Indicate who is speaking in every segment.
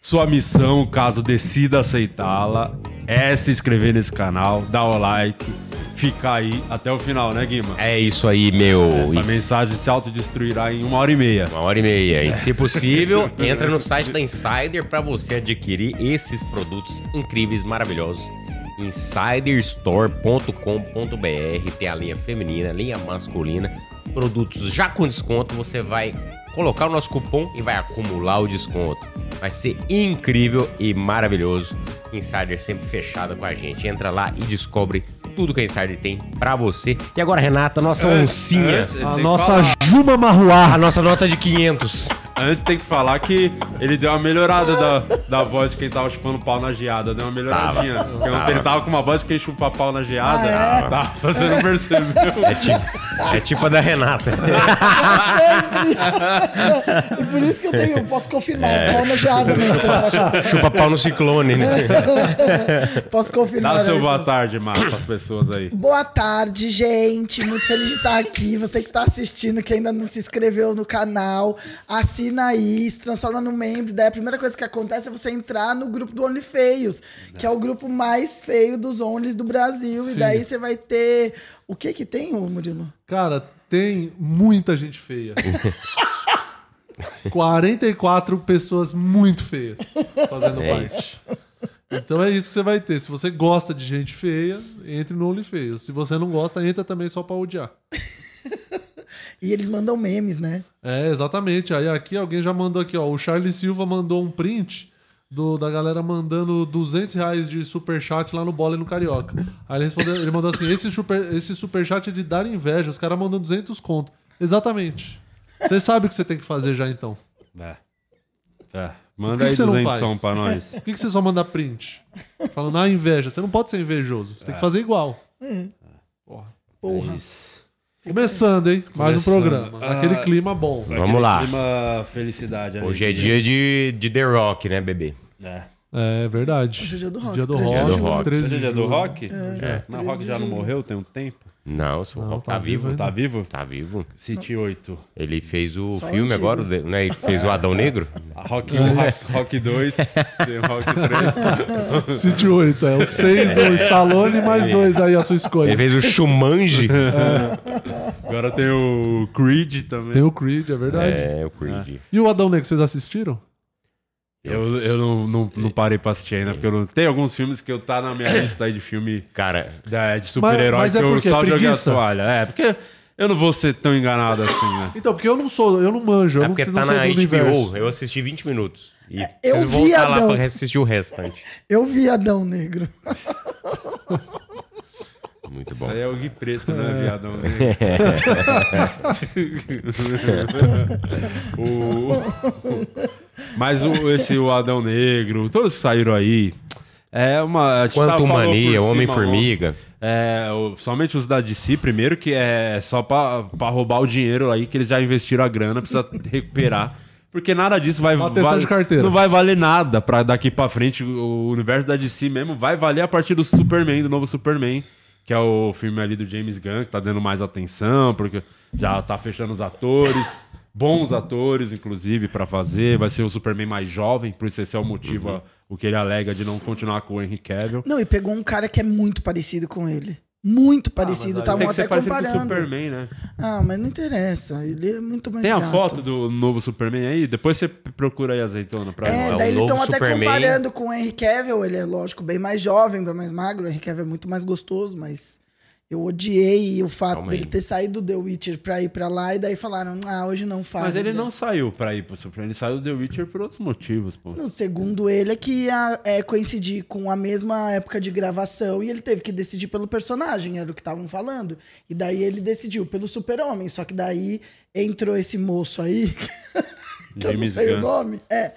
Speaker 1: Sua missão, caso decida aceitá-la, é se inscrever nesse canal, dar o like, ficar aí até o final, né, Guima?
Speaker 2: É isso aí, meu.
Speaker 1: Essa
Speaker 2: Isso.
Speaker 1: mensagem se autodestruirá em uma hora e meia.
Speaker 2: Uma hora e meia. E se possível, entra no site da Insider para você adquirir esses produtos incríveis, maravilhosos. Insiderstore.com.br tem a linha feminina, linha masculina, produtos já com desconto. Você vai colocar o nosso cupom e vai acumular o desconto. Vai ser incrível e maravilhoso. Insider sempre fechada com a gente. Entra lá e descobre tudo que a Insider tem para você. E agora, Renata, nossa oncinha.
Speaker 1: É, Antes,
Speaker 3: A
Speaker 1: tem que
Speaker 3: nossa
Speaker 1: falar-
Speaker 3: Juma Marruá.
Speaker 2: A nossa nota é de 500.
Speaker 1: antes tem que falar que ele deu uma melhorada da, da voz de quem tava chupando pau na geada. Deu uma melhoradinha. Porque ontem ele tava com uma voz de quem chupa pau na geada.
Speaker 3: Ah, é?
Speaker 1: Tá, você não percebeu.
Speaker 2: É tipo, é tipo a da Renata.
Speaker 4: E por isso que eu tenho, eu posso confirmar,
Speaker 1: É.
Speaker 4: o pau na geada mesmo. que eu acho.
Speaker 2: Chupa pau no ciclone, né?
Speaker 4: Posso confirmar.
Speaker 1: Dá o seu
Speaker 4: isso.
Speaker 1: boa tarde, Marco, pras pessoas aí.
Speaker 4: Boa tarde, gente. Muito feliz de estar aqui. Você que está assistindo, que ainda não se inscreveu no canal, assina aí, se transforma no membro. Daí a primeira coisa que acontece é você entrar no grupo do Only Feios, que é o grupo mais feio dos Onlys do Brasil. E daí você vai ter. O que que tem, ô Murilo?
Speaker 3: Cara, tem muita gente feia. 44 pessoas muito feias fazendo
Speaker 2: É
Speaker 3: parte. Então é isso que você vai ter. Se você gosta de gente feia, entre no Only Feio. Se você não gosta, entra também só pra odiar.
Speaker 4: E eles mandam memes, né?
Speaker 3: É, exatamente. Aí aqui alguém já mandou aqui, ó. O Charles Silva mandou um print do, da galera mandando 200 reais de superchat lá no Bola e no Carioca. Aí ele, respondeu, ele mandou assim, esse, super, esse superchat é de dar inveja. Os caras mandam 200 conto. Exatamente. Você sabe o que você tem que fazer já, então.
Speaker 1: É. É. Manda
Speaker 3: que
Speaker 1: aí
Speaker 3: você não faz?
Speaker 1: duzentão pra nós.
Speaker 3: Por que, que você só manda print? Falando, ah, inveja. Você não pode ser invejoso. Você tem que fazer igual.
Speaker 4: Porra.
Speaker 1: É Isso.
Speaker 3: Começando, hein? Mais um
Speaker 1: Começando.
Speaker 3: programa. Aquele
Speaker 1: Ah.
Speaker 3: clima bom.
Speaker 2: Vamos lá.
Speaker 1: Clima felicidade.
Speaker 2: Hoje é dia
Speaker 1: alegria.
Speaker 2: de, de The Rock, né, bebê?
Speaker 1: É.
Speaker 3: É verdade.
Speaker 4: Hoje é dia do rock,
Speaker 3: Dia do
Speaker 4: 13
Speaker 3: rock.
Speaker 4: de
Speaker 2: julho.
Speaker 1: Hoje
Speaker 3: 13
Speaker 1: é
Speaker 3: de
Speaker 1: dia do
Speaker 3: julho.
Speaker 1: rock? É. Mas o
Speaker 4: 13
Speaker 1: rock
Speaker 4: de
Speaker 1: já não
Speaker 4: julho.
Speaker 1: morreu tem um tempo?
Speaker 2: Não, o seu
Speaker 3: Não,
Speaker 2: Rock
Speaker 3: tá
Speaker 2: tá, vivo.
Speaker 3: vivo
Speaker 2: Tá,
Speaker 1: Tá vivo?
Speaker 2: tá vivo.
Speaker 1: City 8.
Speaker 2: Ele fez o
Speaker 4: Só
Speaker 2: filme
Speaker 4: antigo.
Speaker 2: agora, o de- né? Ele fez o Adão Negro.
Speaker 1: A Rock 1,
Speaker 3: É.
Speaker 1: Rock, rock 2, tem o Rock 3.
Speaker 3: City 8, é. Os seis do Stallone, mais dois aí, a sua
Speaker 2: Ele
Speaker 3: escolha.
Speaker 2: fez o Shumanji.
Speaker 1: Agora tem o Creed também.
Speaker 3: Tem o Creed, é verdade.
Speaker 2: é, o Creed.
Speaker 3: E o Adão Negro, vocês assistiram? É. um
Speaker 1: Eu, eu não, não,
Speaker 2: É.
Speaker 1: não parei pra assistir ainda, porque eu não... tem alguns filmes que eu tá na minha lista aí de filme
Speaker 2: Cara,
Speaker 1: da- de super-herói
Speaker 3: mas
Speaker 1: que
Speaker 3: é
Speaker 1: eu
Speaker 3: porque
Speaker 1: só joguei a
Speaker 3: preguiça?
Speaker 1: toalha. É, porque eu não vou ser tão enganado assim, né?
Speaker 3: Então, porque eu não sou, eu não manjo,
Speaker 2: é
Speaker 3: eu não,
Speaker 2: porque
Speaker 3: não
Speaker 2: tá
Speaker 3: sei
Speaker 2: na
Speaker 3: do
Speaker 2: HBO.
Speaker 3: universo.
Speaker 2: Eu assisti 20 minutos. E
Speaker 4: eu
Speaker 2: preciso
Speaker 4: vi,
Speaker 2: voltar lá
Speaker 4: Adão.
Speaker 2: pra assistir o restante.
Speaker 3: Tá
Speaker 4: Eu vi Adão Negro.
Speaker 2: Muito bom.
Speaker 1: Isso aí é o Gui Preto, né, viadão? O- Mas o, esse o Adão Negro, todos que saíram aí. É uma. a gente tava
Speaker 2: Quanto
Speaker 1: falando por
Speaker 2: Mania,
Speaker 1: cima
Speaker 2: Homem-Formiga.
Speaker 1: é, o- somente os da DC, primeiro, que é só pra, pra roubar o dinheiro aí, que eles já investiram a grana, precisa recuperar. Porque nada disso vai
Speaker 3: Bateção
Speaker 1: vale-
Speaker 3: de carteira.
Speaker 1: Não vai valer nada pra daqui pra frente. O universo da DC mesmo vai valer a partir do Superman, do novo Superman, que é o filme ali do James Gunn, que tá dando mais atenção, porque já tá fechando os atores. Bons atores, inclusive, pra fazer. Vai ser o Superman mais jovem, por isso esse é o motivo,
Speaker 3: Uhum.
Speaker 1: a- o que ele alega de não continuar com o Henry Cavill.
Speaker 4: Não, e pegou um cara que é muito parecido com ele. Muito parecido.
Speaker 1: Ah, Tem
Speaker 4: Estavam
Speaker 1: que
Speaker 4: até
Speaker 1: ser parecido com o
Speaker 4: comparando.
Speaker 1: Superman, né?
Speaker 4: Ah, mas não interessa. Ele é muito mais
Speaker 1: Tem a
Speaker 4: gato.
Speaker 1: foto do novo Superman aí? Depois você procura aí azeitona pra
Speaker 4: É,
Speaker 2: É, o
Speaker 4: daí eles
Speaker 2: novo
Speaker 4: estão até
Speaker 2: Superman.
Speaker 4: comparando com o Henry Cavill. Ele é, lógico, bem mais jovem, bem mais magro. O Henry Cavill é muito mais gostoso, mas... Eu odiei o fato
Speaker 2: Calma
Speaker 4: dele
Speaker 2: aí.
Speaker 4: ter saído do The Witcher pra ir pra lá. E daí falaram, ah, hoje não faz.
Speaker 1: Mas ele
Speaker 4: né?
Speaker 1: não saiu pra ir pro Superman, ele saiu do The Witcher por outros motivos, pô.
Speaker 4: Não, Segundo ele, é que ia é, coincidir com a mesma época de gravação e ele teve que decidir pelo personagem, era o que estavam falando. E daí ele decidiu pelo super-homem, só que daí entrou esse moço aí, que eu não
Speaker 1: James
Speaker 4: sei o
Speaker 1: Gunn.
Speaker 4: nome, é,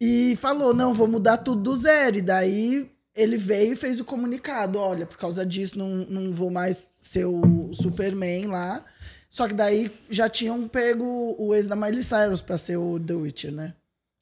Speaker 4: e falou, não, vou mudar tudo do zero. E daí ele veio e fez o comunicado, olha, por causa disso não, não vou mais ser o Superman lá. Só que daí já tinham pego o ex da Miley Cyrus pra ser o The Witcher, né?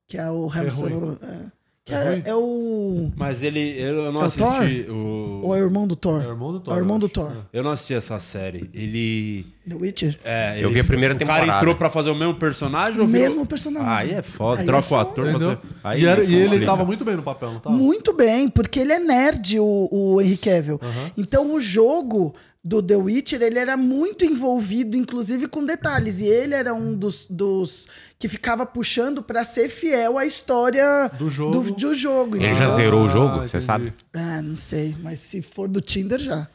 Speaker 4: Que é o Hamilton. é. Que
Speaker 3: É
Speaker 4: é,
Speaker 3: ruim?
Speaker 4: é o.
Speaker 1: Mas ele. Eu não
Speaker 4: É o
Speaker 1: assisti o.
Speaker 4: Ou é o irmão do Thor?
Speaker 3: É o irmão do Thor.
Speaker 4: É o irmão
Speaker 3: eu
Speaker 4: do
Speaker 3: acho.
Speaker 4: Thor.
Speaker 1: Eu não assisti essa série. Ele.
Speaker 4: The Witcher?
Speaker 1: É,
Speaker 2: Eu vi a primeira
Speaker 1: O
Speaker 2: temporada.
Speaker 1: cara entrou pra fazer o mesmo personagem ou
Speaker 4: o
Speaker 1: virou-
Speaker 4: mesmo personagem.
Speaker 1: Aí é foda,
Speaker 4: Aí
Speaker 1: troca
Speaker 4: é
Speaker 1: o
Speaker 4: foda.
Speaker 1: ator.
Speaker 3: Entendeu?
Speaker 1: você- Aí
Speaker 3: e
Speaker 1: é
Speaker 3: era- e
Speaker 1: foda,
Speaker 3: ele
Speaker 1: né?
Speaker 3: tava muito bem no papel, não tava?
Speaker 4: Muito bem, porque ele é nerd, o, o Henry Cavill. Então o jogo do The Witcher, ele era muito envolvido, inclusive com detalhes. E ele era um dos, dos que ficava puxando pra ser fiel à história
Speaker 3: Do jogo.
Speaker 4: Do, do jogo.
Speaker 2: Ele
Speaker 4: entendeu?
Speaker 2: já zerou o jogo,
Speaker 3: Ah,
Speaker 2: você
Speaker 3: entendi.
Speaker 2: sabe?
Speaker 4: Ah, não sei, mas se for do Tinder já.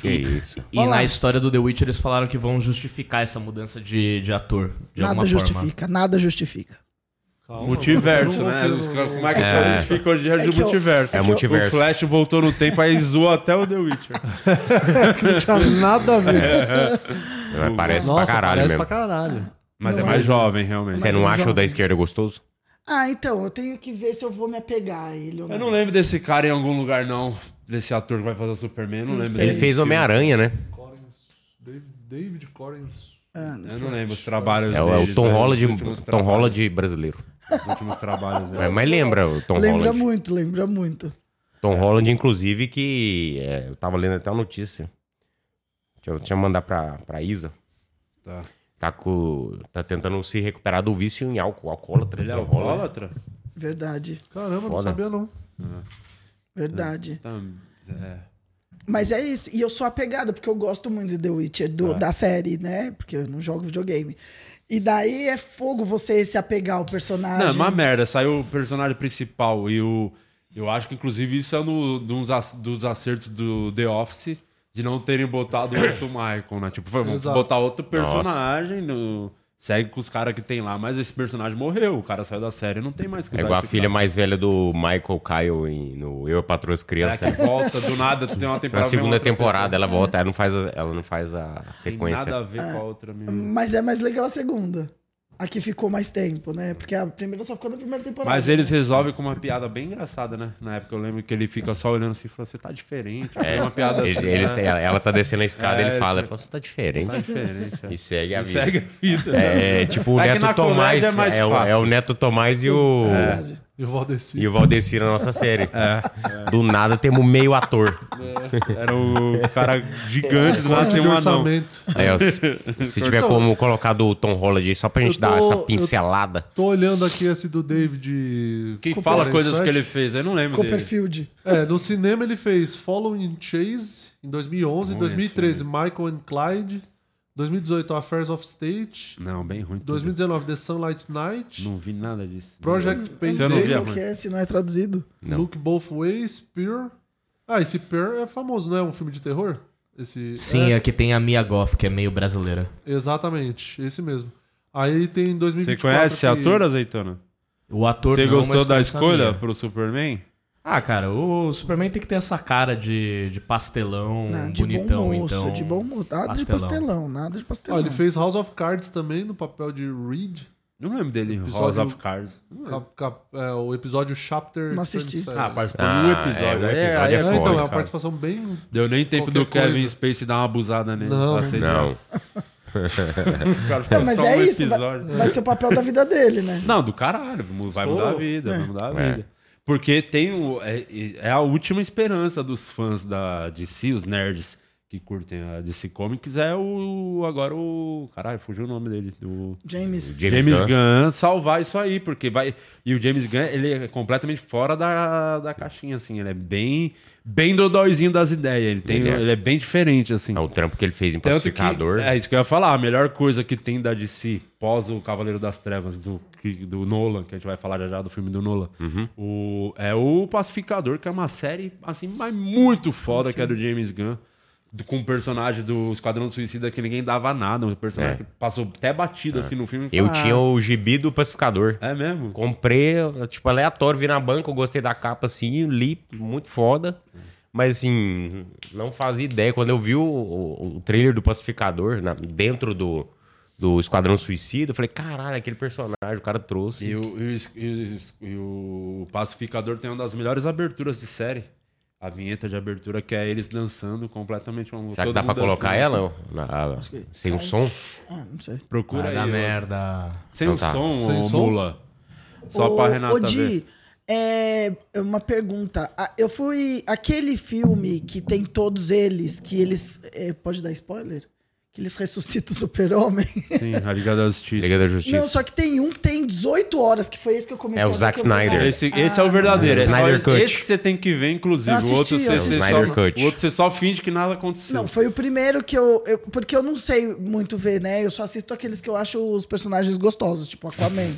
Speaker 2: Que isso.
Speaker 5: E
Speaker 4: Olha lá.
Speaker 5: na história do The Witcher eles falaram que vão justificar essa mudança de, de ator. De
Speaker 4: nada
Speaker 5: alguma forma.
Speaker 4: justifica, nada justifica.
Speaker 3: Calma,
Speaker 1: Multiverso,
Speaker 3: eu não
Speaker 1: né?
Speaker 3: confio
Speaker 1: Os
Speaker 3: no-
Speaker 1: caras- Como é que é. justifica hoje é
Speaker 4: É
Speaker 1: de
Speaker 4: que eu-
Speaker 1: multiverso?
Speaker 2: É
Speaker 4: que eu-
Speaker 1: O
Speaker 2: multiverso.
Speaker 1: Flash voltou no tempo aí zoou até o The Witcher.
Speaker 3: Não tinha nada a ver.
Speaker 2: Mas Parece
Speaker 3: Nossa,
Speaker 2: pra É, caralho
Speaker 3: parece
Speaker 2: mesmo.
Speaker 3: pra caralho.
Speaker 1: Mas
Speaker 4: Não
Speaker 1: é
Speaker 4: é.
Speaker 1: mais jovem, realmente.
Speaker 2: Você não
Speaker 4: Mas
Speaker 2: acha
Speaker 4: eu
Speaker 2: o da
Speaker 4: já-
Speaker 2: esquerda gostoso?
Speaker 4: Ah, então, eu tenho que ver se eu vou me apegar a ele ou não.
Speaker 1: Eu não lembro desse cara em algum lugar, não. Desse ator que vai fazer o Superman, eu não lembro.
Speaker 4: sei.
Speaker 2: Ele
Speaker 1: desse
Speaker 2: fez
Speaker 1: filme.
Speaker 2: Homem-Aranha, né?
Speaker 3: David Corins.
Speaker 4: Ah, não
Speaker 1: Eu
Speaker 4: sei.
Speaker 1: não lembro os trabalhos
Speaker 2: É o, é
Speaker 1: deles,
Speaker 2: o Tom
Speaker 1: né, os
Speaker 2: Holland,
Speaker 1: últimos
Speaker 2: Tom
Speaker 1: trabalhos,
Speaker 2: Holland brasileiro.
Speaker 1: Os últimos trabalhos, né?
Speaker 2: Mas, mas lembra o Tom
Speaker 4: Lembra
Speaker 2: Holland.
Speaker 4: muito, lembra muito.
Speaker 2: Tom Holland, inclusive, que é, eu tava lendo até uma notícia. Deixa eu, deixa eu mandar pra, pra Isa.
Speaker 1: Tá.
Speaker 2: Tá, com, tá tentando se recuperar do vício em álcool. Alcoólatra.
Speaker 1: Ele é
Speaker 2: Tom Holland.
Speaker 1: alcoólatra?
Speaker 4: Verdade,
Speaker 3: Caramba, não
Speaker 2: Foda.
Speaker 3: sabia não.
Speaker 4: verdade.
Speaker 1: Tá, é.
Speaker 4: Mas é isso. E eu sou apegada, porque eu gosto muito de The Witcher,
Speaker 1: Tá.
Speaker 4: do- da série, né? Porque eu não jogo videogame. E daí é fogo você se apegar ao personagem.
Speaker 1: Não, é uma merda. Saiu o personagem principal e o. Eu acho que, inclusive, isso é no, de uns ac- dos acertos do The Office de não terem botado outro Michael, né? Tipo, vamos
Speaker 3: Exato.
Speaker 1: botar outro personagem no. Segue com os caras que tem lá, mas esse personagem morreu. O cara saiu da série, não tem mais que
Speaker 2: É
Speaker 1: usar
Speaker 2: igual a
Speaker 1: esse
Speaker 2: filha
Speaker 1: cara.
Speaker 2: mais velha do Michael Kyle em- no Eu, a Patroa e as
Speaker 1: É,
Speaker 2: Crianças.
Speaker 1: que volta do nada, tem uma temporada.
Speaker 2: Na segunda
Speaker 1: vem outra
Speaker 2: temporada, ela volta, ela não faz a, ela não faz a
Speaker 1: pessoa. Tem nada
Speaker 2: sequência.
Speaker 1: a ver com a outra menina.
Speaker 4: Mas é mais legal a segunda. A que ficou mais tempo, né? Porque a primeira só ficou na primeira temporada.
Speaker 1: Mas eles resolvem com uma piada bem engraçada, né? Na época eu lembro que ele fica só olhando assim e fala: Você tá diferente. É uma piada
Speaker 2: Ele-
Speaker 1: assim,
Speaker 2: ele-
Speaker 1: né?
Speaker 2: ela, ela tá descendo a escada,
Speaker 1: É,
Speaker 2: ele fala,
Speaker 1: ele-
Speaker 2: ele fala, você tá diferente.
Speaker 1: Tá diferente. é.
Speaker 2: E segue a
Speaker 1: E
Speaker 2: vida.
Speaker 1: segue a vida.
Speaker 2: É, tipo o
Speaker 1: É que na
Speaker 2: Neto Tomás.
Speaker 1: comédia
Speaker 2: É,
Speaker 1: é mais
Speaker 2: o,
Speaker 1: fácil. É.
Speaker 2: é o Neto Tomás e o,
Speaker 4: Verdade.
Speaker 3: E o Valdeci.
Speaker 2: e o Valdeci na nossa série. Do nada temos meio ator.
Speaker 1: Era o cara gigante do lado
Speaker 3: Corte
Speaker 1: tem
Speaker 3: É, de
Speaker 1: um anão.
Speaker 3: orçamento.
Speaker 2: Aí, ó, se, se tiver como colocar do Tom Holland aí, só pra gente
Speaker 3: Eu
Speaker 2: dar
Speaker 3: tô-
Speaker 2: essa
Speaker 3: eu-
Speaker 2: pincelada.
Speaker 3: Tô olhando aqui esse do David.
Speaker 1: Quem
Speaker 3: Copperfield.
Speaker 1: fala coisas que ele fez, eu não lembro dele.
Speaker 4: Copperfield.
Speaker 3: É, no cinema ele fez Following Chase em 2011, em 2013 Michael and Clyde, 2018 Affairs of State,
Speaker 1: Não, bem ruim. tudo.
Speaker 3: 2019 The Sunlight Night,
Speaker 1: Não vi nada disso.
Speaker 3: Project
Speaker 1: eu não
Speaker 3: Payday,
Speaker 1: vi a
Speaker 4: Sei o que é, se não é traduzido.
Speaker 2: Não.
Speaker 3: Look Both Ways, Pure. Ah, esse Pure é famoso, não é um filme de terror? Esse é.
Speaker 5: Sim, é que tem a Mia Goff, que é meio brasileira.
Speaker 3: Exatamente, esse mesmo. Aí tem em
Speaker 1: Você
Speaker 3: 2024
Speaker 1: conhece
Speaker 3: que-
Speaker 1: a ator, Azeitona?
Speaker 5: O ator
Speaker 1: Você
Speaker 5: não, é
Speaker 1: gostou
Speaker 5: mas
Speaker 1: da
Speaker 5: conheço a
Speaker 1: escolha
Speaker 5: Mia.
Speaker 1: pro Superman?
Speaker 5: Ah, cara, o Superman tem que ter essa cara de, de pastelão,
Speaker 1: Um
Speaker 4: Não, de
Speaker 5: bonitão,
Speaker 4: bom moço,
Speaker 5: então.
Speaker 4: de bom moço. Nada de
Speaker 5: pastelão.
Speaker 4: pastelão, nada de
Speaker 3: Ó,
Speaker 4: pastelão.
Speaker 3: Ah, ele fez House of Cards também no papel de Reed.
Speaker 1: Não lembro dele. House
Speaker 3: Episódio-
Speaker 1: of Cards.
Speaker 3: Cap- cap- é, o episódio Chapter.
Speaker 4: Hum. Não assisti.
Speaker 3: 27.
Speaker 1: Ah, participou
Speaker 2: Ah,
Speaker 1: de um
Speaker 2: é,
Speaker 1: episódio.
Speaker 2: um
Speaker 1: Aí
Speaker 2: episódio
Speaker 1: aí
Speaker 2: é
Speaker 3: É,
Speaker 2: foda,
Speaker 3: então, é
Speaker 1: cara.
Speaker 3: uma participação bem.
Speaker 1: Deu nem tempo
Speaker 3: Qualquer
Speaker 1: do Kevin
Speaker 3: coisa.
Speaker 1: Spacey dar uma abusada nele.
Speaker 3: Não.
Speaker 1: Aceitar.
Speaker 2: Não.
Speaker 1: O cara fez
Speaker 4: Não, mas
Speaker 1: só
Speaker 4: é
Speaker 1: um
Speaker 4: isso,
Speaker 1: episódio.
Speaker 4: Vai ser o papel da vida dele, né?
Speaker 1: Não, do caralho. mu- Vai
Speaker 3: Estourou.
Speaker 1: mudar a vida, vai mudar a
Speaker 2: É.
Speaker 1: vida. Porque tem o, é, é a última esperança dos fãs da DC, os nerds que curtem a DC Comics, é o. Agora o. Caralho, fugiu o nome dele. Do
Speaker 4: James.
Speaker 1: James, Gunn. salvar isso aí, porque vai. E o James Gunn, ele é completamente fora da, da caixinha, assim. Ele é bem. Bem dodóizinho das ideias. Ele, tem,
Speaker 2: Ele
Speaker 1: ele,
Speaker 2: é.
Speaker 1: é. bem diferente, assim.
Speaker 2: É o trampo que ele fez em
Speaker 1: Tanto
Speaker 2: Pacificador.
Speaker 1: Que, é isso que eu ia falar. A melhor coisa que tem da DC pós o Cavaleiro das Trevas do, que- do Nolan, que a gente vai falar já, já do filme do Nolan,
Speaker 2: Uhum.
Speaker 1: o, é o Pacificador, que é uma série assim, mas muito foda, que é do James Gunn. do- Com o personagem do Esquadrão Suicida que ninguém dava nada. O personagem
Speaker 2: É.
Speaker 1: que passou até batido assim no filme.
Speaker 2: Eu
Speaker 1: Ah,
Speaker 2: tinha o gibi do Pacificador.
Speaker 1: É mesmo?
Speaker 2: Comprei, tipo, aleatório, vi na banca, eu gostei da capa assim, li, muito foda. Mas assim, não fazia ideia. Quando eu vi o, o- o trailer do Pacificador na- dentro do, do Esquadrão Suicida, eu falei, caralho, aquele personagem, o cara trouxe.
Speaker 1: E o, e o es- e o es- e o Pacificador tem uma das melhores aberturas de série. A vinheta de abertura que é eles dançando completamente uma
Speaker 2: Será que
Speaker 1: todo
Speaker 2: dá pra
Speaker 1: mundo assim, né?
Speaker 2: colocar
Speaker 1: dançando.
Speaker 2: ela? na- sem um som?
Speaker 4: Ah, não sei.
Speaker 1: Procura
Speaker 5: Vai
Speaker 1: aí.
Speaker 5: dar
Speaker 1: ó.
Speaker 5: merda.
Speaker 1: Sem
Speaker 2: Então
Speaker 1: o
Speaker 2: tá.
Speaker 1: som,
Speaker 3: Sem
Speaker 1: ô,
Speaker 3: som?
Speaker 1: mula. Só pra Renata
Speaker 4: ô,
Speaker 1: ver.
Speaker 4: Di, é uma pergunta. Ah, Eu fui. Aquele filme que tem todos eles, que eles. é, pode dar spoiler? Que eles ressuscitam o super-homem.
Speaker 1: Sim, a Liga da Justiça.
Speaker 2: Liga da
Speaker 4: Não,
Speaker 2: Justiça.
Speaker 4: só que tem um que tem 18 horas, que foi esse que eu comecei
Speaker 2: É, o
Speaker 4: ver
Speaker 2: Zack
Speaker 4: que eu "Ah, vi.
Speaker 2: Snyder.
Speaker 1: Esse, esse é o verdadeiro. É só
Speaker 2: Ah, Snyder
Speaker 1: esse,
Speaker 2: Cut.
Speaker 1: esse que você tem que ver, inclusive.
Speaker 4: Eu assisti,
Speaker 1: o, outro
Speaker 4: eu
Speaker 1: você,
Speaker 4: assisti.
Speaker 1: você
Speaker 2: Snyder
Speaker 1: só,
Speaker 2: Cut.
Speaker 1: o outro você só finge que nada aconteceu.
Speaker 4: Não, foi o primeiro que eu, eu- Porque eu não sei muito ver, né? Eu só assisto aqueles que eu acho os personagens gostosos, tipo Aquaman.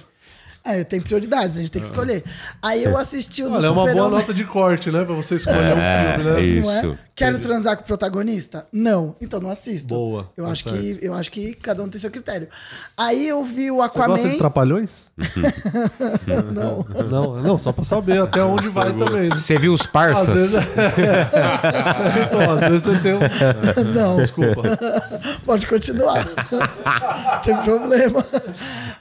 Speaker 4: Ah, eu tenho prioridades, a gente tem que escolher. Aí eu assisti o do
Speaker 3: Olha, é uma boa
Speaker 4: Super-Homem.
Speaker 3: nota de corte, né? Pra você escolher um filme, né?
Speaker 2: é
Speaker 4: Não é?
Speaker 2: Isso.
Speaker 4: Quero transar com o protagonista? Não, então não assisto.
Speaker 3: Boa,
Speaker 4: Eu
Speaker 3: tá
Speaker 4: acho que eu acho que cada um tem seu critério. Aí eu vi o
Speaker 3: Você gosta de
Speaker 4: Aquaman.
Speaker 3: trapalhões?
Speaker 4: Não.
Speaker 3: Não, não, só pra saber até onde vai também. né?
Speaker 2: Você viu os
Speaker 3: Às
Speaker 2: parças?
Speaker 3: vezes, é. então, às vezes você tem um.
Speaker 4: Não.
Speaker 3: Desculpa.
Speaker 4: Pode continuar. Tem problema.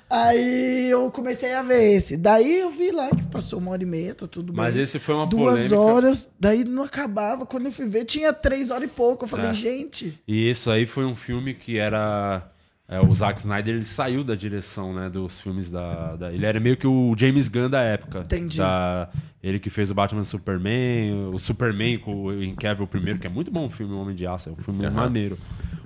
Speaker 4: Aí eu comecei a ver esse. Daí eu vi lá que passou uma hora e meia, tá tudo
Speaker 1: Mas
Speaker 4: bem.
Speaker 1: esse foi uma
Speaker 4: Duas
Speaker 1: polêmica.
Speaker 4: horas, daí não acabava. Quando eu fui ver, tinha três horas e pouco. Eu falei,
Speaker 1: É.
Speaker 4: gente.
Speaker 1: E isso aí foi um filme que era. é, o Zack Snyder ele saiu da direção né, dos filmes da, da- Ele era meio que o James Gunn da época.
Speaker 4: Entendi.
Speaker 1: Da- ele que fez o Batman e Superman, o Superman com o Henry Cavill primeiro, que é muito bom o filme, O Homem de Aço, é um filme maneiro.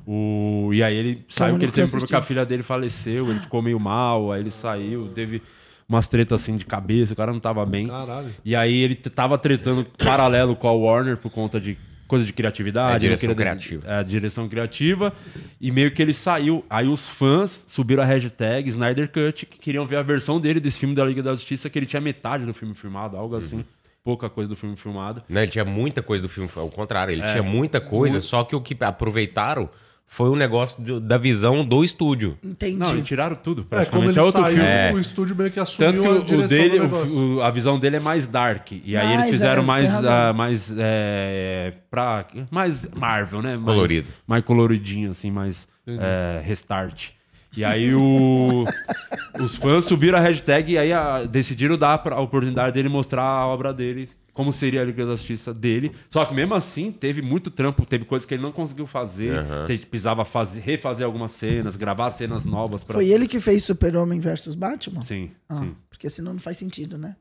Speaker 1: O, e aí ele saiu
Speaker 4: o único
Speaker 1: que ele
Speaker 4: que eu
Speaker 1: teve um problema
Speaker 4: assisti.
Speaker 1: que a filha dele faleceu, ele ficou meio mal, aí ele saiu, teve umas tretas assim de cabeça, o cara não tava bem.
Speaker 3: Caralho.
Speaker 1: E aí ele t- tava tretando paralelo com a Warner por conta de coisa de criatividade.
Speaker 2: É, direção
Speaker 1: ele queria-
Speaker 2: criativa.
Speaker 1: É, direção criativa. E meio que ele saiu. Aí os fãs subiram a hashtag Snyder Cut, que queriam ver a versão dele desse filme da Liga da Justiça, que ele tinha metade do filme filmado, algo
Speaker 2: Uhum.
Speaker 1: assim. Pouca coisa do filme filmado.
Speaker 2: Não, ele Né, tinha muita coisa do filme, ao contrário,
Speaker 1: É.
Speaker 2: ele tinha muita coisa, só que o que aproveitaram foi o negócio do- da visão do estúdio.
Speaker 4: Entendi.
Speaker 1: Não, e tiraram tudo.
Speaker 3: É, como ele
Speaker 1: Praticamente é, outro
Speaker 3: saiu,
Speaker 1: filme.
Speaker 3: o estúdio meio que assumiu
Speaker 1: Tanto que
Speaker 3: a
Speaker 1: o- o,
Speaker 3: direção
Speaker 1: dele,
Speaker 3: do
Speaker 1: o-
Speaker 3: negócio.
Speaker 1: o- a visão dele é mais dark. E aí
Speaker 4: Mais,
Speaker 1: eles
Speaker 4: é,
Speaker 1: fizeram
Speaker 4: você tem
Speaker 1: mais,
Speaker 4: razão.
Speaker 1: ah, mais, é, pra, mais Marvel, né? Mais-
Speaker 2: Colorido.
Speaker 1: Mais coloridinho, assim, mais é, restart. E aí o- os fãs subiram a hashtag e aí a- decidiram dar pra- a oportunidade dele mostrar a obra dele, como seria a Liga da Justiça dele. Só que mesmo assim, teve muito trampo, teve coisas que ele não conseguiu fazer, te- precisava fazer, refazer algumas cenas, gravar cenas novas. Pra...
Speaker 4: Foi ele que fez Super-Homem versus Batman?
Speaker 1: Sim,
Speaker 4: Ah,
Speaker 1: sim.
Speaker 4: Porque senão não faz sentido, né?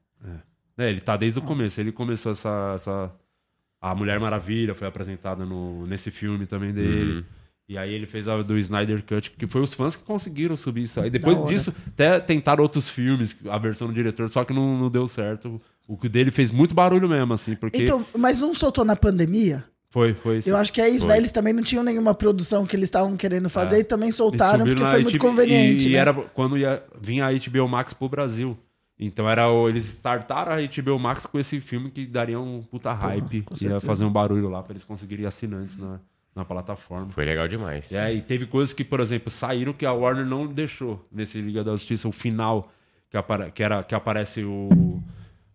Speaker 1: É, ele tá
Speaker 4: Ah.
Speaker 1: desde o começo. Ele começou essa. essa- A Mulher Maravilha foi apresentada no, nesse filme também
Speaker 4: Uhum.
Speaker 1: dele. E aí ele fez a do Snyder Cut, que foi os fãs que conseguiram subir isso aí. Depois
Speaker 4: Da hora.
Speaker 1: disso, até tentaram outros filmes, a versão do diretor, só que não, não deu certo. O que dele fez muito barulho mesmo, assim, porque
Speaker 4: Então, mas não soltou na pandemia?
Speaker 1: foi, foi isso.
Speaker 4: Eu acho que é isso, né? Eles também não tinham nenhuma produção que eles estavam querendo fazer e também
Speaker 1: Eles
Speaker 4: soltaram
Speaker 1: subiram
Speaker 4: porque
Speaker 1: na
Speaker 4: foi muito
Speaker 1: HBO
Speaker 4: conveniente.
Speaker 1: E,
Speaker 4: né?
Speaker 1: era quando ia, vinha a HBO Max pro Brasil. Então era o- eles startaram a HBO Max com esse filme que daria um puta hype.
Speaker 4: com
Speaker 1: Ia
Speaker 4: certeza.
Speaker 1: fazer um barulho lá pra eles conseguirem assinantes na, na plataforma.
Speaker 2: Foi legal demais.
Speaker 1: É, e teve coisas que, por exemplo, saíram que a Warner não deixou nesse Liga da Justiça, o final que, apare- que era, que aparece o.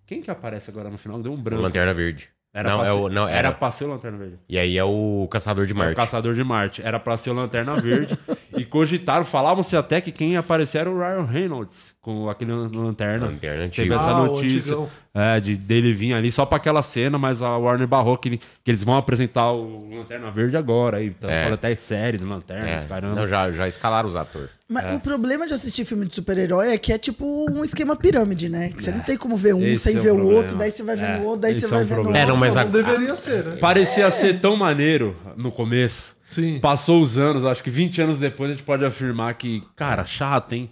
Speaker 1: Quem que aparece agora no final? Deu um
Speaker 2: O
Speaker 1: branco.
Speaker 2: Lanterna Verde.
Speaker 1: Era
Speaker 2: não,
Speaker 1: pra
Speaker 2: é
Speaker 1: ser-
Speaker 2: o, não, era.
Speaker 1: era pra ser o Lanterna Verde.
Speaker 2: E aí é o Caçador de
Speaker 1: É o
Speaker 2: Marte.
Speaker 1: Caçador de Marte. Era pra ser o Lanterna Verde. e cogitaram, falavam-se até que quem ia aparecer era o Ryan Reynolds, com aquele lan- lanterna.
Speaker 2: Lanterna
Speaker 1: Teve
Speaker 2: antigo.
Speaker 1: essa
Speaker 3: Ah, o
Speaker 1: notícia
Speaker 3: antigão.
Speaker 1: é, de, dele vir ali só pra aquela cena, mas a Warner barrou que, ele- que eles vão apresentar o Lanterna Verde agora. Aí, tá,
Speaker 2: É.
Speaker 1: Fala até série do Lanterna,
Speaker 2: É.
Speaker 1: os caramba.
Speaker 2: Não, já, já escalaram os atores.
Speaker 4: Mas
Speaker 1: é.
Speaker 4: o problema de assistir filme de super-herói é que é tipo um esquema pirâmide, né? Que você não tem como ver um
Speaker 1: Esse
Speaker 4: sem
Speaker 1: é o
Speaker 4: ver o
Speaker 1: problema.
Speaker 4: outro, daí você vai
Speaker 1: É,
Speaker 4: vendo o outro, daí
Speaker 1: esse
Speaker 4: você
Speaker 1: é
Speaker 4: vai
Speaker 1: um
Speaker 4: vendo o outro.
Speaker 1: problema.
Speaker 2: É, não, mas a-
Speaker 3: Não Então, deveria ser, né?
Speaker 1: Parecia ser tão maneiro no começo.
Speaker 3: Sim.
Speaker 1: Passou os anos, acho que 20 anos depois a gente pode afirmar que, cara, chato, hein?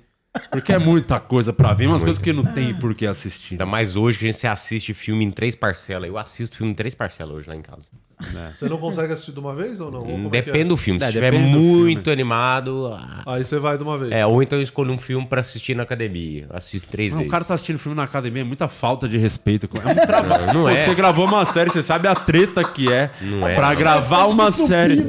Speaker 1: Porque é muita coisa pra ver, umas coisas que não tem por que assistir.
Speaker 2: Ainda mais hoje que a gente assiste filme em três parcelas. Eu assisto filme em três parcelas hoje lá em casa.
Speaker 3: Você não consegue assistir de uma vez ou não? Ou como é que é?
Speaker 2: depende do filme. Se
Speaker 1: É,
Speaker 2: estiver
Speaker 1: depende do
Speaker 2: muito animado. ah.
Speaker 3: Aí você vai de uma vez.
Speaker 2: É, ou então eu escolho um filme pra assistir na academia. Eu assisto três
Speaker 1: Não, o
Speaker 2: vezes.
Speaker 1: cara tá assistindo filme na academia, é muita falta de respeito. com- É um trabalho.
Speaker 2: Não, não é.
Speaker 1: Você gravou uma série, você sabe a treta que é
Speaker 2: é,
Speaker 1: pra
Speaker 2: não.
Speaker 1: gravar uma série.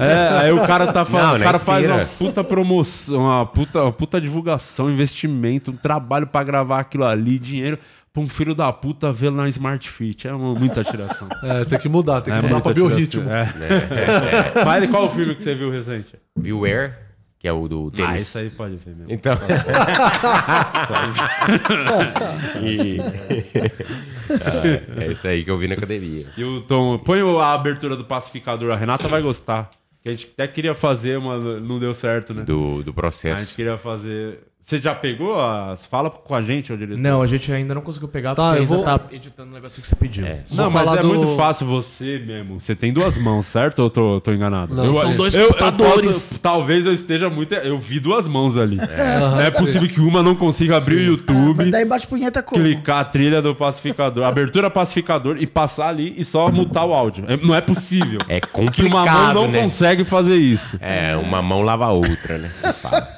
Speaker 1: É, aí o cara tá
Speaker 2: Não,
Speaker 1: falando,
Speaker 2: não
Speaker 1: o cara
Speaker 2: é
Speaker 1: faz uma
Speaker 2: esteira.
Speaker 1: puta promoção, uma puta, uma puta divulgação, investimento, um trabalho pra gravar aquilo ali, dinheiro pra um filho da puta ver na Smart Fit. É uma- muita tiração.
Speaker 3: É, tem que mudar, tem que
Speaker 1: É
Speaker 3: mudar pra
Speaker 1: muita
Speaker 3: biorritmo.
Speaker 1: tiração, É. Fale qual o filme que você viu recente.
Speaker 2: Beware, que é o do tênis.
Speaker 1: Ah, isso aí pode ver mesmo.
Speaker 2: Então. E- Ah, é isso aí que eu vi na academia.
Speaker 1: E o Tom, põe o- a abertura do pacificador, a Renata vai gostar. Que a gente até queria fazer, mas não deu certo, né?
Speaker 2: Do, do
Speaker 1: A gente
Speaker 2: processo.
Speaker 1: queria fazer. Você já pegou as. Fala com a gente, ô diretor.
Speaker 5: Não, a gente ainda não conseguiu pegar
Speaker 3: Tá,
Speaker 5: porque
Speaker 3: eu
Speaker 5: ainda
Speaker 3: vou-
Speaker 5: tá editando o negócio que você pediu.
Speaker 2: É.
Speaker 3: Vou
Speaker 1: Não, mas
Speaker 3: falar
Speaker 1: é
Speaker 3: do-
Speaker 1: muito fácil você mesmo. Você tem duas mãos, certo? Ou eu tô, tô enganado?
Speaker 3: Não,
Speaker 1: eu,
Speaker 3: são
Speaker 5: dois
Speaker 1: computadores.
Speaker 5: computadores.
Speaker 1: talvez eu esteja muito. er-, Eu vi duas mãos ali. Não é possível que uma não consiga abrir o
Speaker 4: Ah,
Speaker 1: YouTube,
Speaker 4: mas daí bate punheta como?
Speaker 1: clicar a trilha do pacificador, abertura pacificador e passar ali e só mutar o áudio. É- não é possível.
Speaker 2: É
Speaker 1: que uma mão
Speaker 2: complicado,
Speaker 1: não
Speaker 2: né?
Speaker 1: consegue fazer isso.
Speaker 2: É, uma mão lava a outra, né? Que fala.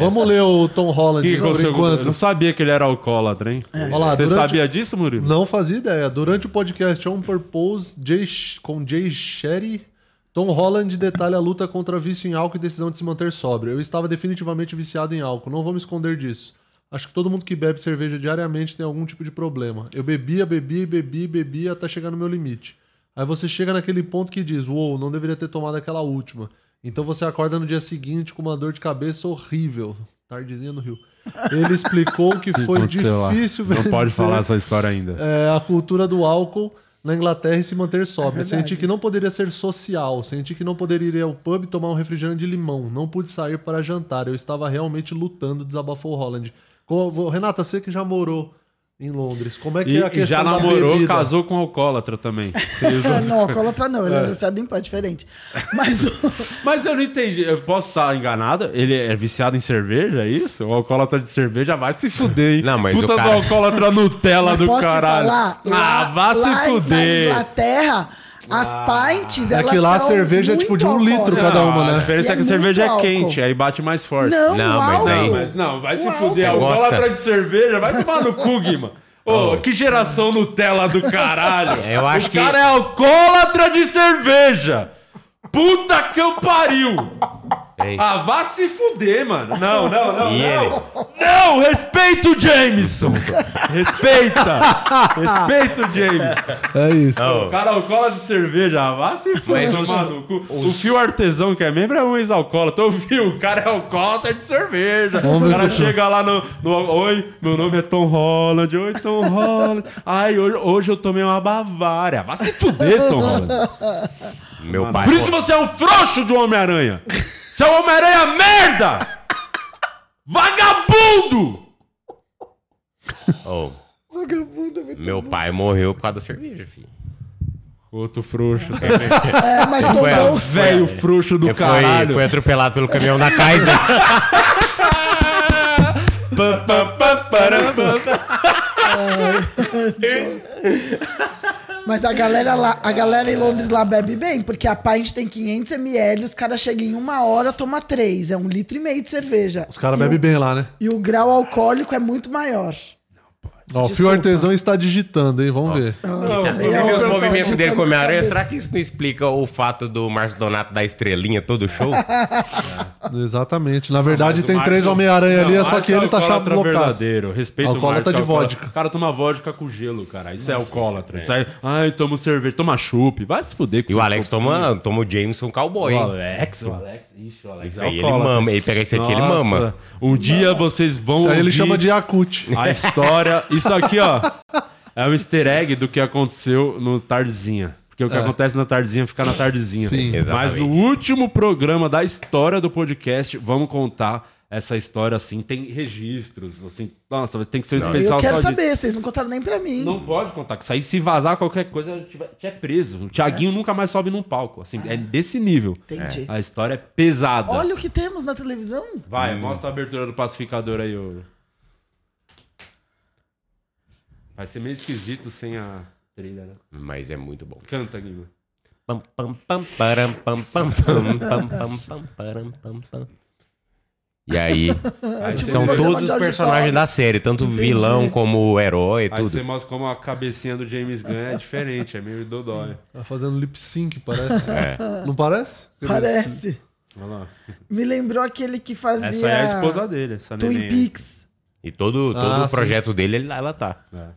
Speaker 3: Vamos ler o Tom Holland
Speaker 1: Que que
Speaker 3: por
Speaker 1: aconteceu com- Eu
Speaker 3: enquanto. É.
Speaker 1: não sabia que ele era alcoólatra, hein?
Speaker 3: Olha lá,
Speaker 1: Você
Speaker 3: durante-
Speaker 1: sabia disso, Murilo?
Speaker 3: Não fazia ideia. Durante o podcast On Purpose Jay Sh- com Jay Sherry, Tom Holland detalha a luta contra vício em álcool e decisão de se manter sóbrio. Eu estava definitivamente viciado em álcool, não vou me esconder disso. Acho que todo mundo que bebe cerveja diariamente tem algum tipo de problema. Eu bebia, bebia, bebia, bebia até chegar no meu limite. Aí você chega naquele ponto que diz: Uou, não deveria ter tomado aquela última. Então você acorda no dia seguinte com uma dor de cabeça horrível. Tardezinha no Rio. Ele explicou que foi
Speaker 1: aconteceu lá?
Speaker 3: difícil
Speaker 1: Não pode
Speaker 3: vencer
Speaker 1: falar essa história ainda.
Speaker 3: é, a cultura do álcool na Inglaterra e se manter sóbrio. senti que não poderia ser social, senti que não poderia ir ao pub e tomar um refrigerante de limão. Não pude sair para jantar, eu estava realmente lutando, desabafou o Holland. Co- vo- Renata, você que já morou em Londres, como é que
Speaker 1: E,
Speaker 3: é a
Speaker 1: e
Speaker 3: questão
Speaker 1: já
Speaker 3: da
Speaker 1: namorou,
Speaker 3: bebida?
Speaker 1: casou com um alcoólatra também.
Speaker 4: É, não, alcoólatra não, ele
Speaker 1: É.
Speaker 4: era viciado em pó, diferente. Mas o-
Speaker 1: Mas eu não entendi. Eu posso estar enganado? Ele é viciado em cerveja, é isso? O alcoólatra de cerveja vai se fuder, hein?
Speaker 2: Não, mas
Speaker 1: Puta
Speaker 2: o
Speaker 1: do
Speaker 2: cara-
Speaker 1: alcoólatra Nutella
Speaker 4: mas
Speaker 1: do
Speaker 4: posso
Speaker 1: caralho.
Speaker 4: te falar?
Speaker 1: ah,
Speaker 4: lá-
Speaker 1: vá
Speaker 4: lá
Speaker 1: se
Speaker 4: Na
Speaker 1: fuder. Ah.
Speaker 4: Inglaterra, as pints,
Speaker 3: É
Speaker 4: elas
Speaker 3: que lá a
Speaker 4: são
Speaker 3: cerveja é tipo de um
Speaker 4: muito
Speaker 3: litro
Speaker 4: alcoólicas.
Speaker 3: cada
Speaker 1: Não,
Speaker 3: uma,
Speaker 1: A
Speaker 3: né?
Speaker 1: diferença
Speaker 4: E
Speaker 1: é que a
Speaker 4: é
Speaker 1: cerveja é
Speaker 4: muito
Speaker 1: quente,
Speaker 4: álcool.
Speaker 1: aí bate mais forte.
Speaker 4: Não,
Speaker 2: Não,
Speaker 4: o
Speaker 2: mas aí-
Speaker 4: álcool.
Speaker 1: Mas não, vai se
Speaker 4: Uau.
Speaker 1: fuder.
Speaker 2: Você
Speaker 1: Alcoólatra
Speaker 2: gosta?
Speaker 1: de cerveja, vai tomar no cu, Guima. Ô, que geração Nutella do caralho.
Speaker 2: É, eu acho
Speaker 1: o
Speaker 2: que-
Speaker 1: cara é alcoólatra de cerveja. Puta que eu pariu.
Speaker 2: Ei.
Speaker 1: Ah, vá se fuder, mano. Não, não, não,
Speaker 2: E
Speaker 1: não.
Speaker 2: ele?
Speaker 1: Não, respeita o Jameson. Respeita. respeita o Jameson.
Speaker 3: É isso.
Speaker 1: O cara alcoólatra de cerveja, ah, vá se fuder,
Speaker 2: Mas os-
Speaker 1: mano. O, o Fio Artesão, que é membro, é um ex-alcoólatra. Ô, Fio, o cara é alcoólatra de cerveja.
Speaker 3: Vamos
Speaker 1: o
Speaker 3: ver
Speaker 1: cara
Speaker 3: o que-
Speaker 1: chega lá no, no- Oi, meu nome é Tom Holland. Oi, Tom Holland. Ai, hoje, hoje eu tomei uma Bavária. Vá se fuder, Tom Holland.
Speaker 2: Meu pai.
Speaker 1: Por isso que você é um frouxo de um Homem-Aranha! Você é um Homem-Aranha merda! Vagabundo!
Speaker 2: Oh.
Speaker 1: é
Speaker 2: Meu pai morreu por causa da cerveja, filho.
Speaker 1: Outro frouxo.
Speaker 4: É, mas
Speaker 1: É
Speaker 4: tomou
Speaker 1: o velho frouxo do
Speaker 2: Ele É, foi,
Speaker 1: caralho.
Speaker 2: foi atropelado pelo caminhão da Kaiser.
Speaker 1: Pam, pam, pam, param, pam.
Speaker 4: Mas a galera lá, a galera em Londres lá bebe bem, porque a pint tem 500 ml, os caras chegam em uma hora, toma três, é um litro e meio de cerveja.
Speaker 3: Os caras
Speaker 4: E o-
Speaker 3: bebem bem lá, né?
Speaker 4: E o grau alcoólico é muito maior.
Speaker 3: Ó, o Fio Artesão está digitando, hein? Vamos ver.
Speaker 4: Nossa,
Speaker 1: Não,
Speaker 4: bem
Speaker 2: Você
Speaker 4: alcoólico,
Speaker 2: vê os
Speaker 4: eu tô
Speaker 2: movimentos dele
Speaker 1: tá
Speaker 4: ditando
Speaker 2: com Homem-Aranha?
Speaker 4: cabeça.
Speaker 2: Será que isso não explica o fato do Márcio Donato dar estrelinha todo show?
Speaker 3: Exatamente. Na verdade,
Speaker 1: Mas o
Speaker 3: tem
Speaker 1: Márcio-
Speaker 3: três Homem-Aranha ali,
Speaker 1: Não,
Speaker 3: é só que
Speaker 1: Márcio é
Speaker 3: ele tá
Speaker 1: alcoólatra
Speaker 3: chapado
Speaker 1: verdadeiro. Respeito
Speaker 3: Alcoólatra
Speaker 1: Márcio,
Speaker 3: de
Speaker 1: alcoólatra.
Speaker 3: vodka.
Speaker 1: O cara toma vodka com gelo, cara. Isso é alcoólatra. Isso aí, ai, toma um cerveja, toma chup. Vai se fuder com
Speaker 2: E o
Speaker 1: seu
Speaker 2: Alex
Speaker 1: chup.
Speaker 2: toma, toma o Jameson Cowboy,
Speaker 1: O
Speaker 2: hein?
Speaker 1: Alex, o Alex, ixi, o Alex.
Speaker 2: Isso
Speaker 1: é
Speaker 2: aí ele
Speaker 1: alcoólatra.
Speaker 2: mama. Ele pega esse aqui, ele
Speaker 1: Nossa,
Speaker 2: mama.
Speaker 1: Um dia vocês vão
Speaker 3: Isso aí ele
Speaker 1: ouvir
Speaker 3: chama de Yakut.
Speaker 1: a história. Isso aqui, ó, é um easter egg do que aconteceu no Tardezinha. Porque
Speaker 4: É.
Speaker 1: o que acontece na Tardezinha fica na Tardezinha.
Speaker 3: Sim.
Speaker 1: Mas
Speaker 2: Exatamente.
Speaker 1: no último programa da história do podcast, vamos contar essa história assim. Tem registros, assim. Nossa, tem que ser um especial
Speaker 4: Eu quero
Speaker 1: só disso.
Speaker 4: saber, vocês não contaram nem pra mim.
Speaker 1: Não pode contar, que isso aí se vazar qualquer coisa, a gente vai- a gente é preso. O Thiaguinho nunca mais sobe num palco. Assim, é desse nível.
Speaker 4: Entendi.
Speaker 1: A história é pesada.
Speaker 4: Olha o que temos na televisão.
Speaker 1: Vai,
Speaker 2: Hum.
Speaker 1: mostra a abertura do pacificador aí, ô. Vai ser meio esquisito sem a trilha, né?
Speaker 2: Mas é muito bom.
Speaker 1: Canta, Guima.
Speaker 2: Pam, pam, pam, param, pam, pam, pam, pam, pam, pam, param, pam, pam. E aí,
Speaker 1: Aí você-
Speaker 2: são
Speaker 4: um programa
Speaker 2: todos
Speaker 4: de
Speaker 2: os
Speaker 4: auditório.
Speaker 2: personagens da série, tanto o vilão como o herói,
Speaker 1: Aí você
Speaker 2: tudo.
Speaker 1: mostra como a cabecinha do James Gunn é diferente, é meio dodói.
Speaker 3: Tá fazendo lip sync, parece.
Speaker 2: É.
Speaker 3: Não parece?
Speaker 4: Parece.
Speaker 1: Olha lá.
Speaker 4: Me lembrou aquele que fazia
Speaker 1: Essa aí é a esposa dele, né? essa neném.
Speaker 4: Twin
Speaker 1: aí.
Speaker 4: Peaks.
Speaker 2: E todo, todo
Speaker 3: Ah,
Speaker 2: o
Speaker 3: sim.
Speaker 2: projeto dele, ele, ela tá.
Speaker 1: É.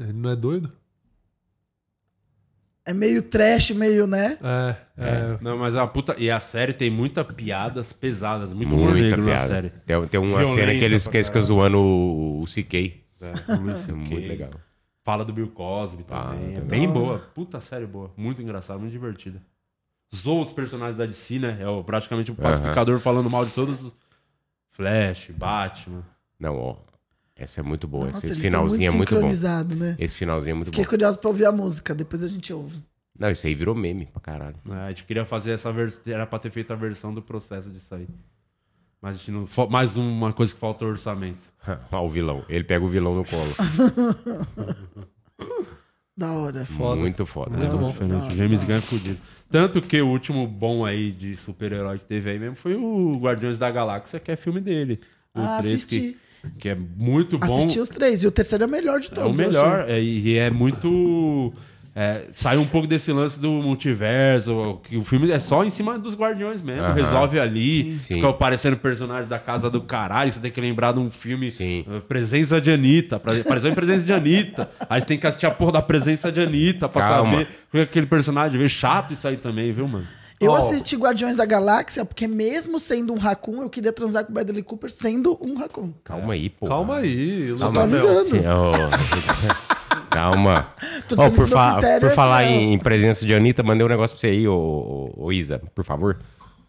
Speaker 3: Ele não é doido?
Speaker 4: É meio trash, meio, né?
Speaker 3: É, é.
Speaker 1: Não, mas é uma puta... E a série tem muita piadas pesadas, muito humor
Speaker 2: Muita
Speaker 1: negro na
Speaker 2: piada.
Speaker 1: série.
Speaker 2: Tem, tem uma
Speaker 1: Violenta
Speaker 2: cena que eles
Speaker 1: pra
Speaker 2: que eles ficam zoando o, o CK.
Speaker 1: É, o Lucy
Speaker 2: Muito
Speaker 1: Kay.
Speaker 2: legal.
Speaker 1: Fala do Bill Cosby também. É
Speaker 2: também.
Speaker 1: bem boa. Puta série boa. Muito engraçada, muito divertida. Zoa os personagens da DC, né? É o- praticamente o pacificador falando mal de todos. os- Flash, Batman.
Speaker 2: Não, ó. Essa é muito boa.
Speaker 4: Nossa,
Speaker 2: esse
Speaker 4: eles tão
Speaker 2: finalzinho é muito bom.
Speaker 4: sincronizado, né?
Speaker 2: Esse finalzinho é muito
Speaker 4: Fiquei
Speaker 2: bom.
Speaker 4: curioso pra ouvir a música, depois a gente ouve.
Speaker 2: Não, isso aí virou meme pra caralho.
Speaker 1: É, a gente queria fazer essa versão. Era pra ter feito a versão do processo disso aí. Mas a gente não. fo- Mais uma coisa que falta é orçamento.
Speaker 2: Ó, o vilão. Ele pega o vilão no colo.
Speaker 4: Da hora.
Speaker 2: Muito foda.
Speaker 4: Muito bom.
Speaker 1: Diferente. O James Gunn é fudido. Tanto que o último bom aí de super-herói que teve aí mesmo foi o Guardiões da Galáxia, que é filme dele. O
Speaker 4: Ah,
Speaker 1: três
Speaker 4: assisti.
Speaker 1: Que, que é muito bom.
Speaker 4: Assisti os três. E o terceiro é o melhor de
Speaker 1: É o
Speaker 3: assim.
Speaker 4: todos. eu
Speaker 1: melhor.
Speaker 4: achei.
Speaker 1: é, e é muito. É, saiu um pouco desse lance do multiverso, que o filme é só em cima dos guardiões mesmo.
Speaker 2: Aham.
Speaker 1: Resolve ali,
Speaker 2: Sim.
Speaker 1: fica
Speaker 2: Sim.
Speaker 1: parecendo personagem da casa do caralho. Você tem que lembrar de um filme.
Speaker 2: Sim.
Speaker 1: eh, Presença de Anitta. apare- Apareceu em presença de Anitta. Aí você tem que assistir a porra da presença de Anitta pra
Speaker 2: Calma.
Speaker 1: saber. Porque aquele personagem veio chato isso aí também, viu, mano?
Speaker 4: Eu
Speaker 2: Ó.
Speaker 4: assisti Guardiões da Galáxia porque, mesmo sendo um raccoon, eu queria transar com o Bradley Cooper sendo um raccoon.
Speaker 2: Calma aí, pô.
Speaker 3: Calma aí, Luiz
Speaker 4: Calma.
Speaker 3: Abel.
Speaker 4: Tô avisando.
Speaker 2: Sim, ó. Calma.
Speaker 4: Tô
Speaker 2: Ó,
Speaker 4: dizendo
Speaker 2: por,
Speaker 4: que meu
Speaker 2: fa-
Speaker 4: critério
Speaker 2: por
Speaker 4: é
Speaker 2: falar
Speaker 4: fiel.
Speaker 2: em, em presença de Anitta, mandei um negócio pra você aí, ô, ô- ô Isa, por favor.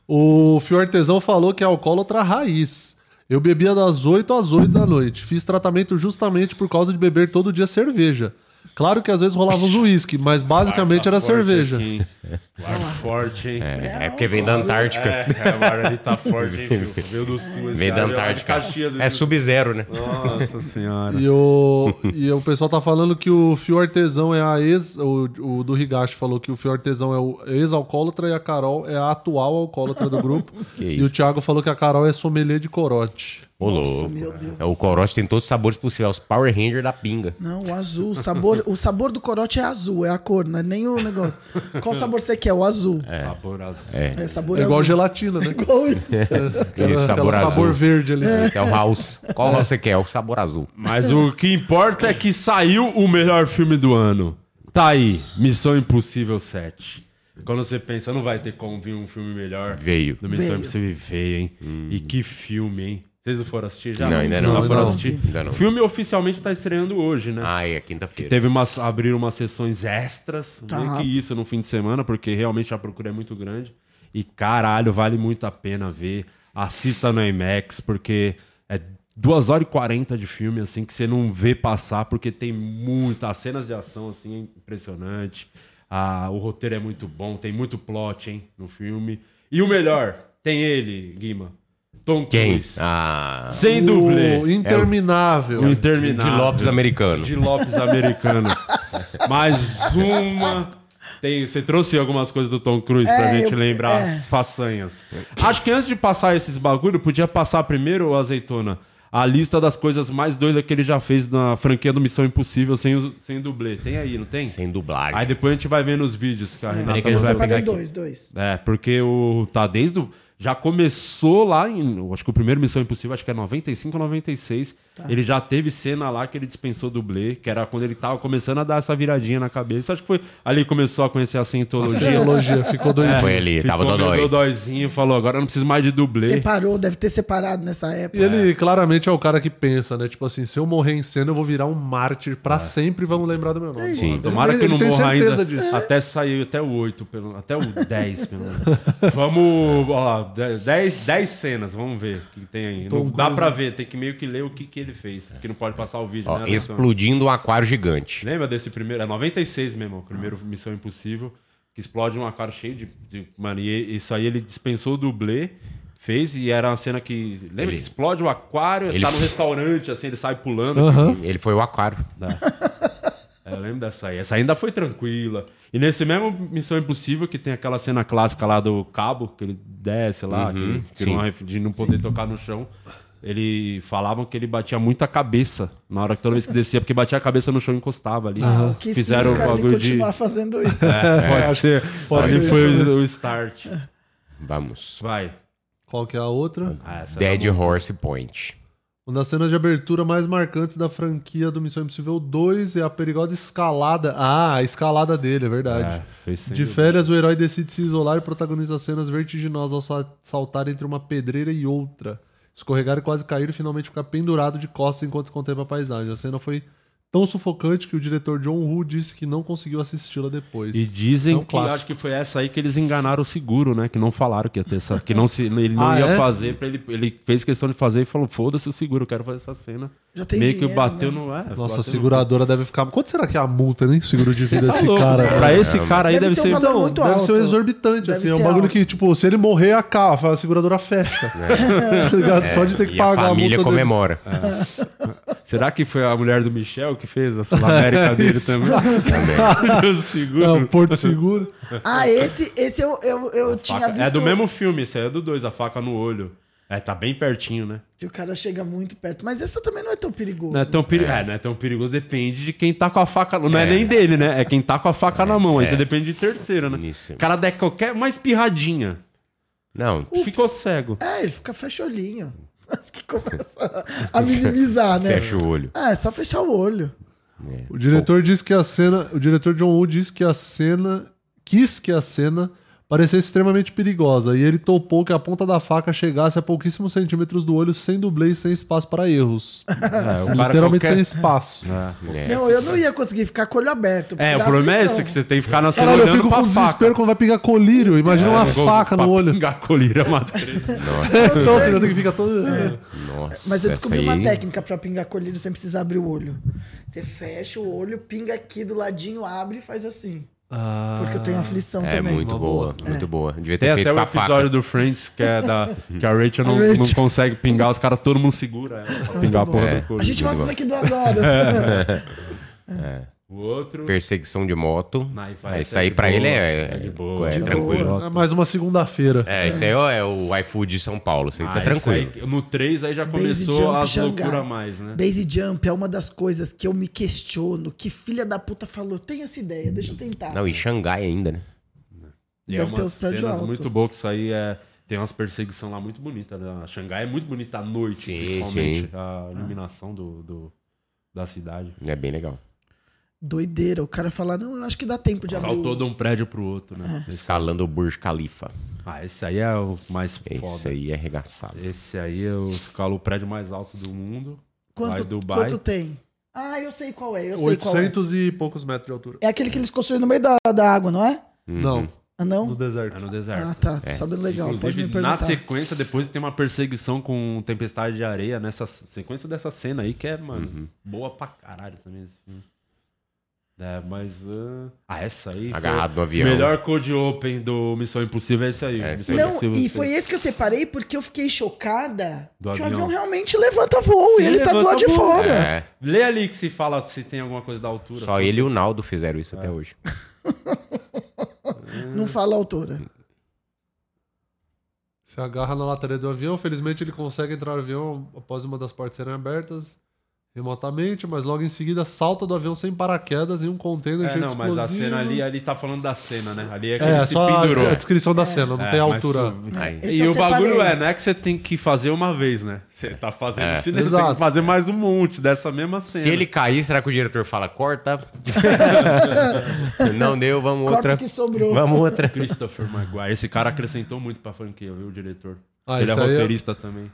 Speaker 3: O Fio Artesão falou que é alcoólatra raiz. Eu bebia das 8 às 8 da noite. Fiz tratamento justamente por causa de beber todo dia cerveja. Claro que às vezes rolava uns uísque, mas basicamente
Speaker 1: Tá
Speaker 3: era
Speaker 1: forte
Speaker 3: cerveja.
Speaker 1: aqui, hein? Claro, forte, hein?
Speaker 2: É, é porque vem da Antártica.
Speaker 1: É, agora ele tá forte, hein, filho? Veio do sul, esse
Speaker 2: Vem da
Speaker 1: cara, veio lá de
Speaker 2: Antártica.
Speaker 1: Caxias,
Speaker 2: É
Speaker 1: esse-
Speaker 2: sub-zero, né?
Speaker 1: Nossa senhora.
Speaker 3: E o, e o pessoal tá falando que o Fio Artesão é a ex. O, o do Higashi falou que o Fio Artesão é o ex-alcoólatra e a Carol é a atual alcoólatra do grupo.
Speaker 2: Que
Speaker 3: e
Speaker 2: isso.
Speaker 3: o Thiago falou que a Carol é sommelier de corote.
Speaker 2: Ô,
Speaker 4: Nossa,
Speaker 2: louco.
Speaker 4: meu Deus
Speaker 2: É,
Speaker 4: do
Speaker 2: o
Speaker 4: céu.
Speaker 2: Corote tem todos os sabores possíveis. Os Power Ranger da pinga.
Speaker 4: Não, o azul, o sabor, o sabor do corote é azul, é a cor, não é nem o negócio. Qual sabor você quer? O azul. É,
Speaker 1: Sabor azul.
Speaker 4: sabor
Speaker 3: É igual
Speaker 4: azul.
Speaker 3: gelatina, né?
Speaker 4: Igual
Speaker 1: É
Speaker 4: isso.
Speaker 2: Aquele
Speaker 3: Aquela-
Speaker 2: sabor
Speaker 3: aquela
Speaker 2: azul.
Speaker 3: sabor verde ali.
Speaker 2: Esse é o House. Qual House você quer? É o sabor azul.
Speaker 1: Mas o que importa é que saiu o melhor filme do ano. Tá aí, Missão Impossível 7. Quando você pensa, não vai ter como vir um filme melhor.
Speaker 2: Veio.
Speaker 1: Do Missão
Speaker 4: Veio.
Speaker 1: Impossível veio, hein? E que filme, hein? Vocês não foram assistir já?
Speaker 2: Não, ainda não.
Speaker 3: Não,
Speaker 1: foram
Speaker 3: não.
Speaker 1: assistir?
Speaker 2: Ainda não.
Speaker 1: O filme oficialmente tá estreando hoje, né?
Speaker 2: Ah, é quinta-feira.
Speaker 1: Teve umas. abriram umas sessões extras.
Speaker 4: Tá.
Speaker 1: Meio que isso no fim de semana, porque realmente a procura é muito grande. E caralho, vale muito a pena ver. Assista no IMAX, porque é 2 horas e 40 de filme, assim, que você não vê passar, porque tem muita. As cenas de ação, assim, é impressionante. Ah, o roteiro é muito bom, tem muito plot, hein, no filme. E o melhor, tem ele, Guima. Tom
Speaker 2: Quem?
Speaker 1: Cruise.
Speaker 2: Ah.
Speaker 1: Sem
Speaker 3: O É
Speaker 1: dublê.
Speaker 3: interminável.
Speaker 1: O interminável.
Speaker 2: De Lopes é americano.
Speaker 1: De Lopes americano. Mais uma. Tem, você trouxe algumas coisas do Tom Cruise pra
Speaker 4: É,
Speaker 1: gente
Speaker 4: eu-
Speaker 1: lembrar
Speaker 4: é.
Speaker 1: as façanhas. Acho que antes de passar esses bagulho, podia passar primeiro, ô azeitona, a lista das coisas mais doidas que ele já fez na franquia do Missão Impossível sem, o- sem dublê. Tem aí, não tem?
Speaker 2: Sem dublagem.
Speaker 1: Aí depois a gente vai vendo os vídeos
Speaker 4: É.
Speaker 1: que a Renata
Speaker 5: que a gente
Speaker 1: mandou.
Speaker 5: vai
Speaker 4: Eu
Speaker 5: pegar
Speaker 4: separei dois,
Speaker 5: aqui.
Speaker 4: dois.
Speaker 1: É, porque o tá desde o, já começou lá em, eu acho que o primeiro Missão Impossível, acho que é 95 ou 96, ele já teve cena lá que ele dispensou dublê, que era quando ele tava começando a dar essa viradinha na cabeça. Acho que foi ali que começou a conhecer a cientologia.
Speaker 3: Elogia, ficou doido.
Speaker 1: É.
Speaker 2: Foi ali, tava
Speaker 1: Ficou meio
Speaker 2: dodói.
Speaker 1: dodóizinho, falou, agora eu não preciso mais de dublê.
Speaker 4: Separou, deve ter separado nessa
Speaker 3: E
Speaker 4: época.
Speaker 3: ele claramente é o cara que pensa, né? Tipo assim, se eu morrer em cena, eu vou virar um mártir pra sempre e vamos lembrar do meu nome.
Speaker 1: É. Sim,
Speaker 3: Ele-
Speaker 1: tomara que
Speaker 3: ele
Speaker 1: não
Speaker 3: tem
Speaker 1: morra
Speaker 3: certeza
Speaker 1: ainda. É.
Speaker 3: disso.
Speaker 1: Até sair, até o 8, pelo, até o 10, pelo menos. Vamos, ó lá, 10, 10 cenas, vamos ver o que que tem aí. Não
Speaker 3: Tom
Speaker 1: dá
Speaker 3: Cruise,
Speaker 1: pra ver, tem que meio que ler o que, que ele fez, porque não pode passar o vídeo,
Speaker 2: Ó,
Speaker 1: né? Alessandro?
Speaker 2: explodindo um aquário gigante.
Speaker 1: Lembra desse primeiro? É 96 mesmo, o primeiro Missão Impossível, que explode um aquário cheio de, de- Mano, e isso aí ele dispensou o dublê, fez e era uma cena que. Lembra
Speaker 2: Ele-
Speaker 1: que explode o aquário,
Speaker 2: Ele-
Speaker 1: tá no restaurante, assim, ele sai pulando.
Speaker 2: Ele foi o aquário.
Speaker 1: É, Eu lembro dessa aí. Essa ainda foi tranquila. E nesse mesmo Missão Impossível, que tem aquela cena clássica lá do cabo, que ele desce lá, que ele tira
Speaker 2: sim.
Speaker 1: uma ref- de não poder tocar no chão. Ele falavam que ele batia muito a cabeça na hora que toda vez que descia, porque batia a cabeça no chão e encostava ali.
Speaker 4: Ah, o que
Speaker 1: Fizeram o
Speaker 4: explica ele
Speaker 1: bagulho de. É,
Speaker 4: continuar fazendo isso.
Speaker 1: Pode ser.
Speaker 3: pode
Speaker 1: ali
Speaker 3: ser
Speaker 1: foi o, o start.
Speaker 2: Vamos.
Speaker 1: Vai.
Speaker 3: Qual que é a outra?
Speaker 1: Ah, essa
Speaker 2: Dead
Speaker 1: tá bom.
Speaker 2: Horse Point.
Speaker 3: Uma das cenas de abertura mais marcantes da franquia do Missão Impossível 2 é a perigosa escalada. Ah, a escalada dele, é verdade.
Speaker 1: É, fez sem
Speaker 3: De
Speaker 1: dúvida.
Speaker 3: férias, o herói decide se isolar e protagoniza cenas vertiginosas ao sa- saltar entre uma pedreira e outra. Escorregar e quase cair e finalmente ficar pendurado de costas enquanto contempla a paisagem. A cena foi tão sufocante que o diretor John Woo disse que não conseguiu assisti-la depois.
Speaker 1: E dizem
Speaker 3: É um
Speaker 1: que
Speaker 3: clássico.
Speaker 1: acho que foi essa aí que eles enganaram o seguro, né? Que não falaram que ia ter essa. Que não se, ele não
Speaker 3: Ah,
Speaker 1: ia
Speaker 3: é?
Speaker 1: fazer, pra ele, ele fez questão de fazer e falou: foda-se o seguro, eu quero fazer essa cena.
Speaker 4: Já tem
Speaker 1: Meio que
Speaker 4: dinheiro,
Speaker 1: bateu
Speaker 4: né?
Speaker 1: no. É, bateu
Speaker 3: Nossa,
Speaker 1: no-
Speaker 3: a seguradora deve ficar. Quanto será que é a multa, nem seguro de vida
Speaker 1: Tá
Speaker 3: desse
Speaker 1: louco,
Speaker 3: cara?
Speaker 1: né? Pra esse cara aí
Speaker 4: Deve
Speaker 1: deve,
Speaker 4: ser um
Speaker 1: ser.
Speaker 4: valor
Speaker 3: Então,
Speaker 4: muito
Speaker 3: deve
Speaker 4: alto.
Speaker 3: ser um exorbitante,
Speaker 4: Deve
Speaker 3: assim. É um
Speaker 4: ser
Speaker 3: bagulho
Speaker 4: alto.
Speaker 3: que, tipo, se ele morrer, a, ca- a seguradora fecha. Tá ligado? Só de ter que
Speaker 2: E a
Speaker 3: pagar a, multa
Speaker 2: família
Speaker 3: dele.
Speaker 2: comemora.
Speaker 1: Será que foi a mulher do Michel que fez a Sul-América dele
Speaker 3: Isso.
Speaker 1: também? o
Speaker 3: É,
Speaker 1: seguro.
Speaker 3: o Porto Seguro.
Speaker 4: Ah, esse, esse eu, eu, eu tinha
Speaker 1: Faca-
Speaker 4: visto.
Speaker 1: É do mesmo filme, esse aí é do dois, a faca no olho. É, tá bem pertinho, né?
Speaker 4: Que o cara chega muito perto. Mas essa também não é tão perigoso.
Speaker 1: Não é, tão peri- é, não é tão perigoso, depende de quem tá com a faca. Não é, nem dele, né? É quem tá com a faca na mão. Aí
Speaker 3: É.
Speaker 1: você depende de terceiro, né?
Speaker 2: Isso.
Speaker 1: O cara der qualquer uma espirradinha.
Speaker 2: Não,
Speaker 1: Ficou cego.
Speaker 4: É, ele fica fecha o olhinho. Mas que começa a minimizar, né?
Speaker 2: fecha o olho.
Speaker 4: Ah, é só fechar o olho.
Speaker 2: É.
Speaker 3: O diretor disse que a cena. O diretor John Woo disse que a cena. Quis que a cena parecesse extremamente perigosa. E ele topou que a ponta da faca chegasse a pouquíssimos centímetros do olho, sem dublê e sem espaço para erros.
Speaker 1: É,
Speaker 3: Literalmente sem espaço.
Speaker 2: É.
Speaker 4: Não, eu não ia conseguir ficar com o olho aberto. porque
Speaker 1: É, o
Speaker 4: dá
Speaker 1: problema é
Speaker 4: aflição.
Speaker 1: esse, que você tem que ficar na cena
Speaker 3: Caralho, eu
Speaker 1: olhando
Speaker 3: fico
Speaker 1: pra
Speaker 3: com
Speaker 1: faca. É,
Speaker 3: desespero quando vai pegar colírio. Imagina uma
Speaker 1: Ficou
Speaker 3: faca
Speaker 1: pra
Speaker 3: no olho.
Speaker 1: pingar a é colíria, Matheus.
Speaker 2: Nossa,
Speaker 3: Então você já tem que ficar todo.
Speaker 1: É.
Speaker 3: É.
Speaker 2: nossa.
Speaker 4: Mas eu
Speaker 2: essa
Speaker 4: descobri
Speaker 2: aí-
Speaker 4: uma técnica pra pingar colírio sem precisar abrir o olho. Você fecha o olho, pinga aqui do ladinho, abre e faz assim.
Speaker 1: Ah.
Speaker 4: Porque eu tenho aflição
Speaker 2: É
Speaker 4: também.
Speaker 2: muito boa, muito boa. Devia ter
Speaker 1: Tem
Speaker 2: feito
Speaker 1: até
Speaker 2: com
Speaker 1: o
Speaker 2: a faca.
Speaker 1: episódio do Friends que, é da, que a Rachel não,
Speaker 4: A Rachel.
Speaker 1: não consegue pingar, os caras todo mundo segura ela pra pingar a
Speaker 4: bom.
Speaker 1: porra
Speaker 2: É.
Speaker 1: do
Speaker 4: A
Speaker 1: colírio.
Speaker 4: gente vai
Speaker 2: Muito
Speaker 4: por aqui assim. duas horas.
Speaker 1: O outro...
Speaker 2: Perseguição de moto.
Speaker 1: Aí vai,
Speaker 2: Aí, isso
Speaker 1: é
Speaker 2: aí
Speaker 1: de
Speaker 2: pra
Speaker 1: boa,
Speaker 2: ele é,
Speaker 1: é de boa,
Speaker 2: é
Speaker 1: de
Speaker 2: tranquilo.
Speaker 1: boa.
Speaker 3: É mais uma segunda-feira.
Speaker 2: É, isso aí ó, é o iFood de São Paulo. Isso aí tá
Speaker 1: Ah,
Speaker 2: tranquilo.
Speaker 1: isso aí- no 3 aí já
Speaker 4: Base
Speaker 1: começou
Speaker 4: Jump
Speaker 1: as
Speaker 4: Xangai.
Speaker 1: loucuras a mais, né?
Speaker 4: Base Jump é uma das coisas que eu me questiono. Que filha da puta falou, tem essa ideia, deixa eu tentar.
Speaker 2: Não, em Xangai ainda, né?
Speaker 1: E
Speaker 4: Deve
Speaker 1: é
Speaker 4: ter
Speaker 1: umas
Speaker 4: uns prédios
Speaker 1: cenas
Speaker 4: altos.
Speaker 1: muito boas que isso aí é... Tem umas perseguições lá muito bonitas. Né? A Xangai é muito bonita à noite,
Speaker 2: Sim,
Speaker 1: principalmente.
Speaker 2: sim.
Speaker 4: Ah.
Speaker 1: A iluminação do, do- da cidade.
Speaker 2: É bem legal.
Speaker 4: Doideira, o cara falar, não, eu acho que dá tempo de abrir.
Speaker 1: Saltou
Speaker 4: o-
Speaker 1: de um prédio pro outro, né?
Speaker 4: Ah.
Speaker 1: Esse-
Speaker 2: Escalando o Burj Khalifa.
Speaker 1: Ah, esse aí é o mais
Speaker 2: Isso
Speaker 1: foda.
Speaker 2: aí é arregaçado.
Speaker 1: Esse aí eu escalo o prédio mais alto do mundo.
Speaker 4: Quanto,
Speaker 1: Vai Dubai.
Speaker 4: quanto tem? Ah, eu sei qual é, eu sei qual é.
Speaker 3: 800 e poucos metros de altura.
Speaker 4: É aquele que eles construíram no meio da, da água, não é?
Speaker 1: Uhum.
Speaker 3: Não,
Speaker 4: Ah,
Speaker 3: no
Speaker 4: não?
Speaker 1: É
Speaker 3: deserto.
Speaker 1: no
Speaker 4: Ah,
Speaker 1: deserto.
Speaker 4: tá, tô sabendo legal, pode
Speaker 1: Inclusive,
Speaker 4: me
Speaker 1: na
Speaker 4: perguntar.
Speaker 1: sequência, depois tem uma perseguição com tempestade de areia nessa sequência dessa cena aí, que é, mano,
Speaker 2: Uhum.
Speaker 1: boa pra caralho também esse filme. É, mas. ah, Ah, essa aí. foi
Speaker 2: Agarrado no
Speaker 1: o
Speaker 2: avião.
Speaker 1: Melhor Code Open do Missão Impossível é essa aí.
Speaker 2: É,
Speaker 1: Missão
Speaker 2: sim.
Speaker 4: Não,
Speaker 1: Impossível
Speaker 4: e
Speaker 1: seis.
Speaker 4: foi esse que eu separei porque eu fiquei chocada
Speaker 1: Do
Speaker 4: que o
Speaker 1: avião.
Speaker 4: avião realmente levanta voo
Speaker 1: Sim,
Speaker 4: e ele tá do
Speaker 1: levanta
Speaker 4: lado de
Speaker 1: voo.
Speaker 4: fora.
Speaker 2: É,
Speaker 1: Lê ali que se fala se tem alguma coisa da altura.
Speaker 2: só ele e o Naldo fizeram isso
Speaker 1: É.
Speaker 2: até hoje.
Speaker 4: Não fala a altura.
Speaker 3: Se agarra na lataria do avião, felizmente ele consegue entrar no avião após uma das portas serem abertas remotamente, mas logo em seguida salta do avião sem paraquedas em um container
Speaker 1: É,
Speaker 3: cheio de
Speaker 1: não, mas
Speaker 3: explosivos.
Speaker 1: a cena ali, ali tá falando da cena, né? Ali é que ele
Speaker 3: É,
Speaker 1: se
Speaker 3: só a,
Speaker 1: pendurou.
Speaker 3: a descrição da cena, não
Speaker 1: É,
Speaker 3: tem a
Speaker 1: mas
Speaker 3: altura.
Speaker 1: su-
Speaker 2: Aí.
Speaker 4: Esse
Speaker 1: E
Speaker 4: eu
Speaker 1: o bagulho
Speaker 4: separei.
Speaker 1: é, não é que você tem que fazer uma vez, né? Você tá fazendo
Speaker 2: É.
Speaker 1: cinema, você tem
Speaker 3: Exato.
Speaker 1: que fazer mais um monte dessa mesma cena.
Speaker 2: Se ele cair, será que o diretor fala corta? Não deu, vamos
Speaker 4: Corta
Speaker 2: outra.
Speaker 4: o que sobrou.
Speaker 2: Vamos outra.
Speaker 1: Christopher Maguire, esse cara acrescentou muito pra franquia, viu, o diretor?
Speaker 3: Ah,
Speaker 1: ele é
Speaker 3: isso aí é-
Speaker 1: roteirista também.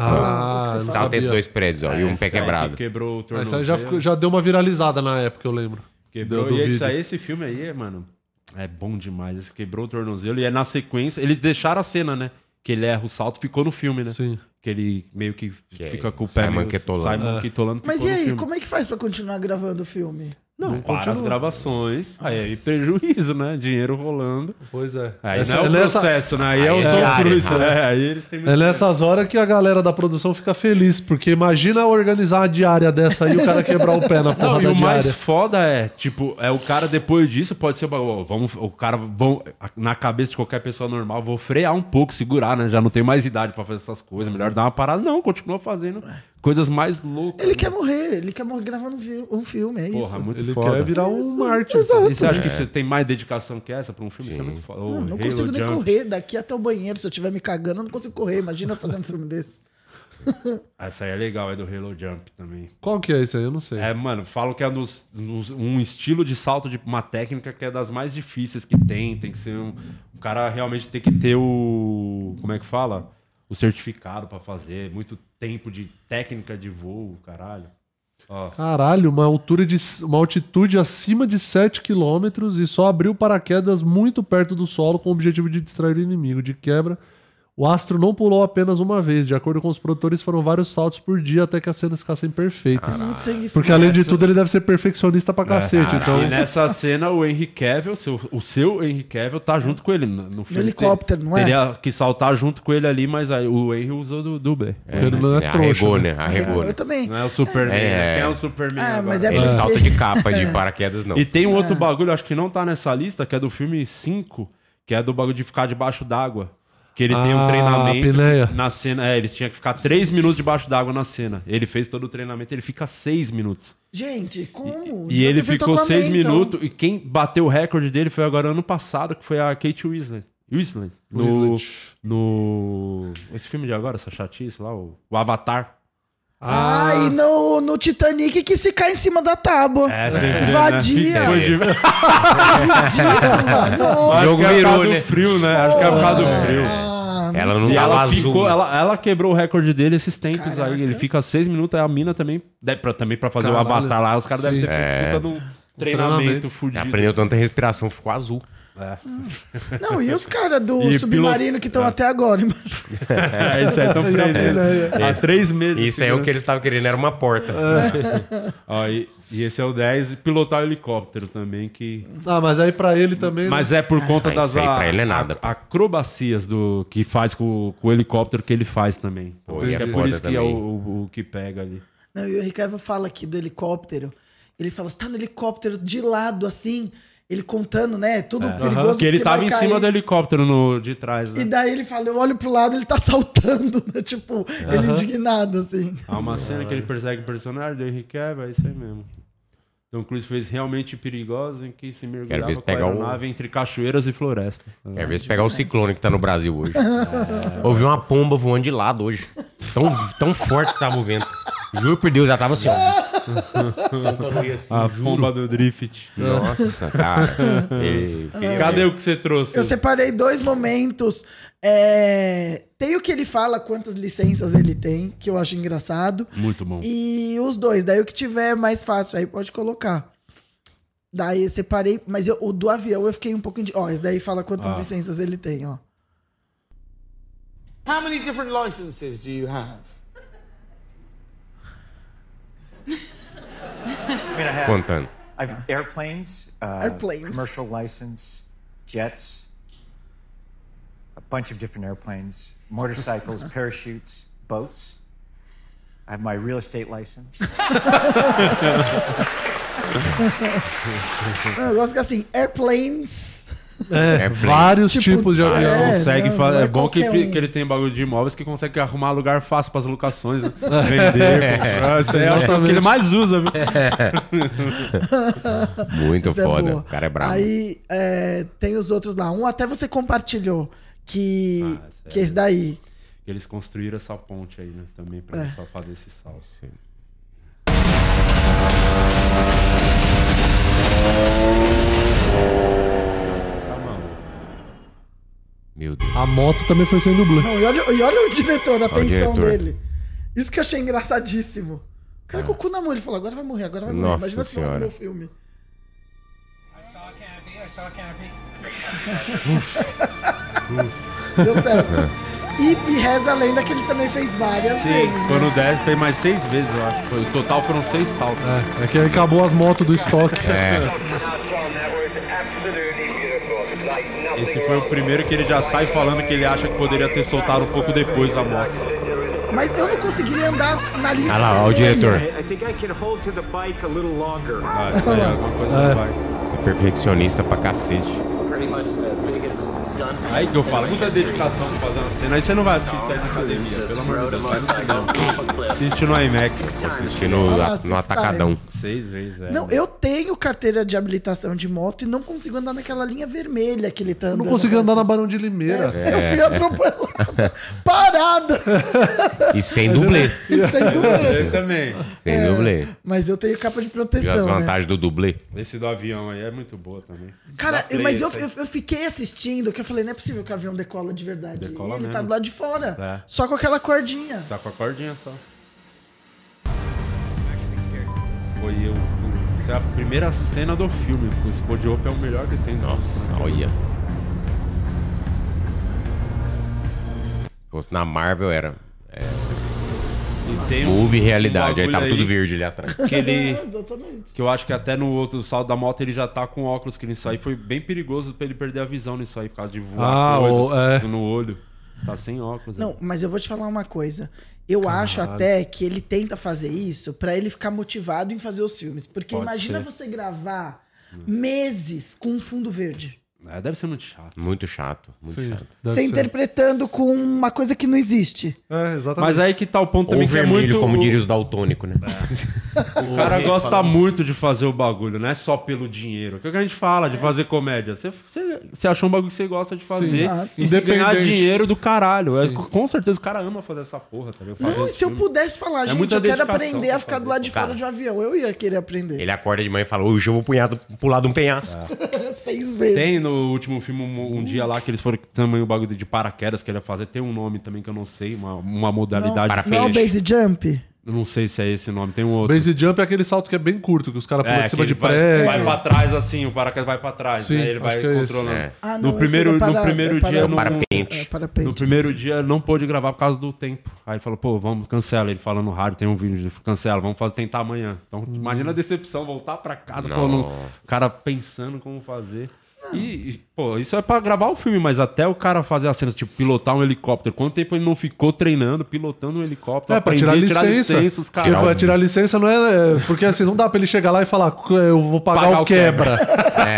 Speaker 3: Ah,
Speaker 4: Ah, o que você
Speaker 3: não
Speaker 4: fala.
Speaker 2: Tava tendo
Speaker 3: sabia.
Speaker 2: dois prédios, ó, e um
Speaker 1: Esse
Speaker 2: pé
Speaker 1: aí É, que
Speaker 2: quebrado.
Speaker 1: Quebrou o
Speaker 3: Ah,
Speaker 1: tornozelo.
Speaker 3: Isso aí já, ficou- já deu uma viralizada na época, eu lembro.
Speaker 1: Quebrou,
Speaker 3: Deu do
Speaker 1: e esse,
Speaker 3: vídeo.
Speaker 1: aí, esse filme aí, é, mano, é bom demais. Esse quebrou o tornozelo e é na sequência. Eles deixaram a cena, né? Que ele erra o salto, ficou no filme, né?
Speaker 3: Sim.
Speaker 1: Que ele meio que,
Speaker 2: é
Speaker 1: fica com o pé
Speaker 2: Simon
Speaker 1: meio-
Speaker 2: Quetolano.
Speaker 3: É.
Speaker 1: Simon Quetolano
Speaker 4: Mas
Speaker 1: ficou
Speaker 4: e
Speaker 1: no
Speaker 4: aí,
Speaker 1: filme.
Speaker 4: como é que faz pra continuar gravando o filme?
Speaker 1: Não,
Speaker 3: Não,
Speaker 1: para as
Speaker 3: continua.
Speaker 1: gravações, aí, aí prejuízo, né? Dinheiro rolando.
Speaker 3: Pois é.
Speaker 1: Aí
Speaker 3: Essa-
Speaker 1: não é o
Speaker 3: nessa-
Speaker 1: processo, né? Aí, é
Speaker 2: Aí
Speaker 1: o
Speaker 2: é
Speaker 1: Tom
Speaker 2: diário,
Speaker 1: Cruise,
Speaker 2: né?
Speaker 1: né? Aí eles têm muito
Speaker 3: É nessas horas que a galera da produção fica feliz, porque imagina organizar uma diária dessa aí e o cara quebrar o pé na porra
Speaker 1: Não, e
Speaker 3: da
Speaker 1: o
Speaker 3: diária.
Speaker 1: mais foda é, tipo, é o cara depois disso pode ser, ó, vamos, o cara vão na cabeça de qualquer pessoa normal, vou frear um pouco, segurar, né? Já não tenho mais idade pra fazer essas coisas, melhor dar uma parada, não, continua fazendo coisas mais loucas.
Speaker 4: Ele quer morrer, ele quer morrer gravando um vi- um filme, é
Speaker 1: Porra,
Speaker 4: isso.
Speaker 1: muito
Speaker 3: Ele
Speaker 1: foda.
Speaker 3: quer virar um né? mártir.
Speaker 1: E você acha que você tem mais dedicação que essa pra um filme? Isso é muito foda. O
Speaker 4: Não, não
Speaker 1: Halo
Speaker 4: consigo nem
Speaker 1: Jump.
Speaker 4: correr daqui até o banheiro. Se eu estiver me cagando, eu não consigo correr. Imagina eu fazer um filme desse.
Speaker 1: Essa aí é legal, é do Halo Jump também.
Speaker 3: Qual que é isso aí? Eu não sei.
Speaker 1: É, mano, falam que é nos- nos- um estilo de salto, de uma técnica que é das mais difíceis que tem. Tem que ser um. O cara realmente tem que ter o. Como é que fala? O certificado pra fazer. Muito tempo de técnica de voo, caralho. Ó.
Speaker 3: Caralho, uma altura de uma altitude acima de 7 km e só abriu paraquedas muito perto do solo com o objetivo de distrair o inimigo. De quebra, o astro não pulou apenas uma vez. De acordo com os produtores, foram vários saltos por dia até que as cenas ficassem perfeitas.
Speaker 1: Ah.
Speaker 4: Muito sangue
Speaker 3: Porque
Speaker 4: frio.
Speaker 3: além de tudo, ele deve ser perfeccionista pra cacete. então,
Speaker 1: E nessa cena, o Henry Cavill, seu- o seu Henry Cavill, tá junto com ele no, no filme.
Speaker 4: helicóptero, não é?
Speaker 1: Teria que saltar junto com ele ali, mas aí o Henry usou do dublê.
Speaker 3: Porque ele não é
Speaker 2: assim,
Speaker 3: trouxa,
Speaker 2: Arregou, né?
Speaker 4: Eu,
Speaker 2: Arregou, né?
Speaker 4: também.
Speaker 1: Não é o Superman.
Speaker 2: É.
Speaker 1: né? Quem é o Superman
Speaker 4: Ah,
Speaker 1: agora?
Speaker 4: mas é
Speaker 2: Ele
Speaker 4: porque-
Speaker 2: salta de capa de paraquedas,
Speaker 3: Então.
Speaker 2: não.
Speaker 1: E tem um outro bagulho, acho que não tá nessa lista, que é do filme 5, que é do bagulho de ficar debaixo d'água. Que ele tem
Speaker 3: Ah,
Speaker 1: um treinamento
Speaker 3: apneia.
Speaker 1: que na cena. É, ele tinha que ficar três minutos debaixo d'água na cena. Ele fez todo o treinamento, ele fica seis minutos.
Speaker 4: Gente, como?
Speaker 1: E
Speaker 4: Eu
Speaker 1: ele
Speaker 4: devia
Speaker 1: ficou
Speaker 4: tocar
Speaker 1: seis
Speaker 4: meia, então.
Speaker 1: minutos. E quem bateu o recorde dele foi agora ano passado, que foi a Kate Winslet. Winslet. No,
Speaker 3: Winslet.
Speaker 1: no. Esse filme de agora, essa chatice lá, o, o Avatar.
Speaker 4: Ah, e no, no Titanic que se cai em cima da tábua.
Speaker 1: É, você vê, né?
Speaker 4: Vadia.
Speaker 1: Foi de- Acho
Speaker 4: Ridícula. Nossa.
Speaker 1: que
Speaker 2: jogo
Speaker 1: é por
Speaker 2: virou,
Speaker 1: causa do
Speaker 2: né?
Speaker 1: frio, né? Acho que é por causa do frio.
Speaker 4: Ah,
Speaker 2: Ela não
Speaker 1: E
Speaker 2: tava
Speaker 1: ela
Speaker 2: azul.
Speaker 1: ficou, ela, ela quebrou o recorde dele esses tempos
Speaker 4: Caraca.
Speaker 1: aí. Ele fica seis minutos, aí a mina também. de- pra- também pra fazer
Speaker 3: Caralho.
Speaker 1: o avatar lá, os caras devem
Speaker 3: Sim.
Speaker 1: ter
Speaker 2: É.
Speaker 1: feito puta
Speaker 4: Um
Speaker 1: num
Speaker 3: treinamento.
Speaker 1: treinamento fudido.
Speaker 2: Aprendeu tanta respiração, ficou azul.
Speaker 4: Não, e os caras do
Speaker 1: E
Speaker 4: submarino
Speaker 1: piloto-
Speaker 4: que estão até agora?
Speaker 1: É, isso aí, tão prendendo.
Speaker 4: é.
Speaker 1: Há três meses.
Speaker 2: Isso aí é o que eles estavam querendo, era uma porta.
Speaker 1: É. Ó, e, e esse é o 10, e pilotar o helicóptero também, que.
Speaker 3: Ah, mas aí pra ele também.
Speaker 1: Mas é por conta
Speaker 2: Ah,
Speaker 1: das
Speaker 2: isso aí pra
Speaker 1: a-
Speaker 2: ele é nada,
Speaker 1: a-
Speaker 2: pô.
Speaker 1: acrobacias do, que faz com, com o helicóptero que ele faz também.
Speaker 2: Pô,
Speaker 1: Então,
Speaker 2: e é
Speaker 1: é por
Speaker 2: foda
Speaker 1: isso que é o,
Speaker 2: também.
Speaker 1: o- o que pega ali.
Speaker 4: Não, e o Ricardo fala aqui do helicóptero. Ele fala, você tá no helicóptero de lado, assim, ele contando, né? Tudo perigoso.
Speaker 1: Porque É. ele
Speaker 4: porque
Speaker 1: tava
Speaker 4: vai
Speaker 1: em
Speaker 4: cair.
Speaker 1: cima do helicóptero no, de trás,
Speaker 4: E
Speaker 1: né?
Speaker 4: daí ele fala, eu olho pro lado, ele tá saltando, né? Tipo, ele indignado, assim.
Speaker 1: Há uma cena que ele persegue o personagem do Henry Cavill, é isso aí mesmo. Tom Cruise fez realmente perigosa em que se mergulhava
Speaker 2: ver
Speaker 1: com a
Speaker 2: pegar um-
Speaker 1: aeronave entre cachoeiras e floresta.
Speaker 2: Quer ver se É, pegar o ciclone que tá no Brasil hoje. Ouvi uma pomba voando de lado hoje. Tão, tão forte que tava o vento. Juro por Deus, ela tava assim, ó. Tentando ir assim,
Speaker 1: A
Speaker 2: juro.
Speaker 1: pomba do drift.
Speaker 2: Nossa, cara. E-
Speaker 1: Cadê o que você trouxe?
Speaker 4: Eu separei dois momentos. É, Tem o que ele fala, quantas licenças ele tem, que eu acho engraçado.
Speaker 1: Muito bom.
Speaker 4: E os dois, daí o que tiver é mais fácil, aí pode colocar. Daí eu separei, mas eu- o do avião eu fiquei um pouco. indi- Ó, esse daí fala quantas licenças ele tem, ó.
Speaker 6: How many different licenses do you have?
Speaker 7: I mean, I have,
Speaker 2: Contando.
Speaker 7: I have airplanes, uh,
Speaker 4: Airplanes.
Speaker 7: commercial license, jets, a bunch of different airplanes, motorcycles, parachutes, boats. I have my real estate license.
Speaker 4: Não, eu gosto que assim, airplanes.
Speaker 3: É,
Speaker 2: É,
Speaker 3: vários
Speaker 4: tipo,
Speaker 3: tipos de avião.
Speaker 4: é.
Speaker 1: consegue
Speaker 4: não,
Speaker 1: fa-
Speaker 4: não
Speaker 1: é,
Speaker 4: é
Speaker 1: bom que,
Speaker 4: qualquer um.
Speaker 1: que ele tem bagulho de imóveis que consegue arrumar lugar fácil pras locações. né? Vender, comprar. Isso aí é o que ele mais usa, viu?
Speaker 2: Muito
Speaker 4: Isso é
Speaker 2: foda.
Speaker 4: boa.
Speaker 2: o cara é brabo.
Speaker 4: Aí é, tem os outros lá. Um até você compartilhou, que, que é esse daí.
Speaker 1: Eles construíram essa ponte aí, né? Também
Speaker 4: É.
Speaker 1: pra só fazer esse assim. salto. Tá maluco.
Speaker 2: Meu Deus.
Speaker 3: A moto também foi sem dublê.
Speaker 4: Não, e olha, e olha o diretor, a atenção
Speaker 2: diretor. É.
Speaker 4: dele. Isso que eu achei engraçadíssimo. O cara com o cu na mão, ele falou, agora vai morrer, agora vai morrer.
Speaker 2: Nossa
Speaker 4: Imagina se morre no
Speaker 2: Senhora.
Speaker 4: meu filme. Deu certo.
Speaker 2: É.
Speaker 4: E, e reza a lenda que ele também fez várias vezes,
Speaker 1: Sim,
Speaker 4: né?
Speaker 1: foi no 10, fez mais seis vezes, eu acho. Foi- O total foram seis saltos.
Speaker 4: Ah.
Speaker 3: É, é que aí acabou as motos do estoque.
Speaker 2: É,
Speaker 1: Esse foi o primeiro que ele já sai falando que ele acha que poderia ter soltado um pouco depois a moto.
Speaker 4: Mas eu não conseguiria andar na linha.
Speaker 2: Olha tá lá, ó, o
Speaker 4: vermelha.
Speaker 2: diretor.
Speaker 8: I think I can hold to the bike a little longer.
Speaker 1: Ah, isso aí, alguma coisa vai.
Speaker 2: É perfeccionista pra cacete.
Speaker 6: Pretty much the biggest stunt.
Speaker 1: Aí que eu falo, muita dedicação pra fazer uma cena. Aí você não vai assistir isso aí na academia, pelo amor de Deus. Vai no cinema. Assiste no IMAX.
Speaker 2: Assisti no,
Speaker 4: Olha lá,
Speaker 2: no
Speaker 4: six
Speaker 2: atacadão.
Speaker 4: times.
Speaker 1: Seis vezes, é.
Speaker 4: Não, eu tenho carteira de habilitação de moto e não consigo andar naquela linha vermelha que ele tá
Speaker 3: Eu
Speaker 4: andando.
Speaker 3: não consegui andar na Barão de Limeira.
Speaker 2: É.
Speaker 4: Eu fui atropelada, parada,
Speaker 2: E sem dublê.
Speaker 4: e sem dúvida.
Speaker 1: Eu também.
Speaker 2: Sem dublê.
Speaker 4: é. Mas eu tenho capa de
Speaker 2: Viu as
Speaker 4: proteção, né?
Speaker 2: vantagens do dublê?
Speaker 1: Esse do avião aí é muito boa também.
Speaker 4: Cara,
Speaker 1: Dá play
Speaker 4: mas eu,
Speaker 1: essa aí.
Speaker 4: eu, eu fiquei assistindo, que eu falei, não é possível que o avião decola de verdade.
Speaker 1: Decola
Speaker 4: E ele
Speaker 1: mesmo.
Speaker 4: tá do lado de fora.
Speaker 1: É.
Speaker 2: Tá
Speaker 4: Só com aquela cordinha.
Speaker 1: Tá com a cordinha só. Foi eu. Essa é a primeira cena do filme, porque o Spod Hope é o melhor que tem.
Speaker 2: Nossa, olha. Se fosse na Marvel era
Speaker 1: E tem um-
Speaker 2: movie
Speaker 1: um
Speaker 2: realidade. aí
Speaker 1: bagulho
Speaker 2: tava tudo
Speaker 1: aí
Speaker 2: verde ali atrás.
Speaker 1: Que ele,
Speaker 4: É, exatamente.
Speaker 1: Que eu acho que até no outro salto da moto ele já tá com óculos, que nisso aí foi bem perigoso pra ele perder a visão nisso aí, por causa de voar
Speaker 3: Ah,
Speaker 1: coisas
Speaker 3: o- é.
Speaker 1: no olho. Tá sem óculos. né?
Speaker 4: Não, mas eu vou te falar uma coisa. Eu acho até que ele tenta fazer isso pra ele ficar motivado em fazer os filmes. Porque
Speaker 1: Pode
Speaker 4: imagina
Speaker 1: ser.
Speaker 4: você gravar meses com um fundo verde.
Speaker 1: É, deve ser muito chato.
Speaker 2: Muito chato, muito
Speaker 3: Sim,
Speaker 2: chato.
Speaker 3: deve
Speaker 4: você
Speaker 3: ser.
Speaker 4: interpretando com uma coisa que não existe.
Speaker 3: É, exatamente.
Speaker 1: Mas aí que tá o ponto
Speaker 2: Ou
Speaker 1: também que é
Speaker 2: vermelho,
Speaker 1: muito.
Speaker 2: como
Speaker 1: o- É.
Speaker 2: diria os daltônicos, né?
Speaker 1: O cara gosta muito de fazer o bagulho, não é só pelo dinheiro. Que é o que a gente fala de fazer comédia. Você, você, você achou um bagulho que você gosta de fazer
Speaker 4: exato.
Speaker 1: e se ganhar
Speaker 3: Independente.
Speaker 1: dinheiro do caralho. É,
Speaker 3: Sim. é
Speaker 1: com certeza o cara ama fazer essa porra, tá ligado? Fazer
Speaker 4: Não, e
Speaker 1: esse
Speaker 4: se eu
Speaker 1: filme. É
Speaker 4: pudesse falar, gente,
Speaker 1: muita
Speaker 4: eu quero
Speaker 1: dedicação
Speaker 4: aprender a
Speaker 1: pra
Speaker 4: ficar do
Speaker 1: fazer,
Speaker 4: lado de
Speaker 2: cara.
Speaker 4: fora de um avião. Eu ia querer aprender.
Speaker 2: Ele acorda de manhã e fala, hoje eu vou punhar do, pular de um penhasco.
Speaker 1: Ah,
Speaker 4: Seis vezes.
Speaker 1: Tem no último filme um, um dia lá que eles foram também o bagulho de paraquedas que ele ia fazer. Tem um nome também que eu não sei, uma, uma modalidade.
Speaker 2: Para-
Speaker 1: Não,
Speaker 4: Não é o
Speaker 2: feixe.
Speaker 4: base jump?
Speaker 1: não sei se é esse nome, tem um outro.
Speaker 3: Base jump é aquele salto que é bem curto, que os caras pulam
Speaker 1: É,
Speaker 3: de
Speaker 1: que
Speaker 3: cima
Speaker 1: ele
Speaker 3: de
Speaker 1: vai,
Speaker 3: prédio.
Speaker 1: vai pra trás assim, o paraquedas vai pra trás.
Speaker 3: Sim,
Speaker 1: né? Ele
Speaker 3: acho
Speaker 1: vai
Speaker 3: que é esse.
Speaker 1: controlando.
Speaker 2: É.
Speaker 4: Ah,
Speaker 1: no
Speaker 4: esse
Speaker 1: primeiro,
Speaker 4: é para-
Speaker 1: no primeiro
Speaker 4: é para-
Speaker 1: dia, eu não-
Speaker 2: Parapente.
Speaker 4: É, parapente.
Speaker 1: No primeiro dia não pôde gravar por causa do tempo. Aí ele falou, pô, vamos, cancela. Ele fala no rádio, tem um vídeo, ele falou, cancela, vamos fazer, tentar amanhã. Então,
Speaker 3: Hum.
Speaker 1: imagina a decepção, voltar pra casa, pô, não-
Speaker 2: Não.
Speaker 1: o cara pensando como fazer. E, e, pô, isso é pra gravar o filme, mas até o cara fazer as cenas, tipo, pilotar um helicóptero. Quanto tempo ele não ficou treinando, pilotando um helicóptero,
Speaker 3: É, pra tirar
Speaker 1: aprender,
Speaker 3: licença.
Speaker 1: licenças,
Speaker 3: Porque
Speaker 1: caralho.
Speaker 3: pra tirar licença não é. é, Porque assim, não dá pra ele chegar lá e falar, "C- eu vou pagar,
Speaker 1: Pagar
Speaker 3: o
Speaker 1: o
Speaker 3: um quebra.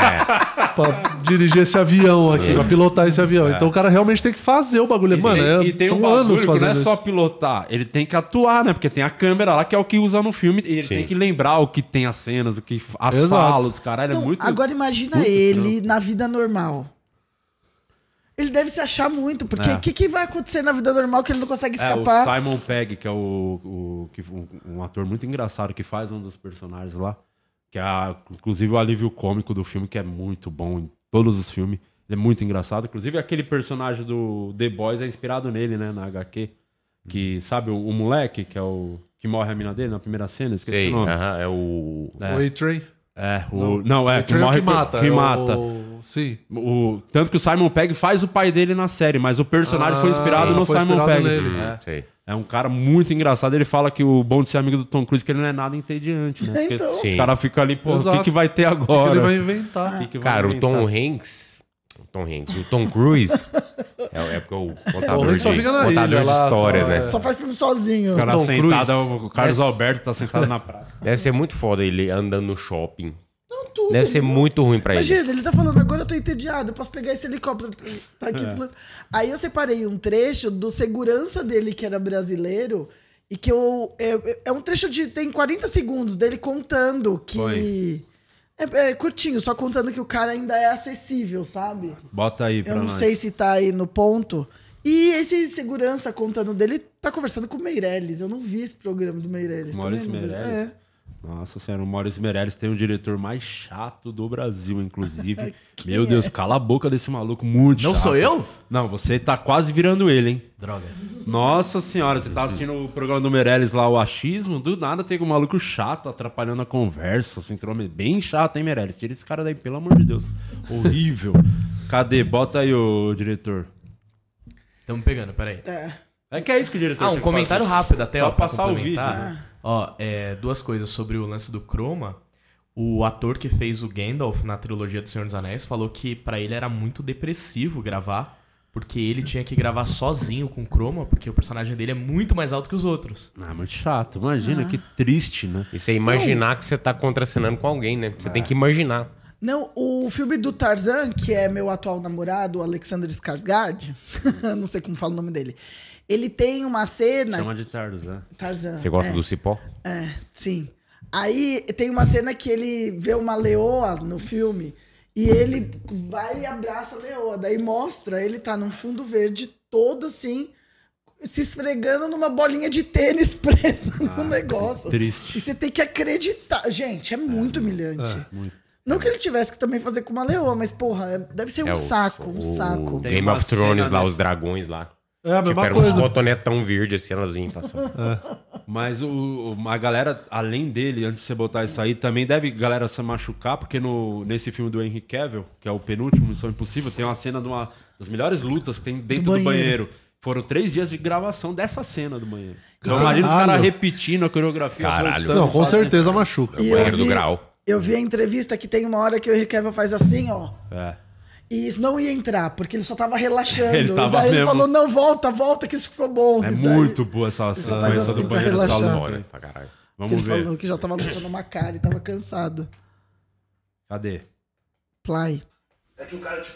Speaker 3: pra dirigir esse avião aqui, pra pilotar esse avião. Então o cara realmente tem que fazer o bagulho. Mano, é-
Speaker 1: É. e tem
Speaker 3: são
Speaker 1: um bagulho
Speaker 3: anos
Speaker 1: que não
Speaker 3: fazendo
Speaker 1: é só
Speaker 3: isso.
Speaker 1: pilotar, ele tem que atuar, né? Porque tem a câmera lá que é o que usa no filme, e ele tem que lembrar o que tem as cenas, o que f- as
Speaker 3: Exato.
Speaker 1: falas, caralho,
Speaker 4: Então,
Speaker 1: é muito
Speaker 4: agora imagina
Speaker 1: muito
Speaker 4: ele na vida normal. Ele deve se achar muito, porque o
Speaker 1: É.
Speaker 4: que, que vai acontecer na vida normal que ele não consegue
Speaker 1: É, o
Speaker 4: escapar?
Speaker 1: Simon Pegg, que é o, o- que, um, um ator muito engraçado que faz um dos personagens lá. Que é, a- inclusive, o alívio cômico do filme, que é muito bom em todos os filmes. Ele é muito engraçado. Inclusive, aquele personagem do The Boys é inspirado nele, né? Na HQ. Que, sabe, o, o moleque, que é o... Que morre a mina dele na primeira cena, esqueci
Speaker 2: Sei,
Speaker 1: o nome.
Speaker 2: aham, é o...
Speaker 1: É.
Speaker 3: O A-Train.
Speaker 1: É, o... Não, é, que
Speaker 3: A-Train é o
Speaker 1: morre...
Speaker 3: que mata.
Speaker 1: Que
Speaker 3: é o-
Speaker 1: mata.
Speaker 3: Sim.
Speaker 1: O- tanto que o Simon Pegg faz o pai dele na série, mas o personagem foi inspirado
Speaker 3: Ah,
Speaker 1: no
Speaker 3: foi
Speaker 1: Simon
Speaker 3: inspirado
Speaker 1: Pegg.
Speaker 3: nele.
Speaker 1: É.
Speaker 2: Sei.
Speaker 1: É um cara muito engraçado. Ele fala que o bom de ser amigo do Tom Cruise é que ele não é nada entediante, né? Porque
Speaker 4: Então.
Speaker 1: os
Speaker 2: Sim.
Speaker 1: caras ficam ali, pô, o
Speaker 3: É, Exato.
Speaker 1: que, que vai ter
Speaker 3: O que
Speaker 1: agora?
Speaker 3: ele vai inventar.
Speaker 1: O que que vai
Speaker 2: Cara, o
Speaker 1: inventar?
Speaker 2: Tom Hanks... o Tom Hanks. O Tom Cruise... é, é porque o contador
Speaker 3: Hanks
Speaker 2: de,
Speaker 3: só fica na
Speaker 2: contador
Speaker 3: ilha
Speaker 2: de
Speaker 3: lá,
Speaker 2: histórias,
Speaker 3: só-
Speaker 2: né?
Speaker 3: é.
Speaker 4: Só faz filme sozinho.
Speaker 1: O cara
Speaker 3: Tom
Speaker 1: sentado,
Speaker 3: Cruise.
Speaker 1: o Carlos
Speaker 2: Yes.
Speaker 1: Alberto tá sentado na praia.
Speaker 2: Deve ser muito foda ele andando no shopping.
Speaker 4: Não, Então, tudo.
Speaker 2: Deve ser
Speaker 4: ele-
Speaker 2: muito ruim pra ele.
Speaker 4: Imagina, ele tá falando, agora eu tô entediado, eu posso pegar esse helicóptero. Tá aqui.
Speaker 1: É.
Speaker 4: Aí eu separei um trecho do segurança dele, que era brasileiro, e que eu. É, é um trecho de. tem 40 segundos dele contando que. É, é curtinho, só contando que o cara ainda é acessível, sabe?
Speaker 1: Bota aí pra
Speaker 4: Eu não
Speaker 1: nós.
Speaker 4: sei se tá aí no ponto. E esse segurança contando dele tá conversando com o Meirelles. Eu não vi esse programa do Meirelles.
Speaker 1: Maurício
Speaker 4: também não vi.
Speaker 1: Meirelles.
Speaker 4: É.
Speaker 1: Nossa senhora, o Maurício Meirelles tem o diretor mais chato do Brasil, inclusive.
Speaker 4: Quem
Speaker 1: Meu
Speaker 4: é?
Speaker 1: Deus, cala a boca desse maluco, muito
Speaker 5: Não
Speaker 1: chato.
Speaker 5: sou eu?
Speaker 1: Não, você tá quase virando ele, hein?
Speaker 5: Droga.
Speaker 1: Nossa senhora, você
Speaker 4: Uhum.
Speaker 1: tá assistindo o programa do Meirelles lá, o achismo, do nada tem um maluco chato atrapalhando a conversa, se intrometendo. Bem chato, hein, Meirelles? Tira esse cara daí, pelo amor de Deus. Horrível. Cadê? Bota aí, ô diretor.
Speaker 5: Tamo pegando, peraí.
Speaker 1: É que é isso que o diretor
Speaker 5: Ah,
Speaker 1: tinha
Speaker 5: um
Speaker 1: que
Speaker 5: comentário
Speaker 1: fazer.
Speaker 5: rápido até,
Speaker 1: Só
Speaker 5: ó, pra
Speaker 1: passar o
Speaker 5: complementar.
Speaker 1: vídeo, né?
Speaker 5: Ó, é, duas coisas sobre o lance do Chroma. O ator que fez o Gandalf na trilogia do Senhor dos Anéis falou que pra ele era muito depressivo gravar, porque ele tinha que gravar sozinho com Chroma, porque o personagem dele é muito mais alto que os outros.
Speaker 1: Ah, muito chato.
Speaker 4: Ah.
Speaker 1: Imagina, que triste, né?
Speaker 2: E você imaginar que você tá contracenando com alguém, né? Você
Speaker 1: É.
Speaker 2: tem que imaginar.
Speaker 4: Não, o filme do Tarzan, que é meu atual namorado, o Alexander Skarsgård, não sei como fala o nome dele. Ele tem uma cena.
Speaker 1: Chama de né? Tarzan.
Speaker 4: Tarzan.
Speaker 2: Você gosta
Speaker 4: é,
Speaker 2: do cipó?
Speaker 4: É, sim. Aí tem uma cena que ele vê uma leoa no filme e ele vai e abraça a leoa. Daí mostra, ele tá num fundo verde todo assim, se esfregando numa bolinha de tênis presa no negócio.
Speaker 1: triste.
Speaker 4: E você tem que acreditar. Gente, é muito humilhante. Não que ele tivesse que também fazer com uma leoa, mas porra, é- deve ser um
Speaker 2: É o-
Speaker 4: saco, um
Speaker 2: o
Speaker 4: saco.
Speaker 2: Game
Speaker 1: uma
Speaker 2: of Thrones
Speaker 1: cena
Speaker 2: lá,
Speaker 1: dessa-
Speaker 2: os dragões lá.
Speaker 3: É a
Speaker 2: Tipo,
Speaker 3: mesma
Speaker 2: era
Speaker 1: um
Speaker 2: uns
Speaker 3: coisa.
Speaker 2: cotonetão verde, assim, elas vinham passando.
Speaker 1: Mas o, o- a galera, além dele, antes de você botar isso aí, também deve a galera se machucar, porque no, nesse filme do Henry Cavill, que é o penúltimo, Missão Impossível, tem uma cena de uma das melhores lutas que tem dentro do
Speaker 4: Do
Speaker 1: banheiro.
Speaker 4: banheiro.
Speaker 1: Foram três dias de gravação dessa cena do banheiro. Então
Speaker 3: Caralho.
Speaker 1: imagina os caras repetindo a coreografia.
Speaker 2: Caralho.
Speaker 1: voltando,
Speaker 3: Não, com
Speaker 1: fazendo.
Speaker 3: certeza machuca.
Speaker 4: E
Speaker 2: banheiro
Speaker 4: eu
Speaker 2: do
Speaker 4: vi-
Speaker 2: grau.
Speaker 4: Eu vi a entrevista que tem uma hora que o Henrique Cavill faz assim, ó.
Speaker 1: É.
Speaker 4: E isso não ia entrar, porque ele só tava relaxando.
Speaker 1: Ele tava
Speaker 4: Daí ele
Speaker 1: mesmo.
Speaker 4: falou, não, volta, volta, que isso ficou bom.
Speaker 1: É
Speaker 4: E daí-
Speaker 1: muito boa essa
Speaker 4: Você
Speaker 1: cena
Speaker 4: faz
Speaker 1: essa
Speaker 4: assim
Speaker 1: do
Speaker 4: pra
Speaker 1: banheiro da
Speaker 4: relaxar.
Speaker 1: sala.
Speaker 2: Foda,
Speaker 1: ontem.
Speaker 2: pra caralho.
Speaker 4: Que
Speaker 1: Vamos
Speaker 4: ele
Speaker 1: ver.
Speaker 4: falou que já tava lutando uma cara e tava cansado.
Speaker 1: Cadê?
Speaker 4: Play.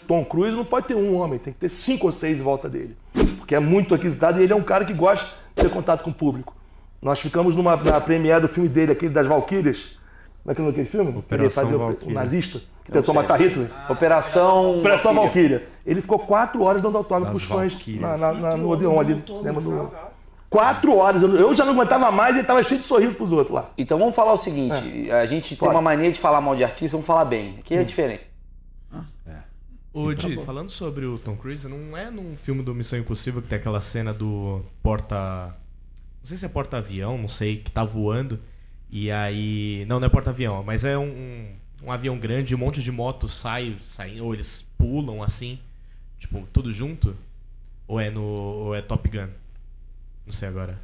Speaker 9: Tom Cruise não pode ter um homem, tem que ter cinco ou seis em volta dele. Porque é muito requisitado e ele é um cara que gosta de ter contato com o público. Nós ficamos numa, na premiere do filme dele, aquele das Valkyrias. Como é que é o nome daquele filme? Que ele
Speaker 1: Operação
Speaker 9: fazia o, o
Speaker 1: Valkyria.
Speaker 9: nazista, que tentou matar Hitler.
Speaker 1: Ah,
Speaker 9: Operação. Operação Valkyria. Ele ficou quatro horas dando autógrafo
Speaker 1: Das
Speaker 9: pros fãs
Speaker 1: Valkyrias.
Speaker 9: na- na- na- no Odeon ali, no
Speaker 4: Todo
Speaker 9: cinema do. Quatro horas, eu, eu já não aguentava mais e ele tava cheio de sorriso pros outros lá.
Speaker 10: Então vamos falar o seguinte:
Speaker 6: É.
Speaker 10: a gente tem uma mania de falar mal de artista, vamos falar bem. Aqui é
Speaker 6: Hum.
Speaker 10: diferente.
Speaker 5: Ô, Di, falando sobre o Tom Cruise, não é num filme do Missão Impossível que tem aquela cena do porta. Não sei se é porta-avião, não sei, que tá voando. E aí. Não, não é porta-avião, mas é um, um, um avião grande, um monte de motos sai, saem, ou eles pulam assim, tipo, tudo junto? Ou é no. Ou é Top Gun? Não sei agora.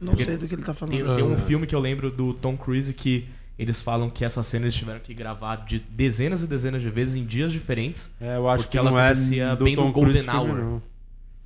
Speaker 4: Não sei do que ele tá falando.
Speaker 5: Tem, tem um filme que eu lembro do Tom Cruise que eles falam que essa cena eles tiveram que gravar de dezenas e dezenas de vezes em dias diferentes.
Speaker 1: É, eu acho
Speaker 5: Porque
Speaker 1: que
Speaker 5: ela
Speaker 1: não é
Speaker 5: acontecia
Speaker 1: do
Speaker 5: bem no
Speaker 1: Tom Cruise
Speaker 5: Golden
Speaker 1: filme,
Speaker 5: Hour.
Speaker 1: não.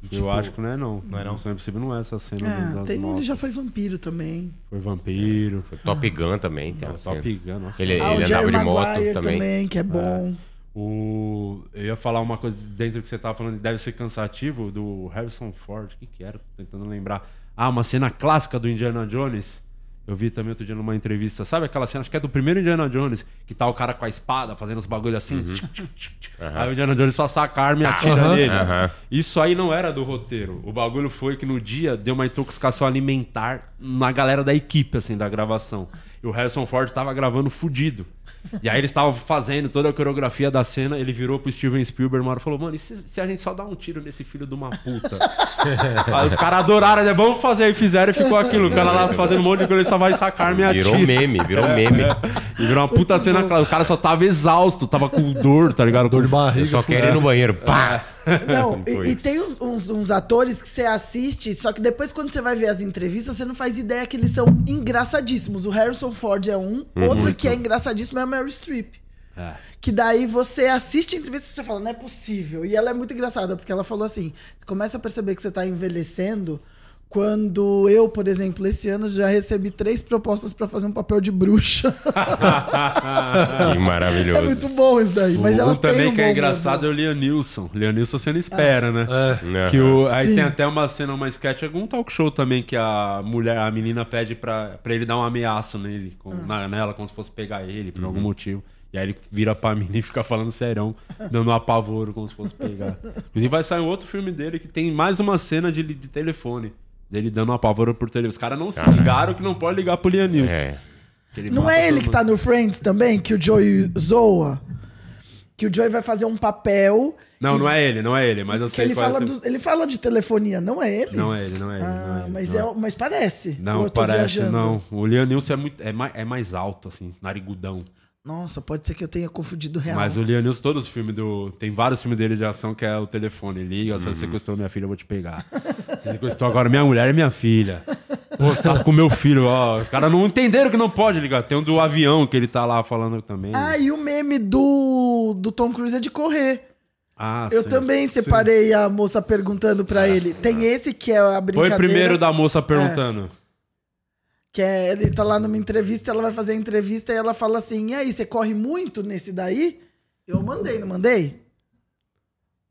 Speaker 5: E,
Speaker 1: Eu
Speaker 5: tipo,
Speaker 1: acho que não é não.
Speaker 5: não é, não?
Speaker 1: Missão Impossível não é essa cena
Speaker 4: Ah,
Speaker 1: das
Speaker 4: tem, ele
Speaker 1: motos.
Speaker 4: já foi vampiro também.
Speaker 1: Foi vampiro, foi
Speaker 2: Top Gun também, tem uma cena.
Speaker 1: Top Gun, tá nossa.
Speaker 2: Tá Ele, é-
Speaker 4: Ah,
Speaker 2: ele
Speaker 4: o
Speaker 2: andava
Speaker 4: Jerry
Speaker 2: de moto
Speaker 4: Maguire
Speaker 2: também.
Speaker 4: que é bom.
Speaker 1: O... Eu ia falar uma coisa dentro do que você tava falando, que deve ser cansativo, do Harrison Ford. O que que era? Tô tentando lembrar. Ah, uma cena clássica do Indiana Jones. Eu vi também outro dia numa entrevista. Sabe aquela cena, acho que é do primeiro Indiana Jones, que tá o cara com a espada fazendo os bagulhos assim.
Speaker 2: Uhum.
Speaker 1: tchic, tchic, tchic, tchic. Aí o Indiana Jones só saca a arma e atira
Speaker 3: Aham.
Speaker 1: nele.
Speaker 2: Tá. Aham.
Speaker 1: Isso aí não era do roteiro. O bagulho foi que no dia deu uma intoxicação alimentar na galera da equipe, assim, da gravação. E o Harrison Ford tava gravando fudido. E aí eles estavam fazendo toda a coreografia da cena, ele virou pro Steven Spielberg uma hora e falou, mano, e se, se a gente só dá um tiro nesse filho de uma puta? aí os caras adoraram, né? Vamos fazer, e fizeram e ficou aquilo. O cara lá fazendo um monte de coisa, ele só vai sacar minha
Speaker 2: Virou
Speaker 1: tira.
Speaker 2: meme, virou meme.
Speaker 3: um-
Speaker 1: E virou uma puta cena clara. O cara só tava exausto, tava com dor, tá ligado?
Speaker 3: Dor de barriga.
Speaker 2: Eu só quero ir no banheiro. Pá!
Speaker 4: Não,
Speaker 2: Foi.
Speaker 4: e, e tem uns, uns- uns atores que você assiste, só que depois quando você vai ver as entrevistas, você não faz ideia que eles são engraçadíssimos. O Harrison Ford é um,
Speaker 1: Uhum.
Speaker 4: outro que é engraçadíssimo é a Mary Streep.
Speaker 1: É.
Speaker 4: Que daí você assiste a entrevista e você fala, não é possível. E ela é muito engraçada, porque ela falou assim: você começa a perceber que você tá envelhecendo. Quando eu, por exemplo, esse ano já recebi três propostas pra fazer um papel de bruxa.
Speaker 2: Que maravilhoso.
Speaker 4: é muito bom isso daí. Mas ela
Speaker 1: um
Speaker 4: tem um
Speaker 1: também que
Speaker 4: bom É.
Speaker 1: é engraçado é o Leonilson. Leonilson você não espera, né?
Speaker 2: Aham.
Speaker 1: Que o, aí
Speaker 4: Sim.
Speaker 1: tem até uma cena, uma sketch, é algum talk show também que a mulher, a menina pede pra, pra ele dar um ameaço nele, com-
Speaker 4: Ah.
Speaker 1: na, nela, como se fosse pegar ele por algum motivo. E aí ele vira pra menina e fica falando serão, dando um apavoro como se fosse pegar. Inclusive vai sair um outro filme dele que tem mais uma cena de, de telefone. Dele dando um apavoro por telefone. Os caras não se ligaram que não pode ligar pro Leonilson.
Speaker 2: É.
Speaker 1: que ele
Speaker 4: Não
Speaker 1: mata
Speaker 4: é ele
Speaker 1: todo
Speaker 4: que tá
Speaker 1: mundo.
Speaker 4: no Friends também, que o Joey zoa? Que o Joey vai fazer um papel.
Speaker 1: Não, não é ele, não é ele, mas eu
Speaker 4: Que
Speaker 1: sei
Speaker 4: ele
Speaker 1: qual é
Speaker 4: fala,
Speaker 1: esse-
Speaker 4: do- ele fala de telefonia, não é ele?
Speaker 1: Não é ele, não é ele. não é
Speaker 4: Ah,
Speaker 1: ele,
Speaker 4: mas,
Speaker 1: não
Speaker 4: é, o- mas parece. Ou
Speaker 1: Não,
Speaker 4: eu tô
Speaker 1: parece,
Speaker 4: viajando?
Speaker 1: não. O Leonilson é, muito, é, mais, é mais alto, assim, narigudão.
Speaker 4: Nossa, pode ser que eu tenha confundido real.
Speaker 1: Mas o Leonilson, todos os filmes do. Tem vários filmes dele de ação que é o telefone. Liga, você sequestrou minha filha, eu vou te pegar. Você sequestrou agora minha mulher e minha filha. Pô, você tá com meu filho, ó. Os caras não entenderam que não pode ligar. Tem um do avião que ele tá lá falando também.
Speaker 4: Ah, e o meme do, do Tom Cruise é de correr.
Speaker 1: Ah,
Speaker 4: eu
Speaker 1: sim. Ah,
Speaker 4: também separei a moça perguntando pra ele. Tem esse que é a
Speaker 1: Foi
Speaker 4: brincadeira. É.
Speaker 1: o primeiro da moça perguntando.
Speaker 4: Que é, ele tá lá numa entrevista, ela vai fazer a entrevista e ela fala assim: e aí, você corre muito nesse daí? Eu mandei, não mandei?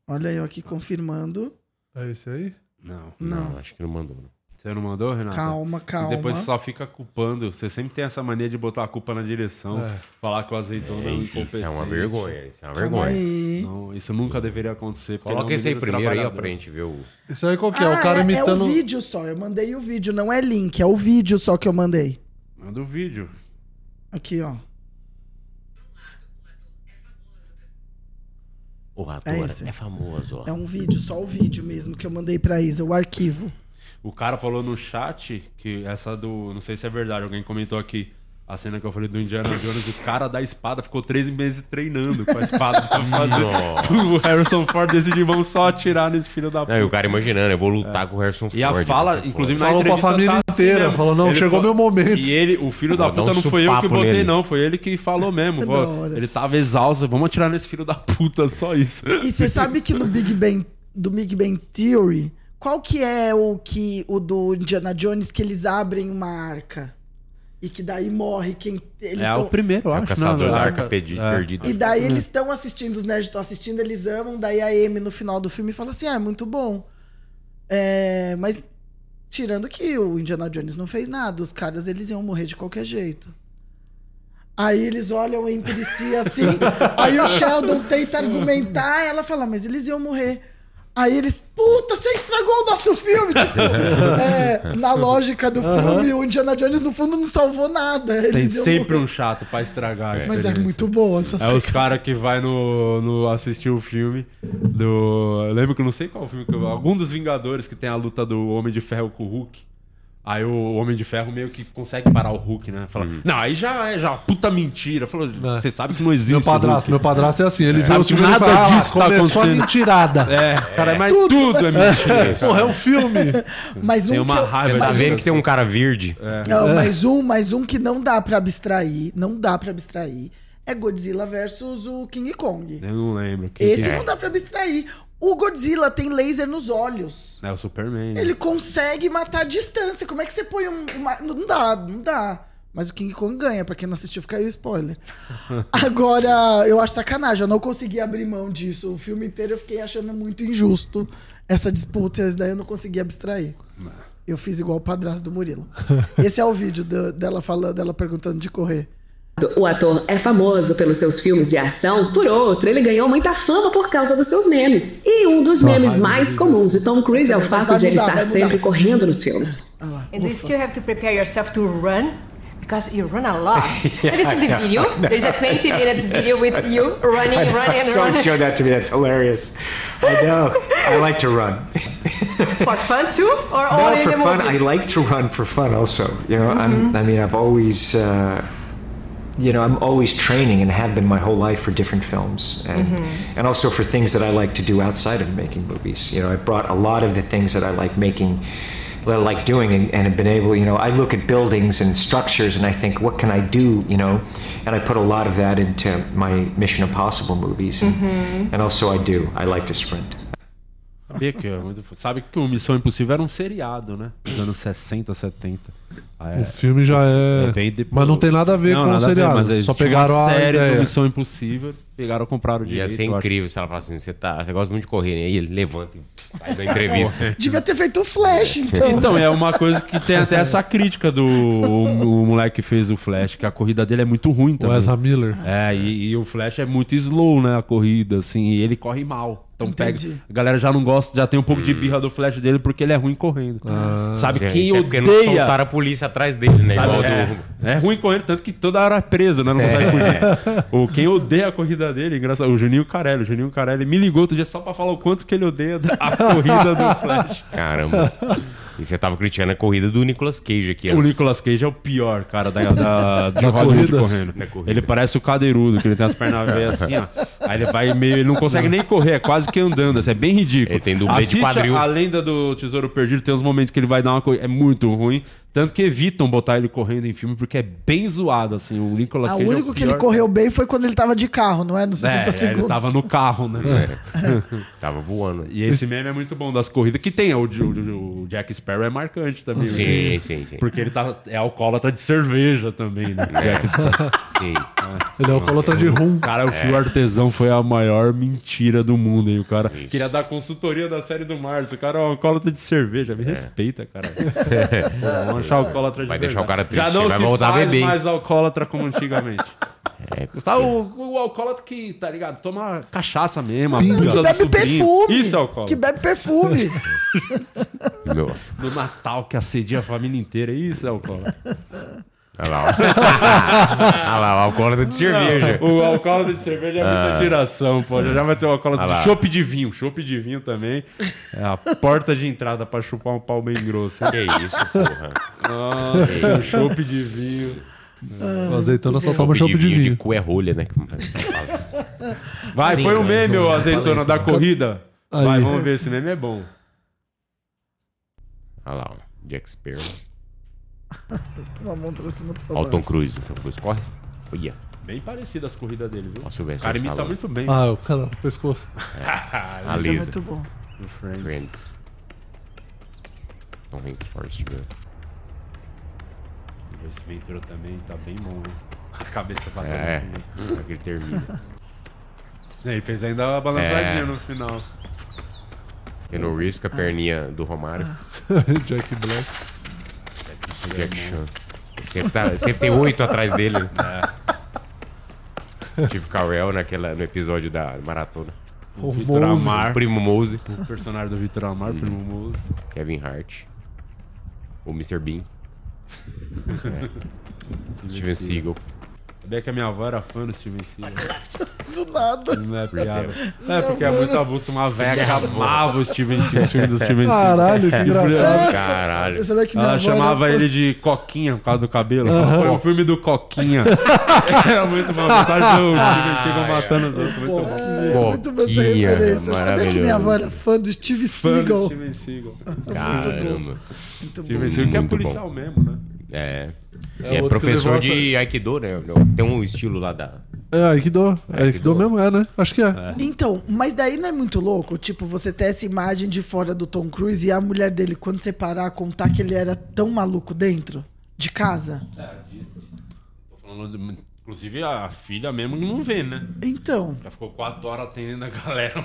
Speaker 4: Olha eu aqui confirmando.
Speaker 3: É esse aí?
Speaker 1: Não.
Speaker 2: Não, acho que não mandou. não.
Speaker 1: Você não mandou, Renato?
Speaker 4: Calma, calma.
Speaker 1: Ah, tá. E depois você só fica culpando. Você sempre tem essa mania de botar a culpa na direção,
Speaker 2: É.
Speaker 1: falar que o azeitona é, um
Speaker 2: Isso é uma
Speaker 1: incompetente.
Speaker 2: vergonha, isso é uma
Speaker 4: Calma
Speaker 2: vergonha.
Speaker 4: aí.
Speaker 1: Não, isso nunca deveria acontecer. porque ele
Speaker 2: Coloca
Speaker 1: é um
Speaker 2: esse aí
Speaker 1: menino
Speaker 2: primeiro aí, ó,
Speaker 1: trabalhador.
Speaker 2: pra gente ver o...
Speaker 3: Esse aí qual que é? o
Speaker 4: Ah,
Speaker 3: cara
Speaker 4: é,
Speaker 3: imitando.
Speaker 4: É o vídeo só, eu mandei o vídeo, não é link, é o vídeo só que eu mandei.
Speaker 1: Manda o É vídeo.
Speaker 4: Aqui, ó.
Speaker 2: O ator
Speaker 4: É
Speaker 2: é,
Speaker 4: esse.
Speaker 2: famoso, ó.
Speaker 4: É um vídeo, só o vídeo mesmo que eu mandei pra Isa, o arquivo.
Speaker 1: O cara falou no chat que essa do. Não sei se é verdade, alguém comentou aqui. A cena que eu falei do Indiana Jones, o cara da espada ficou três meses treinando com a espada pra fazer. o Harrison Ford decidiu, vamos só atirar nesse filho da
Speaker 2: Não, É, e o cara imaginando, eu vou lutar com o Harrison Ford.
Speaker 1: E a fala,
Speaker 2: Harrison
Speaker 1: inclusive, na
Speaker 3: Falou pra
Speaker 1: entrevista...
Speaker 3: família
Speaker 1: tá assim
Speaker 3: inteira,
Speaker 1: mesmo.
Speaker 3: falou, não, chegou meu momento.
Speaker 1: E ele, o filho da
Speaker 2: Vou dar
Speaker 1: puta,
Speaker 2: um
Speaker 1: não foi eu que
Speaker 2: supapo
Speaker 1: botei,
Speaker 2: nele.
Speaker 1: não. Foi ele que falou mesmo.
Speaker 4: Da
Speaker 1: Pô,
Speaker 4: hora.
Speaker 1: ele tava exausto. Vamos atirar nesse filho da puta, só isso.
Speaker 4: E você sabe que no Big Bang, do Big Bang Theory, qual que é o que o do Indiana Jones que eles abrem uma arca e que daí morre quem eles
Speaker 1: é
Speaker 4: tão-
Speaker 1: o primeiro, eu
Speaker 2: É o
Speaker 1: acho.
Speaker 2: caçador
Speaker 1: não, né?
Speaker 2: da
Speaker 1: não,
Speaker 2: arca
Speaker 1: não.
Speaker 2: perdi-
Speaker 1: É.
Speaker 2: perdida.
Speaker 4: E daí eles estão assistindo, os nerds estão assistindo, eles amam. Daí a Amy no final do filme fala assim: ah, é muito bom. É, mas tirando que o Indiana Jones não fez nada, os caras eles iam morrer de qualquer jeito. Aí eles olham entre si assim. aí o Sheldon tenta argumentar, ela fala: mas eles iam morrer. Aí eles, puta, você estragou o nosso filme! Tipo, é, na lógica do filme, o Indiana Jones, no fundo, não salvou nada. Eles
Speaker 1: Tem
Speaker 4: iam
Speaker 1: sempre
Speaker 4: morrer.
Speaker 1: um chato pra estragar. a
Speaker 4: Mas é
Speaker 1: experiência.
Speaker 4: muito boa essa
Speaker 1: É os caras que vai no, no assistir o filme do. Eu lembro que eu não sei qual filme que eu. Algum dos Vingadores que tem a luta do Homem de Ferro com o Hulk. Aí o Homem de Ferro meio que consegue parar o Hulk, né? Fala, não, aí já é já uma puta mentira. Falou, você sabe que não existe.
Speaker 3: É. Meu padrasto,
Speaker 1: o
Speaker 3: meu
Speaker 1: Hulk."
Speaker 3: padrasto é assim, ele vê
Speaker 1: Sabe
Speaker 3: o
Speaker 1: que
Speaker 3: filme e
Speaker 1: nada
Speaker 3: fala, "Ah,
Speaker 1: disso
Speaker 3: começou
Speaker 1: tá
Speaker 3: a
Speaker 1: acontecendo."
Speaker 3: mentirada.
Speaker 1: É, cara, mas
Speaker 4: tudo.
Speaker 1: tudo, é mentira.
Speaker 3: Porra, é um filme.
Speaker 4: Mas um
Speaker 1: Tem
Speaker 4: que
Speaker 1: uma
Speaker 4: eu-
Speaker 1: raiva É.
Speaker 2: Você tá
Speaker 1: disso.
Speaker 2: vendo que tem um cara verde?
Speaker 4: Não, mais um, mais um que não dá pra abstrair, não dá pra abstrair, é Godzilla versus o King Kong.
Speaker 1: Eu não lembro. quem
Speaker 4: Esse
Speaker 1: que é.
Speaker 4: não dá pra abstrair. O Godzilla tem laser nos olhos.
Speaker 1: É o Superman. né?
Speaker 4: Ele consegue matar a distância. Como é que você põe um. uma- Não dá, não dá. Mas o King Kong ganha, pra quem não assistiu, fica aí o spoiler. Agora, eu acho sacanagem, eu não consegui abrir mão disso. O filme inteiro eu fiquei achando muito injusto essa disputa, e daí eu não consegui abstrair. Eu fiz igual o padrasto do Murilo. Esse é o vídeo do- dela falando, dela perguntando de correr.
Speaker 11: O ator é famoso pelos seus filmes de ação, por outro, ele ganhou muita fama por causa dos seus memes. E um dos memes mais comuns de Tom Cruise é o
Speaker 4: Mas
Speaker 11: fato
Speaker 4: vai
Speaker 11: de ele
Speaker 4: mudar,
Speaker 11: estar
Speaker 4: vai mudar.
Speaker 11: sempre correndo nos filmes.
Speaker 4: Olha lá.
Speaker 12: And do you still have to prepare yourself to run? Because you run a lot. have you seen the video? There's a 20 minutes video with you running, running,
Speaker 8: My
Speaker 12: running
Speaker 8: son showed that to me. That's hilarious. I know. I like to run.
Speaker 12: for fun too, or
Speaker 8: No,
Speaker 12: only in
Speaker 8: for
Speaker 12: the
Speaker 8: fun. I
Speaker 12: movies?
Speaker 8: like to run for fun. Also, you know, I'm. I mean, I've always, uh, you know, I'm always training and have been my whole life for different films and and also for things that I like to do outside of making movies. You know, I brought a lot of the things that I like making. That I like doing and, and have been able, you know, I look at buildings and structures and I think, what can I do, you know? And I put a lot of that into my Mission Impossible movies. And, and also, I do. I like to sprint.
Speaker 1: Sabia que é muito... Sabe que o Missão Impossível era um seriado, né? Dos anos 60, 70. Ah, é.
Speaker 3: O filme já é.
Speaker 1: Vem depois.
Speaker 3: Mas não tem nada a ver com o
Speaker 1: nada a ver,
Speaker 3: seriado.
Speaker 1: mas eles
Speaker 3: Só
Speaker 1: tinham
Speaker 3: pegaram
Speaker 1: uma
Speaker 3: a
Speaker 1: série
Speaker 3: ideia.
Speaker 1: do Missão Impossível, pegaram, compraram o
Speaker 2: Ia
Speaker 1: direito.
Speaker 2: ser
Speaker 1: eu acho.
Speaker 2: incrível se ela falasse assim: você, tá, você gosta muito de correr, né? E ele levanta e sai da entrevista.
Speaker 4: Devia ter feito o flash, então.
Speaker 1: Então, é uma coisa que tem até essa crítica do o, o moleque que fez o Flash, que a corrida dele é muito ruim
Speaker 3: O
Speaker 1: também.
Speaker 3: Ezra Miller.
Speaker 4: Ah.
Speaker 1: É, e, e o Flash é muito slow, né? A corrida, assim, e ele corre mal. Então
Speaker 4: Entendi.
Speaker 1: pega. A galera já não gosta, já tem um pouco de birra do Flash dele porque ele é ruim correndo. Sabe
Speaker 2: Hum. Isso é-
Speaker 1: quem
Speaker 2: isso é porque não
Speaker 1: odeia.
Speaker 2: soltaram a polícia atrás dele, né?
Speaker 1: Sabe,
Speaker 2: Igual
Speaker 1: é,
Speaker 2: do.
Speaker 1: é ruim correndo, tanto que toda hora é preso, né? Não consegue fugir. O, quem odeia a corrida dele, engraçado, o Juninho Carelli. O Juninho Carelli me ligou outro dia só pra falar o quanto que ele odeia a corrida do Flash.
Speaker 2: Caramba. E você tava criticando a corrida do Nicolas Cage aqui.
Speaker 1: O
Speaker 2: ó.
Speaker 1: Nicolas Cage é o pior cara da, da, de Hollywood
Speaker 3: corrida?
Speaker 1: correndo.
Speaker 2: Da corrida.
Speaker 1: Ele parece o cadeirudo, que ele tem as pernas meio assim, ó. Aí ele vai meio. Ele não consegue nem correr, é quase que andando. Assim, é bem ridículo.
Speaker 2: Ele tem dublê de
Speaker 1: Assiste
Speaker 2: quadril.
Speaker 1: A lenda do Tesouro Perdido tem uns momentos que ele vai dar uma coisa. É muito ruim. Tanto que evitam botar ele correndo em filme, porque é bem zoado, assim. O Nicolas
Speaker 4: Ah, o
Speaker 1: Cage. é
Speaker 4: único que ele
Speaker 1: pior-
Speaker 4: correu bem foi quando ele tava de carro, não é? Nos 60
Speaker 1: É,
Speaker 4: segundos.
Speaker 1: ele tava no carro, né?
Speaker 2: É. Tava voando.
Speaker 1: E esse meme é muito bom das corridas que tem. O, o- o Jack Sparrow é marcante também. né?
Speaker 2: Sim, sim, sim.
Speaker 1: Porque ele tá, é alcoólatra de cerveja também, né? Jack Sparrow.
Speaker 2: sim.
Speaker 3: Ele é o colota de rum.
Speaker 1: Cara,
Speaker 2: É.
Speaker 1: o fio artesão foi a maior mentira do mundo, hein? O cara queria dar consultoria da série do Márcio. O cara é um alcoólatra de cerveja. Me respeita, cara. Vamos achar alcoólatra de
Speaker 2: É. Vai deixar
Speaker 1: verdade.
Speaker 2: o cara triste,
Speaker 1: Já não
Speaker 2: vai
Speaker 1: se
Speaker 2: voltar a
Speaker 1: faz
Speaker 2: beber, hein?
Speaker 1: mais alcoólatra como antigamente.
Speaker 2: É,
Speaker 1: Tá, o, o alcoólatra que, tá ligado? Toma cachaça mesmo,
Speaker 4: Que
Speaker 1: abusa do
Speaker 4: bebe
Speaker 1: sobrinho.
Speaker 4: perfume.
Speaker 1: Isso é
Speaker 4: Que
Speaker 1: alcoólatra.
Speaker 4: bebe perfume.
Speaker 2: meu.
Speaker 1: No Natal que assedia a família inteira. Isso é alcoólatra.
Speaker 2: Olha lá, ó. Olha lá, o alcoólatra de cerveja.
Speaker 1: Não, é. o alcoólatra de cerveja é muita tiração, pô. Já vai ter o alcoólatra
Speaker 2: Olha Ah lá.
Speaker 1: de chope de vinho. Chope de vinho também é a porta de entrada pra chupar um pau bem grosso.
Speaker 2: Que isso, porra. Que
Speaker 1: Nossa, um
Speaker 2: isso.
Speaker 1: chope de vinho.
Speaker 3: Ah, azeitona só toma chope de
Speaker 2: É, um De
Speaker 3: vinho.
Speaker 2: cu é rolha, né? que você fala.
Speaker 1: Vai,
Speaker 2: Sim,
Speaker 1: põe o
Speaker 2: né?
Speaker 1: meme,
Speaker 2: Então,
Speaker 1: ô
Speaker 2: eu
Speaker 1: azeitona
Speaker 2: falei
Speaker 1: da
Speaker 2: isso, né?
Speaker 1: corrida.
Speaker 2: Aí.
Speaker 1: Vai, vamos ver, esse meme é bom.
Speaker 2: Olha lá, ó. Jack Sparrow.
Speaker 4: Uma mão pra cima do
Speaker 2: Olha o Tom Cruise. então. Tom Cruise corre. Olha.
Speaker 1: Bem parecido as corridas dele, viu?
Speaker 2: Ó, Sylvester
Speaker 1: o cara imita
Speaker 2: Stallone.
Speaker 1: muito bem.
Speaker 3: Ah, o cara, o pescoço.
Speaker 2: A
Speaker 1: Isso é
Speaker 2: Lisa.
Speaker 1: muito bom. Do Friends.
Speaker 2: Friends. Tom Hanks, Forrest Gump.
Speaker 1: Esse Ventura também tá bem bom, hein? A cabeça batendo.
Speaker 2: É,
Speaker 1: comigo.
Speaker 2: é que ele termina.
Speaker 1: E aí, fez ainda a balançadinha
Speaker 2: É.
Speaker 1: no final.
Speaker 2: Tem no risco
Speaker 4: Ah.
Speaker 2: a perninha do Romário.
Speaker 3: Jack Black.
Speaker 2: O Jack Chan. Sempre, tá- sempre tem oito atrás dele. né?
Speaker 4: É.
Speaker 2: Steve Carell naquela, no episódio da maratona.
Speaker 1: O Vitor Mouse.
Speaker 4: Ah.
Speaker 1: Amar.
Speaker 2: O Primo Mose.
Speaker 1: O personagem do Vitor Amar,
Speaker 2: Hum.
Speaker 1: Primo Moço.
Speaker 2: Kevin Hart. O Mr. Bean. É. Steven Seagal.
Speaker 1: Sabia que a minha avó era fã do Steven Seagal.
Speaker 4: Do nada.
Speaker 1: Não é
Speaker 2: Pois é.
Speaker 1: piada. É, porque é muito abuso. Uma velha que amava o Steven Seagal, o filme do Steven Seagal.
Speaker 3: Caralho, que
Speaker 1: E
Speaker 3: engraçado.
Speaker 1: falei, "Ah",
Speaker 2: Caralho.
Speaker 4: Será que minha
Speaker 1: Ela
Speaker 4: avó era
Speaker 1: chamava
Speaker 4: fã?
Speaker 1: ele de Coquinha por causa do cabelo. Ela
Speaker 3: Aham.
Speaker 1: falou, Foi o filme do Coquinha. Era muito bom. Mensagem do
Speaker 2: Ah,
Speaker 1: Steven
Speaker 2: é.
Speaker 1: Seagal matando os outros. Muito bom.
Speaker 4: É muito boa essa referência. Sabia que minha avó era fã do Steve
Speaker 1: Fã do
Speaker 4: Seagal?
Speaker 1: Steven Seagal.
Speaker 2: Caramba.
Speaker 4: Muito
Speaker 1: Steven Seagal que é
Speaker 2: Muito bom.
Speaker 1: policial mesmo, né?
Speaker 2: É.
Speaker 3: É
Speaker 2: Ele É,
Speaker 3: outro que
Speaker 2: professor
Speaker 3: levou
Speaker 2: de Aikido, né? Tem um estilo lá da.
Speaker 3: É, Aikido. É Aikido mesmo, é, né? Acho que é.
Speaker 4: Então, mas daí não é muito louco? Tipo, você ter essa imagem de fora do Tom Cruise e a mulher dele, quando você parar, contar que ele era tão maluco dentro de casa?
Speaker 1: Tô falando de- Inclusive a filha mesmo que não vê, né?
Speaker 4: Então.
Speaker 1: Já ficou quatro horas atendendo a galera,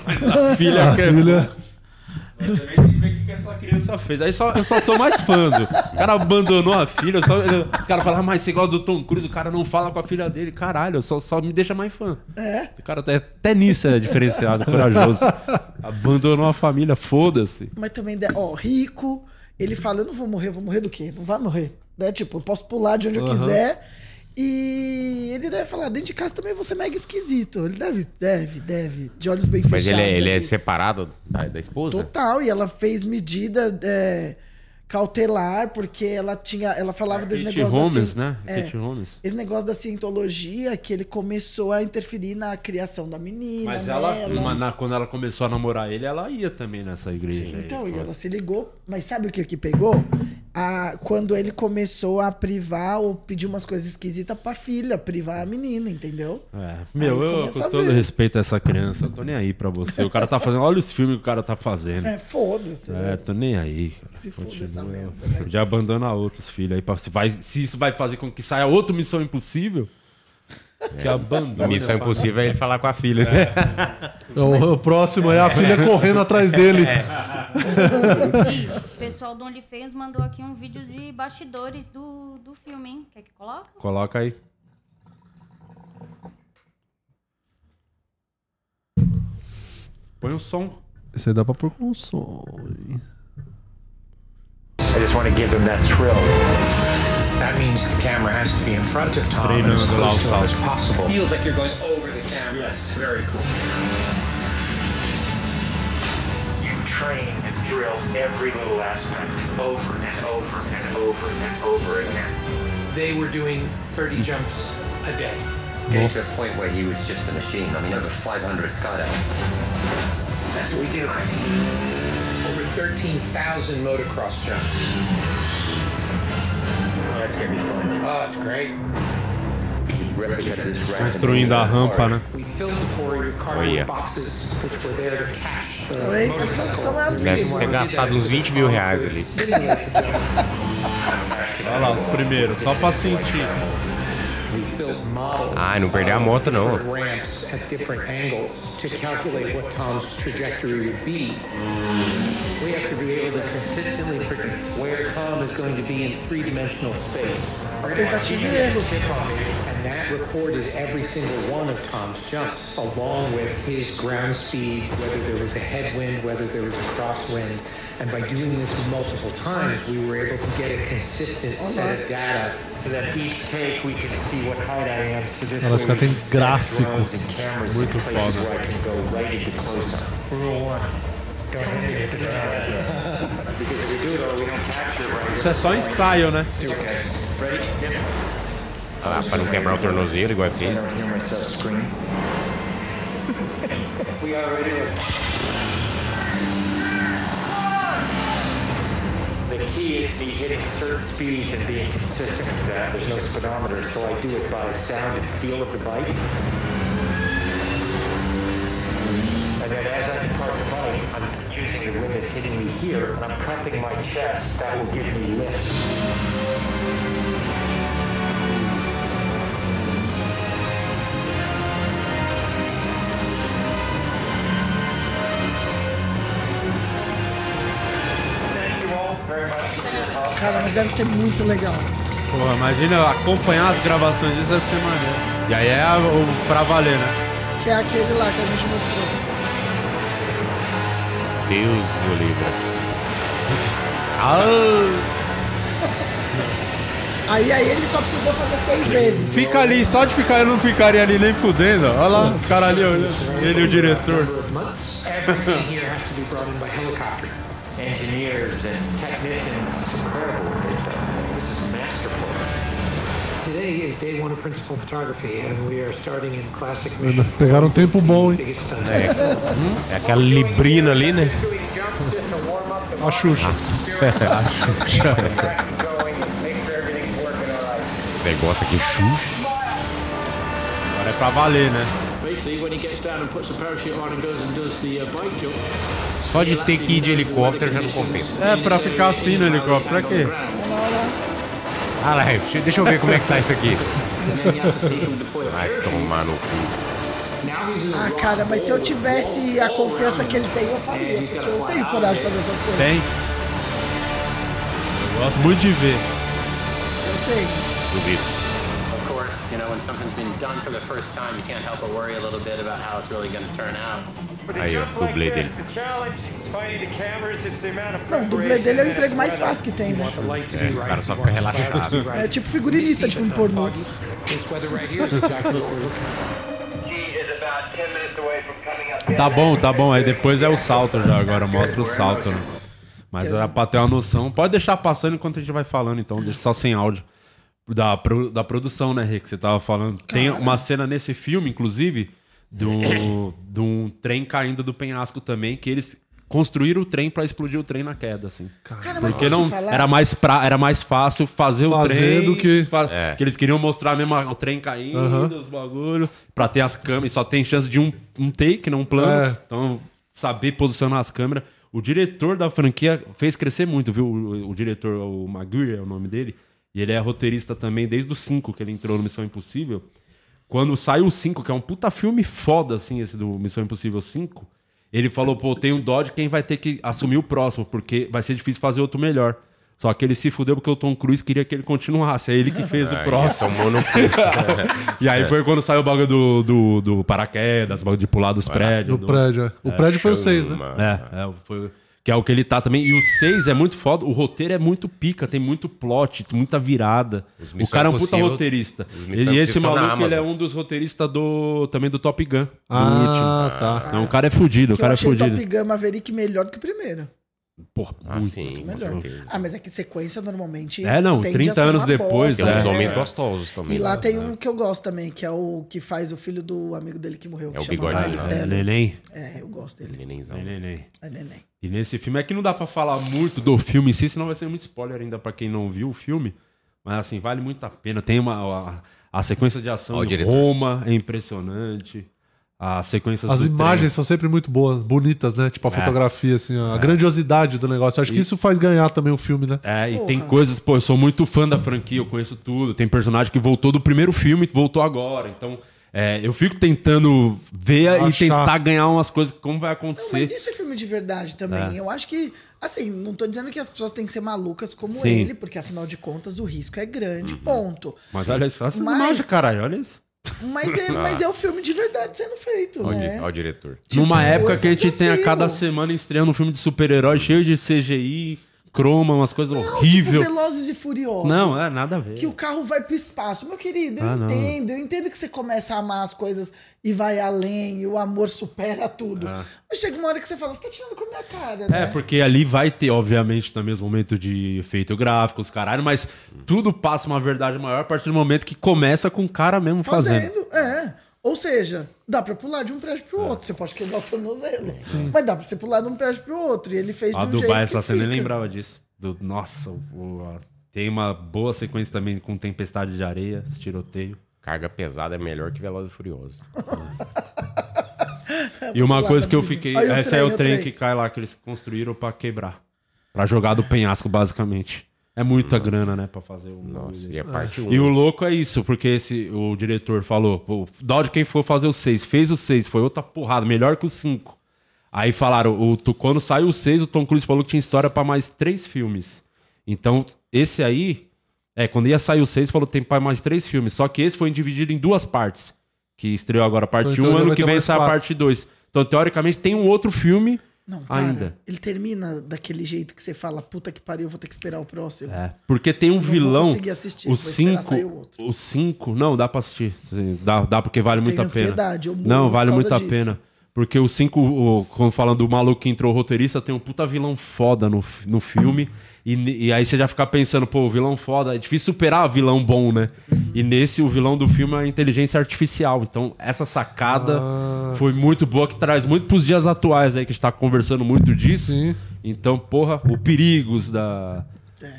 Speaker 1: mas a filha quer. Mas também tem que ver o que que essa criança fez. Aí só, eu só sou mais fã do. O cara abandonou a filha. Só, os caras falam, ah, mas você gosta do Tom Cruise, o cara não fala com a filha dele. Caralho, só, só me deixa mais fã.
Speaker 4: É?
Speaker 1: O cara até, até nisso é diferenciado, corajoso. Abandonou a família, foda-se.
Speaker 4: Mas também, de- ó, rico, ele fala, eu não vou morrer, eu vou morrer do quê? Não vai morrer. Né? Tipo, eu posso pular de onde eu
Speaker 1: Aham.
Speaker 4: quiser. E ele deve falar, dentro de casa também você é mega esquisito. Ele deve, deve, deve. De olhos bem
Speaker 2: Mas
Speaker 4: fechados.
Speaker 2: ele é, ele é né?
Speaker 4: ali.
Speaker 2: separado da, da esposa?
Speaker 4: Total, e ela fez medida é, cautelar, porque ela tinha. Ela falava desse
Speaker 1: Kate
Speaker 4: negócio. da
Speaker 1: Holmes,
Speaker 4: cien-
Speaker 1: né?
Speaker 4: É,
Speaker 1: Kate Holmes.
Speaker 4: Esse negócio da cientologia que ele começou a interferir na criação da menina.
Speaker 1: Mas ela,
Speaker 4: nela.
Speaker 1: mas na- quando ela começou a namorar ele, ela ia também nessa igreja. aí.
Speaker 4: Então, e ela se ligou, mas sabe o que que pegou? A, quando ele começou a privar ou pedir umas coisas esquisitas pra filha, privar a menina, entendeu?
Speaker 1: É, meu,
Speaker 4: Aí
Speaker 1: eu,
Speaker 4: começa a
Speaker 1: com todo
Speaker 4: ver.
Speaker 1: respeito a essa criança, eu tô nem aí pra você. O cara tá fazendo, olha os filmes que o cara tá fazendo.
Speaker 4: É, foda-se.
Speaker 1: É,
Speaker 4: né?
Speaker 1: tô nem aí, cara.
Speaker 4: Se foda essa
Speaker 1: É, Continua.
Speaker 4: merda, né?
Speaker 1: Já abandona outros filhos aí. Pra, se, vai, se isso vai fazer com que saia outra Missão Impossível,
Speaker 4: É.
Speaker 1: que abandona.
Speaker 2: Missão impossível é ele falar com a filha.
Speaker 3: O, o próximo é a filha correndo atrás dele.
Speaker 13: O pessoal do OnlyFans mandou aqui um vídeo de bastidores do, do filme, hein? Quer que coloque?
Speaker 1: Coloca aí. Põe o som.
Speaker 3: Isso aí dá pra pôr com um som. hein?
Speaker 7: I just want to give them that thrill. That means the camera has to be in front of Tom
Speaker 1: and as close to him as
Speaker 7: possible.
Speaker 14: Feels like you're going over the camera. Yes. Very cool.
Speaker 7: You train and drill every little aspect over and over and over and over again.
Speaker 14: They were doing 30 jumps a day.
Speaker 15: Getting to a point where he was just a machine. I mean, over 500 skydives.
Speaker 14: That's what we do. Over 13,000 motocross jumps.
Speaker 15: That's gonna be fun.
Speaker 14: Oh, it's great.
Speaker 1: Construindo a rampa, né?
Speaker 14: We filled the quarry with cardboard
Speaker 2: Oh, yeah.
Speaker 14: boxes, which were there to cash the
Speaker 4: Oi, a produção é
Speaker 2: Deve ter
Speaker 4: absurda.
Speaker 2: gastado uns 20 mil reais ali.
Speaker 1: Olha lá, os primeiros, só pra sentir.
Speaker 2: Ah, não perder a moto, não.
Speaker 14: different ramps at different angles to calculate what Tom's trajectory would be. We have to be able to consistently predict where Tom is going to be in three-dimensional space. We're gonna
Speaker 4: Tentativa e
Speaker 14: have to use
Speaker 4: erro.
Speaker 14: hip-hop and And that recorded every single one of Tom's jumps, along with his ground speed, whether there was a headwind, whether there was a crosswind. And by doing this multiple times, we were able to get a consistent set of data
Speaker 7: so that each take we can see what height I am. So this
Speaker 3: Ela
Speaker 7: way
Speaker 3: fica
Speaker 7: we
Speaker 3: em
Speaker 7: can set
Speaker 3: gráfico.
Speaker 7: drones and cameras in
Speaker 3: Muito
Speaker 7: places
Speaker 3: foda.
Speaker 7: where I can go right into close-up. Rule one. Go ahead and hit the ground. Because if we do it all, we don't capture it right.
Speaker 16: Isso é só ensaio, né?
Speaker 7: Okay. Ready? Yep.
Speaker 2: Ah, pra não quebrar o tornozelo igual é fez.
Speaker 7: We are ready. The key is me hitting certain speeds and being consistent with that. There's no speedometer, so I do it by sound and feel of the bike. And then as I depart the bike, I'm using the wind that's hitting me here, and I'm cupping my chest. That will give me lift.
Speaker 4: Cara, mas deve ser muito legal.
Speaker 16: Porra, imagina acompanhar as gravações disso deve ser maneiro.
Speaker 1: E aí é a- o pra valer, né?
Speaker 4: Que é aquele lá que a gente mostrou.
Speaker 2: Deus o livre.
Speaker 16: Ah!
Speaker 4: Aí, aí ele só precisou fazer seis vezes.
Speaker 16: Fica ali, só de ficar eu não ficaria ali nem fudendo. Olha lá, os caras ali olhando. Ele e o diretor.
Speaker 14: Everything here has to be brought in by helicopter.
Speaker 7: Engineers and technicians, it's incredible. This is masterful.
Speaker 14: Today is day one of principal photography, and we are starting in classic
Speaker 3: Pegaram um tempo bom, hein?
Speaker 14: biggest stunts.
Speaker 2: É, é aquela librina ali, né?
Speaker 3: A Xuxa.
Speaker 2: Ah. A Xuxa. Você gosta que Xuxa?
Speaker 1: Agora é pra valer, né?
Speaker 6: Basically, when he gets down and puts the parachute on and goes and does the uh, bike jump.
Speaker 2: Só de ter que ir de helicóptero já não compensa.
Speaker 16: É, pra ficar assim no helicóptero, pra quê?
Speaker 2: Ah, lá, deixa- deixa eu ver como é que tá isso aqui. Vai tomar no cu.
Speaker 4: Ah, cara, mas se eu tivesse a confiança que ele tem, eu faria. Porque eu não tenho coragem de fazer essas coisas.
Speaker 16: Tem. Eu gosto muito de ver.
Speaker 4: Eu tenho.
Speaker 2: Duvido.
Speaker 15: Of course, you know, when something's been done for the first time, you can't help but worry a little bit about how it's really going to turn out.
Speaker 2: Aí, ó, dublê dele.
Speaker 4: Não, o dublê dele é o emprego mais fácil que tem, né?
Speaker 2: É, o cara só fica relaxado.
Speaker 4: É tipo figurinista de filme pornô.
Speaker 1: Tá bom, tá bom. Aí depois é o salto já. Agora mostra o salto. Né? Mas é pra ter uma noção. Pode deixar passando enquanto a gente vai falando, então. Deixa só sem áudio. Da, pro- da produção, né, Rick? Você tava falando. Tem uma cena nesse filme, inclusive, do, de um trem caindo do penhasco também, que eles construíram o trem pra explodir o trem na queda, assim.
Speaker 4: Cara, mas
Speaker 1: Porque
Speaker 4: posso
Speaker 1: não
Speaker 4: falar?
Speaker 1: era mais pra, era mais fácil fazer, o
Speaker 3: Fazer
Speaker 1: um trem
Speaker 3: do que-
Speaker 1: fa- que eles queriam mostrar mesmo a- o trem caindo,
Speaker 3: Aham.
Speaker 1: os bagulho, pra ter as câmeras, só tem chance de um, um take, não um plano.
Speaker 3: É.
Speaker 1: Então, saber posicionar as câmeras. O diretor da franquia fez crescer muito, viu? O, o diretor, o Maguire é o nome dele, e ele é roteirista também desde o 5 que ele entrou no Missão Impossível. Quando saiu o 5, que é um puta filme foda, assim, esse do Missão Impossível 5, ele falou, pô, tem um Dodge, quem vai ter que assumir o próximo, porque vai ser difícil fazer outro melhor. Só que ele se fudeu porque o Tom Cruise queria que ele continuasse. É ele que fez
Speaker 2: Aí,
Speaker 1: o próximo.
Speaker 2: tomou no cu.
Speaker 1: e aí
Speaker 2: É.
Speaker 1: foi quando saiu o bagulho do, do, do paraquedas, o bagulho de pular dos prédios.
Speaker 3: Do prédio, é. O prédio foi o seis, né?
Speaker 1: É, é, foi- que é o que ele tá também. E o 6 é muito foda. O roteiro é muito pica, tem muito plot, tem muita virada. O
Speaker 2: Missão
Speaker 1: cara é um puta
Speaker 2: Impossível-
Speaker 1: roteirista.
Speaker 2: os Missão
Speaker 1: E esse
Speaker 2: Impossível tá na
Speaker 1: maluco, ele é
Speaker 2: Amazon.
Speaker 1: um dos roteiristas do, também do Top Gun.
Speaker 3: Ah,
Speaker 1: do último.
Speaker 3: tá.
Speaker 1: Então o cara é fudido, o
Speaker 4: Porque eu
Speaker 1: cara é
Speaker 4: achei
Speaker 1: fudido.
Speaker 4: Top Gun Maverick melhor do que o primeiro.
Speaker 1: Porra,
Speaker 2: Ah, sim, com
Speaker 4: Melhor.
Speaker 2: certeza.
Speaker 4: Ah, mas é que sequência normalmente.
Speaker 1: É, não,
Speaker 4: tende
Speaker 1: 30
Speaker 4: a ser uma
Speaker 1: anos depois, é.
Speaker 4: bosta,
Speaker 2: Tem uns
Speaker 4: né?
Speaker 2: homens gostosos também.
Speaker 4: E lá
Speaker 2: né?
Speaker 4: tem um que eu gosto também, que é o que faz o filho do amigo dele que morreu.
Speaker 2: É
Speaker 4: que
Speaker 2: o
Speaker 4: chama
Speaker 2: Bigode,
Speaker 4: Miles
Speaker 2: né?
Speaker 4: Teller.
Speaker 1: É, Neném.
Speaker 4: É, eu gosto dele.
Speaker 2: Nenenzão.
Speaker 1: Neném.
Speaker 4: É neném.
Speaker 1: E nesse filme é que não dá pra falar muito do filme em si, senão vai ser muito spoiler ainda pra quem não viu o filme. Mas assim, vale muito a pena. Tem uma a, a sequência de ação
Speaker 2: Ó o
Speaker 1: de
Speaker 2: diretor.
Speaker 1: Roma é impressionante. As sequências
Speaker 3: As
Speaker 1: do
Speaker 3: imagens são sempre muito boas, bonitas, né? Tipo a
Speaker 1: É.
Speaker 3: fotografia, assim, a
Speaker 1: É.
Speaker 3: grandiosidade do negócio. Acho que
Speaker 1: E-
Speaker 3: isso faz ganhar também o filme, né?
Speaker 1: É, e tem coisas, pô, eu sou muito fã da franquia, eu conheço tudo. Tem personagem que voltou do primeiro filme e voltou agora. Então, É, eu fico tentando ver e
Speaker 4: Achar.
Speaker 1: tentar ganhar umas coisas, como vai acontecer.
Speaker 4: Mas isso é filme de verdade também.
Speaker 1: É.
Speaker 4: Eu acho que, assim, não tô dizendo que as pessoas têm que ser malucas como
Speaker 1: Sim.
Speaker 4: ele, porque afinal de contas o risco é
Speaker 2: Uhum.
Speaker 4: grande, ponto.
Speaker 1: Mas olha só essas
Speaker 4: Mas-
Speaker 1: imagens, caralho, olha isso.
Speaker 4: Mas
Speaker 2: Ah.
Speaker 4: é, mas é o filme de verdade sendo feito,
Speaker 1: Olha
Speaker 4: né?
Speaker 2: o diretor.
Speaker 1: Numa
Speaker 4: Tipo,
Speaker 1: época
Speaker 4: esse
Speaker 1: que a gente
Speaker 4: outro
Speaker 1: tem a
Speaker 4: filme.
Speaker 1: cada semana estreando um filme de super-herói cheio de CGI, croma, umas coisas
Speaker 4: Tipo
Speaker 1: horríveis.
Speaker 4: Velozes e Furiosos.
Speaker 1: Não, é nada a ver.
Speaker 4: Que o carro vai pro espaço. Meu querido, eu
Speaker 1: Ah, não.
Speaker 4: entendo. Eu entendo que você começa a amar as coisas e vai além, e o amor supera tudo.
Speaker 1: Ah.
Speaker 4: Mas chega uma hora que você fala, você tá tirando com a minha cara,
Speaker 1: É,
Speaker 4: né?
Speaker 1: porque ali vai ter, obviamente, também os momentos de efeito gráfico, os caralho, mas tudo passa uma verdade maior a partir do momento que começa com o cara mesmo fazendo.
Speaker 4: Fazendo, é. Ou seja, dá pra pular de um prédio
Speaker 1: É.
Speaker 4: pro outro. Você pode quebrar o tornozelo. Mas dá pra você pular de um prédio pro outro. E ele fez
Speaker 1: A
Speaker 4: de um jeito
Speaker 1: Dubai, essa
Speaker 4: que
Speaker 1: cena nem
Speaker 4: fica.
Speaker 1: lembrava disso. Do, nossa, o- a- tem uma boa sequência também com tempestade de areia, esse tiroteio.
Speaker 2: Carga pesada é melhor que Velozes e Furiosos.
Speaker 4: É,
Speaker 1: E uma
Speaker 2: Sei lá,
Speaker 1: coisa que eu
Speaker 2: tá
Speaker 1: fiquei.
Speaker 2: Olha o
Speaker 1: essa
Speaker 2: trem,
Speaker 1: é
Speaker 2: olha
Speaker 1: o
Speaker 2: o
Speaker 1: trem,
Speaker 2: trem.
Speaker 1: que cai lá, que eles construíram pra quebrar. Pra jogar do penhasco, basicamente. É muita grana, né, pra fazer o. Nossa,
Speaker 2: e é parte um.
Speaker 1: Ah.
Speaker 16: né?
Speaker 1: E o louco é isso, porque esse, o diretor falou: Pô, dá de quem for fazer o 6. Fez o 6, foi outra porrada, melhor que o 5. Aí falaram: o, tu- quando saiu o 6, o Tom Cruise falou que tinha história pra mais três filmes. Então, esse aí. É, quando ia sair o 6, falou tem pra mais três filmes. Só que esse foi dividido em duas partes. Que estreou agora a parte 1,
Speaker 16: Então, então ele
Speaker 1: ano
Speaker 16: vai
Speaker 1: que
Speaker 16: ter
Speaker 1: vem
Speaker 16: mais
Speaker 1: sai a
Speaker 16: quatro.
Speaker 1: parte 2. Então, teoricamente, tem um outro filme
Speaker 4: Não, para.
Speaker 1: ainda.
Speaker 4: Ele termina daquele jeito que você fala, puta que pariu, eu vou ter que esperar o próximo.
Speaker 1: É, porque tem um
Speaker 4: Não vou
Speaker 1: vilão.
Speaker 4: conseguir assistir,
Speaker 1: o
Speaker 4: vou esperar
Speaker 1: 5.
Speaker 4: sair o outro.
Speaker 1: O 5. Não, dá pra assistir. Sim, Dá, dá porque vale
Speaker 4: Eu
Speaker 1: muito a
Speaker 4: tenho
Speaker 1: pena.
Speaker 4: ansiedade, eu morro
Speaker 1: não,
Speaker 4: por
Speaker 1: vale
Speaker 4: causa
Speaker 1: muito a
Speaker 4: disso.
Speaker 1: pena. Porque o 5, quando falando do maluco que entrou roteirista, tem um puta vilão foda no, fi- no filme. E, ne- e aí você já fica pensando, pô, o vilão foda. É difícil superar vilão bom, né? E nesse, o vilão do filme é a inteligência artificial. Então, essa sacada foi muito boa, que traz muito pros dias atuais aí, que a gente tá conversando muito disso. Então, porra, o perigos da,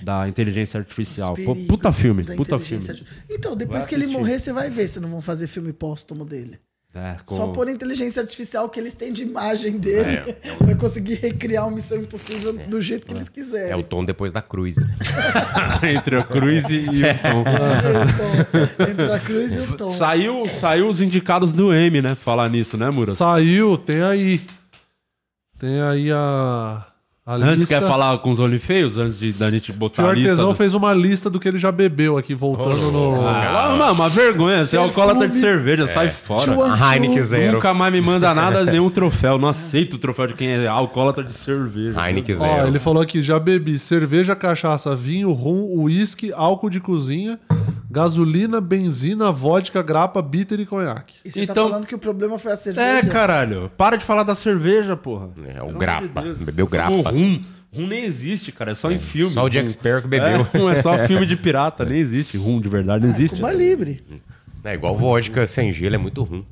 Speaker 1: da inteligência artificial. Pô,
Speaker 4: É. Perigos
Speaker 1: puta filme,
Speaker 4: da
Speaker 1: puta filme.
Speaker 4: inteligência arti- Então, depois
Speaker 1: Vai
Speaker 4: que ele
Speaker 1: assistir.
Speaker 4: morrer, você vai ver se não vão fazer filme póstumo dele.
Speaker 1: É, com-
Speaker 4: Só por inteligência artificial que eles têm de imagem dele,
Speaker 2: É.
Speaker 1: um-
Speaker 4: vai conseguir recriar uma Missão Impossível
Speaker 1: É,
Speaker 4: do jeito que eles quiserem.
Speaker 2: É o tom depois da cruz. né?
Speaker 1: Entre a cruz e
Speaker 4: É.
Speaker 1: e É o tom.
Speaker 4: Entre a cruz e o tom.
Speaker 1: Saiu, saiu os indicados do M, né? Falar nisso, né, Mura?
Speaker 3: Saiu, tem aí. Tem aí a. a
Speaker 1: Antes
Speaker 3: lista.
Speaker 1: quer falar com os olifeios, antes de da gente botar
Speaker 3: Fio
Speaker 1: a lista.
Speaker 3: Artesão
Speaker 1: do-
Speaker 3: fez uma lista do que ele já bebeu aqui, voltando no.
Speaker 1: Ah, não, uma vergonha. Você é alcoólatra de cerveja,
Speaker 2: É.
Speaker 1: sai fora.
Speaker 3: Tio Antônio. Heineken zero.
Speaker 1: Nunca mais me manda nada, nenhum troféu. Não aceito o troféu de quem é alcoólatra de cerveja.
Speaker 2: Heineken
Speaker 3: Ó, ele falou aqui: já bebi cerveja, cachaça, vinho, rum, uísque, álcool de cozinha, gasolina, benzina, vodka, grapa, bitter e conhaque.
Speaker 4: E você tá
Speaker 1: Então-
Speaker 4: falando que o problema foi a cerveja?
Speaker 1: É, caralho. Para de falar da cerveja, porra.
Speaker 2: É, o
Speaker 1: Pelo
Speaker 2: grapa.
Speaker 1: amor de Deus.
Speaker 2: Bebeu grapa.
Speaker 1: O rum. Rum nem existe, cara. É só em filme.
Speaker 2: só o Jack
Speaker 1: Rum.
Speaker 2: Sparrow que bebeu.
Speaker 1: É, não é só filme de pirata. Nem existe rum de verdade.
Speaker 3: Ah,
Speaker 1: Não existe.
Speaker 4: Cuba Libre.
Speaker 2: É igual vodka sem gelo, é muito ruim.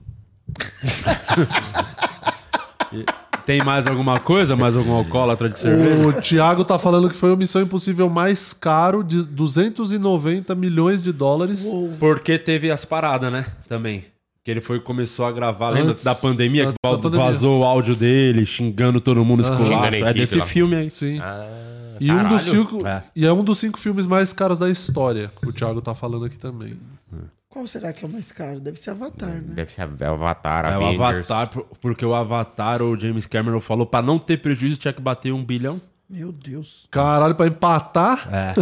Speaker 1: Tem mais alguma coisa? Mais algum alcoólatra de cerveja?
Speaker 3: O Thiago tá falando que foi o Missão Impossível mais caro de 290 milhões de dólares.
Speaker 1: Porque teve as paradas, né? Também. Que ele foi começou a gravar, lembra
Speaker 3: Antes-
Speaker 1: da pandemia?
Speaker 3: antes
Speaker 1: Que
Speaker 3: da
Speaker 1: vaz-
Speaker 3: pandemia.
Speaker 1: vazou o áudio dele, xingando todo mundo,
Speaker 3: Aham.
Speaker 1: esculacho.
Speaker 3: Xingando a
Speaker 1: É
Speaker 3: equipe
Speaker 1: desse
Speaker 3: lá.
Speaker 1: filme aí.
Speaker 3: Sim.
Speaker 1: Ah.
Speaker 3: E um, dos cinco, e é um dos cinco filmes mais caros da história. O Thiago tá falando aqui também.
Speaker 4: Qual será que é o mais caro? Deve ser Avatar, né?
Speaker 2: Deve ser Avatar,
Speaker 1: É o
Speaker 2: Avengers.
Speaker 1: Avatar, por- porque o Avatar, o James Cameron falou, pra não ter prejuízo, tinha que bater um bilhão.
Speaker 4: Meu Deus.
Speaker 3: Caralho, pra empatar?
Speaker 1: É.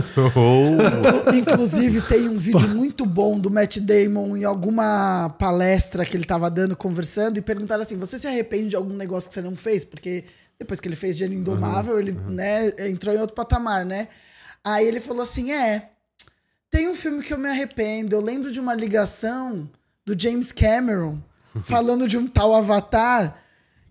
Speaker 4: Inclusive, tem um vídeo muito bom do Matt Damon em alguma palestra que ele tava dando, conversando, e perguntaram assim: você se arrepende de algum negócio que você não fez? Porque depois que ele fez Gênio Indomável, ele né, entrou em outro patamar, né? Aí ele falou assim: é, tem um filme que eu me arrependo. Eu lembro de uma ligação do James Cameron falando de um tal Avatar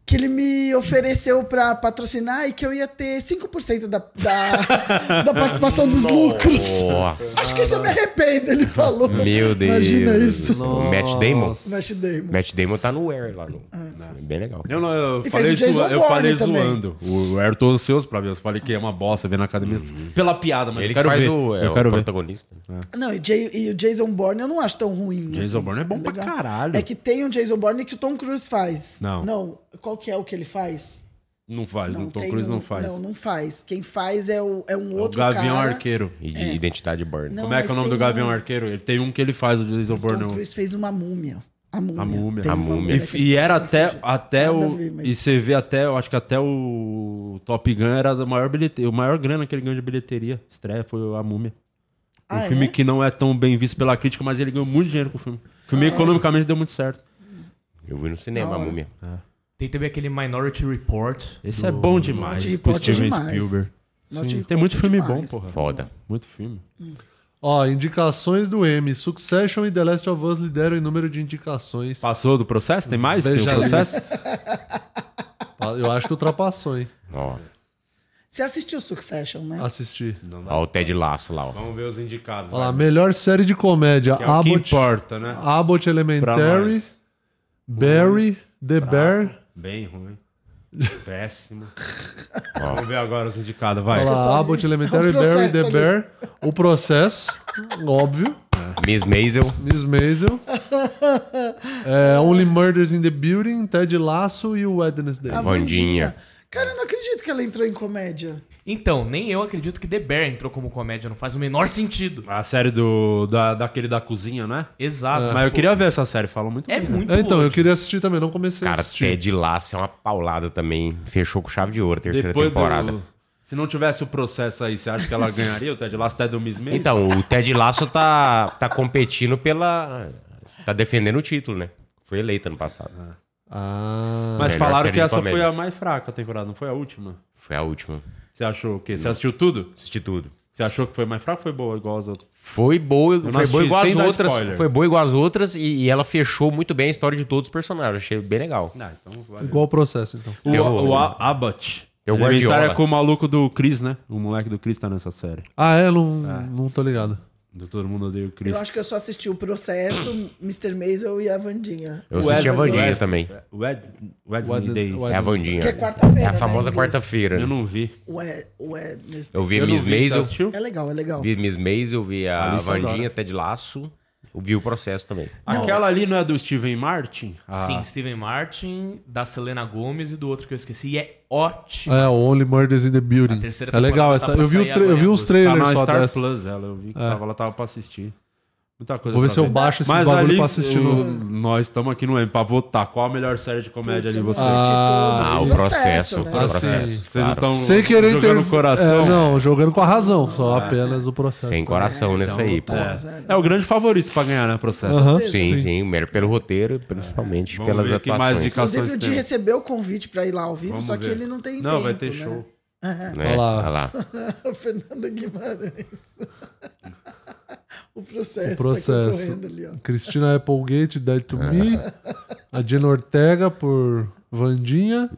Speaker 4: que ele me ofereceu pra patrocinar e que eu ia ter 5% da, da, da participação dos lucros.
Speaker 2: Nossa.
Speaker 4: Acho que isso eu me arrependo, ele falou.
Speaker 2: Meu Deus.
Speaker 4: Imagina isso.
Speaker 2: O Matt Damon.
Speaker 4: Matt Damon.
Speaker 2: Matt Damon tá no Air lá no. É Bem legal.
Speaker 1: Eu, não, eu
Speaker 4: E fez
Speaker 1: falei,
Speaker 4: o Jason
Speaker 1: zoa- eu
Speaker 4: Bourne
Speaker 1: falei
Speaker 4: também.
Speaker 1: zoando. O Air todo seus pra ver. Eu falei que é uma bosta ver na academia pela piada, mas
Speaker 2: Uhum. Ele
Speaker 1: eu quero
Speaker 2: que faz
Speaker 1: ver.
Speaker 2: o, é,
Speaker 1: eu quero
Speaker 2: o
Speaker 1: ver.
Speaker 2: protagonista.
Speaker 4: Não, e, Jay- e o Jason Bourne eu não acho tão ruim. assim.
Speaker 1: Jason Bourne é bom pra
Speaker 4: legal.
Speaker 1: caralho.
Speaker 4: É que tem um Jason Bourne que o Tom Cruise faz.
Speaker 1: Não.
Speaker 4: Não, qual que é o que ele faz?
Speaker 1: Não faz, o Tom
Speaker 4: tem
Speaker 1: Cruise
Speaker 4: um-
Speaker 1: não faz.
Speaker 4: Não, não faz. Quem faz é, o, é um
Speaker 1: o
Speaker 4: outro
Speaker 1: Gavião
Speaker 4: cara.
Speaker 1: Arqueiro.
Speaker 2: E de Identidade Bourne.
Speaker 4: Não,
Speaker 1: Como é que é o
Speaker 4: mas
Speaker 1: nome do
Speaker 4: tem
Speaker 1: Gavião
Speaker 4: um-
Speaker 1: Arqueiro? Ele tem um que ele faz, o Jason
Speaker 4: O Tom
Speaker 1: Bourne. é um-
Speaker 4: Cruise fez uma múmia. A múmia.
Speaker 1: A múmia.
Speaker 4: Tem uma
Speaker 1: E,
Speaker 4: múmia que
Speaker 1: f- e era até,
Speaker 4: confunde.
Speaker 1: até
Speaker 4: Nada a
Speaker 1: o.
Speaker 4: ver, mas-
Speaker 1: E você vê até, eu acho que até o Top Gun era o maior bilhete, o maior grana que ele ganhou de bilheteria. Estreia foi a múmia. Um
Speaker 4: Ah,
Speaker 1: filme
Speaker 4: é?
Speaker 1: que não é tão bem visto pela crítica, mas ele ganhou muito dinheiro com o filme. O filme
Speaker 5: Ah, é?
Speaker 1: economicamente deu muito certo.
Speaker 2: Eu vi no cinema, a múmia.
Speaker 5: Tem também aquele Minority Report.
Speaker 1: Esse
Speaker 5: do-
Speaker 1: é bom demais.
Speaker 5: Minority
Speaker 1: Com
Speaker 5: Report é
Speaker 1: Steven
Speaker 5: demais.
Speaker 1: Spielberg.
Speaker 5: Minority
Speaker 1: Sim. Tem muito filme bom,
Speaker 5: demais.
Speaker 1: porra.
Speaker 2: Foda.
Speaker 1: Muito filme.
Speaker 3: Ó, indicações do M. Succession e The Last of Us lideram em número de indicações.
Speaker 1: Passou do processo? Tem mais? Tem o
Speaker 3: Veja
Speaker 1: processo?
Speaker 3: isso. Eu acho que ultrapassou, hein?
Speaker 2: Ó,
Speaker 4: Você assistiu Succession, né?
Speaker 3: Assisti.
Speaker 2: ó o Ted Lasso lá, ó.
Speaker 1: Vamos ver os indicados.
Speaker 3: Olha lá, melhor série de comédia.
Speaker 1: Que é o que
Speaker 3: Abbott,
Speaker 1: importa, né?
Speaker 3: Abbott
Speaker 1: Pra
Speaker 3: Elementary,
Speaker 1: nós.
Speaker 3: Barry, The
Speaker 1: Fraco.
Speaker 3: Bear.
Speaker 1: Bem ruim. Péssimo. Vamos ver agora os indicados, vai.
Speaker 3: Olha lá, Abbott Elementary, Barry, The Bear. O processo, óbvio.
Speaker 2: Miss Maisel.
Speaker 3: Miss Maisel. É, Only Murders in the Building, Ted Lasso e o Wednesday.
Speaker 4: Ah,
Speaker 5: A Wandinha. Wandinha.
Speaker 4: Cara, eu não acredito que ela entrou em comédia.
Speaker 5: Então, nem eu acredito que The Bear entrou como comédia, não faz o menor sentido.
Speaker 1: A série do, da, daquele da cozinha, né?
Speaker 5: Exato.
Speaker 1: Mas eu queria ver essa série, falam muito
Speaker 2: É
Speaker 1: bem. né?
Speaker 3: então, eu queria assistir também, não comecei a
Speaker 2: Cara,
Speaker 3: assistir.
Speaker 2: Ted Lasso é uma paulada também. Fechou com chave de ouro a terceira
Speaker 1: Depois
Speaker 2: temporada.
Speaker 1: do... Se não tivesse o processo aí, você acha que ela ganharia o Ted Lasso até do Miss Maisel?
Speaker 2: Então, o Ted Lasso tá, tá competindo pela. Tá defendendo o título, né? Foi eleita ano passado.
Speaker 3: Ah.
Speaker 1: Mas
Speaker 2: Melhor
Speaker 1: falaram
Speaker 2: série de
Speaker 1: que essa
Speaker 2: comédia.
Speaker 1: foi a mais fraca temporada, não foi a última?
Speaker 2: Foi a última.
Speaker 1: Você achou o quê? Você
Speaker 2: Não.
Speaker 1: assistiu tudo?
Speaker 2: Assisti tudo.
Speaker 1: Você achou que foi mais fraca ou foi boa igual as outras?
Speaker 2: Foi boa,
Speaker 1: Eu
Speaker 2: foi
Speaker 1: não
Speaker 2: boa
Speaker 1: assisti,
Speaker 2: igual
Speaker 1: sem
Speaker 2: as
Speaker 1: dar
Speaker 2: outras.
Speaker 1: spoiler.
Speaker 2: Foi boa igual as outras e, e ela fechou muito bem a história de todos os personagens. Achei bem legal.
Speaker 3: Igual o processo, então.
Speaker 1: O,
Speaker 2: Tem
Speaker 1: o A- Abbott.
Speaker 2: Tem o
Speaker 1: Elementar
Speaker 2: Guardiola.
Speaker 1: é com o maluco do Chris, né? O moleque do Chris tá nessa série.
Speaker 3: Ah, é? Não, não tô ligado.
Speaker 1: Do Todo Mundo Odeia o Chris.
Speaker 4: Eu acho que eu só assisti o processo, Mr. Maisel e a Vandinha.
Speaker 2: Eu assisti a
Speaker 1: Wednesday.
Speaker 2: Vandinha também.
Speaker 1: É, Wed-
Speaker 2: Wed-
Speaker 1: Wednesday.
Speaker 2: É a Vandinha.
Speaker 4: Que é quarta-feira,
Speaker 2: É a famosa
Speaker 4: né, em inglês?
Speaker 2: quarta-feira.
Speaker 1: Eu não vi.
Speaker 4: Ué, ué, Mr.
Speaker 2: Eu vi a Miss Maisel.
Speaker 4: É legal, é legal.
Speaker 2: Vi Miss Maisel, vi a
Speaker 1: Alice adora.
Speaker 2: Vandinha, Ted Lasso. Eu vi o processo também.
Speaker 1: Aquela ali não é do Steven Martin?
Speaker 5: Sim, Steven Martin, da Selena Gomes e do outro que eu esqueci. E é ótimo.
Speaker 3: É, o Only Murders in the Building.
Speaker 5: terceira
Speaker 3: É legal
Speaker 5: temporada
Speaker 3: essa.
Speaker 5: tá pra
Speaker 3: Eu vi, o
Speaker 5: sair
Speaker 3: tra- eu
Speaker 5: agora
Speaker 3: vi
Speaker 5: em
Speaker 3: uns
Speaker 5: agosto.
Speaker 1: Tá
Speaker 3: trailers
Speaker 1: na
Speaker 3: só
Speaker 1: Star
Speaker 3: dessa.
Speaker 1: Plus, ela. Eu vi que
Speaker 3: É.
Speaker 1: tava, ela tava pra assistir. Muita coisa
Speaker 3: Vou ver
Speaker 1: pra
Speaker 3: se eu baixo esses
Speaker 1: Mas
Speaker 3: bagulho
Speaker 1: ali,
Speaker 3: pra assistir
Speaker 1: eu-
Speaker 3: no-
Speaker 1: Nós estamos aqui no M pra votar. Qual a melhor série de comédia ali vocês?
Speaker 3: Ah,
Speaker 2: Ah, o processo.
Speaker 3: né?
Speaker 2: foi o
Speaker 3: Assim,
Speaker 2: processo.
Speaker 1: Vocês não tão
Speaker 3: Sem querer
Speaker 1: jogando
Speaker 3: interv-
Speaker 1: coração.
Speaker 3: É, não, jogando com a razão, só apenas o processo.
Speaker 2: Sem coração nessa aí,
Speaker 4: tá.
Speaker 2: pô.
Speaker 1: É. É o grande favorito pra ganhar, né, processo?
Speaker 2: Sim, sim, melhor pelo roteiro, principalmente
Speaker 1: Vamos
Speaker 2: pelas
Speaker 1: ver que mais
Speaker 2: atuações.
Speaker 1: indicações
Speaker 4: Inclusive, o Di recebeu o convite pra ir lá ao vivo,
Speaker 1: Vamos
Speaker 4: só que
Speaker 1: ver.
Speaker 4: ele não tem
Speaker 1: Não,
Speaker 4: tempo.
Speaker 1: vai ter
Speaker 4: né?
Speaker 1: show.
Speaker 4: É.
Speaker 2: Né? Olha lá. Olha lá.
Speaker 4: Fernanda Guimarães. o processo. Tá
Speaker 3: O processo.
Speaker 4: concorrendo ali, ó.
Speaker 3: Cristina Applegate, Dead to Me. A Jenna Ortega por Vandinha.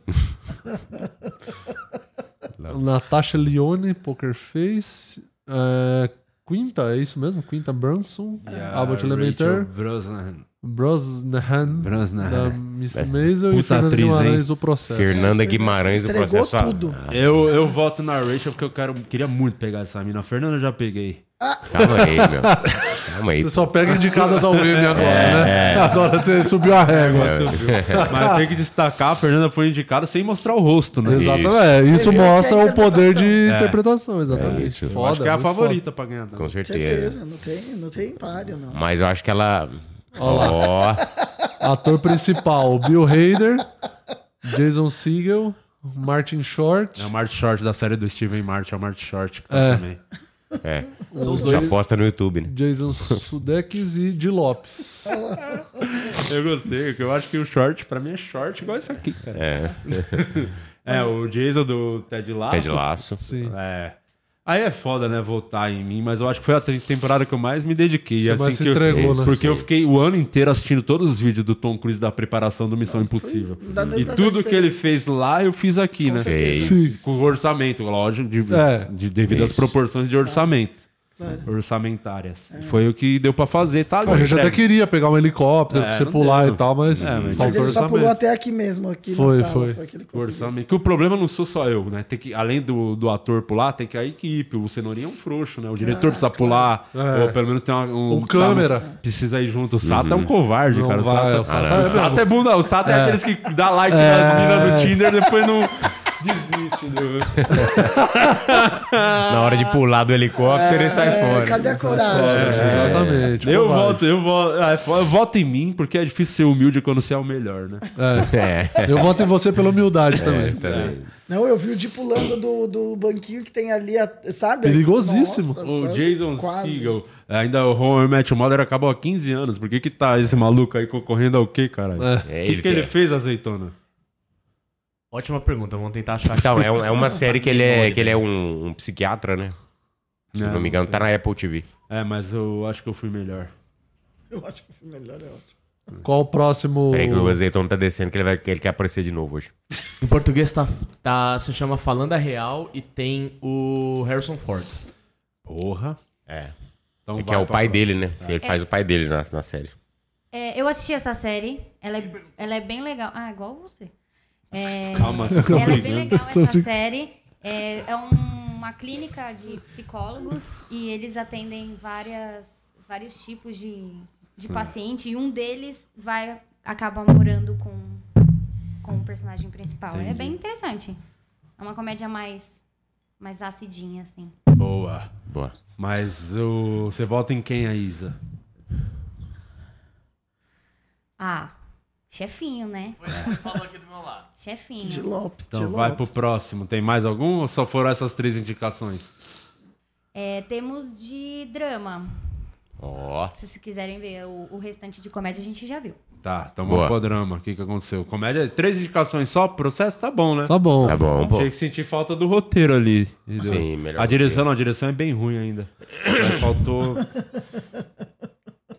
Speaker 3: Natasha Leone, Poker Face. É, Quinta, é isso mesmo? Quinta Brunson.
Speaker 1: E a
Speaker 3: Abbott
Speaker 1: Rachel
Speaker 3: Elementary.
Speaker 1: Brosnahan.
Speaker 3: Brosnahan.
Speaker 1: Brosnahan.
Speaker 3: Da Miss
Speaker 1: Essa
Speaker 3: Maisel e
Speaker 1: puta
Speaker 3: Fernanda
Speaker 1: atriz, hein?
Speaker 3: Guimarães, o processo.
Speaker 2: Fernanda Guimarães, o processo. ah, ah,
Speaker 1: Eu, eu voto na Rachel porque eu quero, queria muito pegar essa mina. A Fernanda eu já peguei.
Speaker 2: Calma aí, meu. Calma aí.
Speaker 3: Você só pega indicadas ao meme agora,
Speaker 1: É,
Speaker 3: né?
Speaker 1: é.
Speaker 3: Agora você subiu a régua.
Speaker 1: É, Mas tem que destacar, a Fernanda foi indicada sem mostrar o rosto, né?
Speaker 3: Exatamente. É, Isso, mostra o poder de
Speaker 1: É.
Speaker 3: interpretação, exatamente.
Speaker 2: É isso. Eu
Speaker 1: Eu acho que é a
Speaker 3: muito
Speaker 1: favorita pra ganhar. né?
Speaker 2: Com certeza.
Speaker 4: Certeza, não tem, não tem páreo, não.
Speaker 2: Mas eu acho que ela.
Speaker 3: Olha
Speaker 2: Ó.
Speaker 3: Ator principal, Bill Hader, Jason Segel, Martin Short.
Speaker 1: É o Martin Short da série do Steven Martin, é o Martin Short que tá
Speaker 3: É.
Speaker 1: também.
Speaker 2: É.
Speaker 3: São os
Speaker 2: Já
Speaker 3: dois.
Speaker 2: aposta no YouTube, né?
Speaker 3: Jason Sudeikis e Di Lopes.
Speaker 1: Eu gostei, porque eu acho que o short, pra mim, é short igual isso aqui, cara.
Speaker 2: É.
Speaker 1: é, o Jason do Ted Lasso.
Speaker 2: Ted Lasso.
Speaker 3: Sim.
Speaker 1: É. Aí é foda, né, votar em mim, mas eu acho que foi a te- temporada que eu mais me dediquei.
Speaker 3: Você
Speaker 1: assim
Speaker 3: mais se
Speaker 1: que eu-
Speaker 3: entregou, né?
Speaker 1: Porque eu
Speaker 3: Sim.
Speaker 1: fiquei o ano inteiro assistindo todos os vídeos do Tom Cruise da preparação do Missão Impossível.
Speaker 4: dá nem
Speaker 1: E
Speaker 4: pra ver
Speaker 1: tudo que
Speaker 4: diferença.
Speaker 1: ele fez lá, eu fiz aqui, né?
Speaker 2: certeza.
Speaker 1: Fez. Com orçamento, lógico, de,
Speaker 3: É.
Speaker 1: de- devido às
Speaker 2: Isso.
Speaker 1: proporções de orçamento.
Speaker 4: Claro.
Speaker 1: Orçamentárias. Foi o que deu pra fazer, tá?
Speaker 3: Pô, a gente até
Speaker 1: entregue.
Speaker 3: queria pegar um helicóptero
Speaker 1: É,
Speaker 3: pra você
Speaker 1: não
Speaker 3: pular
Speaker 1: deu.
Speaker 3: e tal, mas
Speaker 1: É, mas-
Speaker 4: Mas
Speaker 3: faltou
Speaker 4: ele só pulou
Speaker 3: orçamento.
Speaker 4: até aqui mesmo, aqui
Speaker 3: Foi,
Speaker 4: na sala.
Speaker 3: foi.
Speaker 4: que ele conseguiu.
Speaker 1: Orçamento. Que o problema não sou só eu, né? Tem que, além do, do ator pular, tem que a equipe. O cenourinha é um frouxo, né? O diretor precisa pular.
Speaker 3: É.
Speaker 1: Ou pelo menos tem uma, um.
Speaker 3: Um câmera.
Speaker 1: precisa ir junto. O Sato é um
Speaker 2: Uhum.
Speaker 1: covarde,
Speaker 3: Não
Speaker 1: cara. O
Speaker 3: vai,
Speaker 1: Sato,
Speaker 3: o Sato
Speaker 1: Caramba.
Speaker 3: é
Speaker 1: O Sato é bunda. O Sato é,
Speaker 3: É.
Speaker 1: aqueles que dá like
Speaker 3: É.
Speaker 1: nas minas no Tinder depois não. Desiste, do...
Speaker 3: Tipo
Speaker 2: Na hora de pular do helicóptero, ele sai fora.
Speaker 4: É,
Speaker 2: Tá
Speaker 4: cadê a
Speaker 2: Sai
Speaker 4: coragem?
Speaker 2: fora,
Speaker 1: É,
Speaker 3: exatamente,
Speaker 1: Eu
Speaker 3: covarde.
Speaker 1: voto, eu voto. ah, eu voto em mim, porque é difícil ser humilde quando você é o melhor, né?
Speaker 3: É. Eu voto em você pela humildade
Speaker 1: É.
Speaker 3: também.
Speaker 4: Não, eu vi o de pulando do, do banquinho que tem ali, a- sabe?
Speaker 1: Perigosíssimo.
Speaker 4: Nossa,
Speaker 1: o
Speaker 4: quase-
Speaker 1: Jason Segel, ainda o Home Match Mother acabou há 15 anos. Por que que tá esse maluco aí concorrendo ao quê, caralho? O
Speaker 2: É,
Speaker 1: que,
Speaker 2: ele
Speaker 1: que ele
Speaker 2: quer.
Speaker 1: fez, azeitona?
Speaker 5: Ótima pergunta, vamos tentar achar.
Speaker 2: Então, é, um- é uma série que ele é, que ele é um, um psiquiatra, né? Se
Speaker 1: Não,
Speaker 2: não me engano, tá na Apple TV.
Speaker 1: É, mas eu acho que eu fui melhor.
Speaker 4: Eu acho que o filme melhor é outro.
Speaker 3: Qual o próximo.
Speaker 1: É,
Speaker 2: Peraí que o azeitão tá descendo que ele, vai, que ele quer aparecer de novo hoje.
Speaker 5: Em português tá, tá- se chama Falando a Real e tem o Harrison Ford.
Speaker 1: Porra.
Speaker 2: É.
Speaker 1: Então
Speaker 2: É que
Speaker 1: vai
Speaker 2: é o
Speaker 1: pra
Speaker 2: pai
Speaker 1: próxima.
Speaker 2: dele, né?
Speaker 1: Tá.
Speaker 2: Ele faz o pai dele na, na série.
Speaker 13: É, eu assisti essa série, ela é, ela é bem legal. Ah, igual você. É,
Speaker 1: Calma, vocês estão
Speaker 13: Ela é bem
Speaker 1: brigando.
Speaker 13: legal
Speaker 1: Vocês estão
Speaker 13: essa
Speaker 1: brigando.
Speaker 13: série. É, é um- uma clínica de psicólogos e eles atendem várias, vários tipos de, de
Speaker 17: Hum.
Speaker 13: paciente e um deles vai acaba morando com, com o personagem principal. É
Speaker 1: Entendi.
Speaker 13: bem interessante. É uma comédia mais, mais acidinha, assim.
Speaker 1: Boa.
Speaker 2: Boa.
Speaker 1: Mas o... você vota em quem, a Isa?
Speaker 13: Ah, chefinho, né? Foi
Speaker 5: você falou aqui do meu lado.
Speaker 13: Chefinho.
Speaker 4: De Lopes,
Speaker 1: Então vai pro próximo. Tem mais algum ou só foram essas três indicações?
Speaker 13: É, temos de drama.
Speaker 2: Ó.
Speaker 13: Se vocês quiserem ver o, o restante de comédia, a gente já viu.
Speaker 1: Tá, então
Speaker 2: Boa.
Speaker 1: vamos pro drama. O que, que aconteceu? Comédia, três indicações só, processo tá bom, né?
Speaker 3: Tá bom.
Speaker 2: Tá bom, pô.
Speaker 1: Tinha que sentir falta do roteiro ali. entendeu?
Speaker 2: Sim, melhor
Speaker 1: A direção, não, a direção é bem ruim ainda. Mas faltou.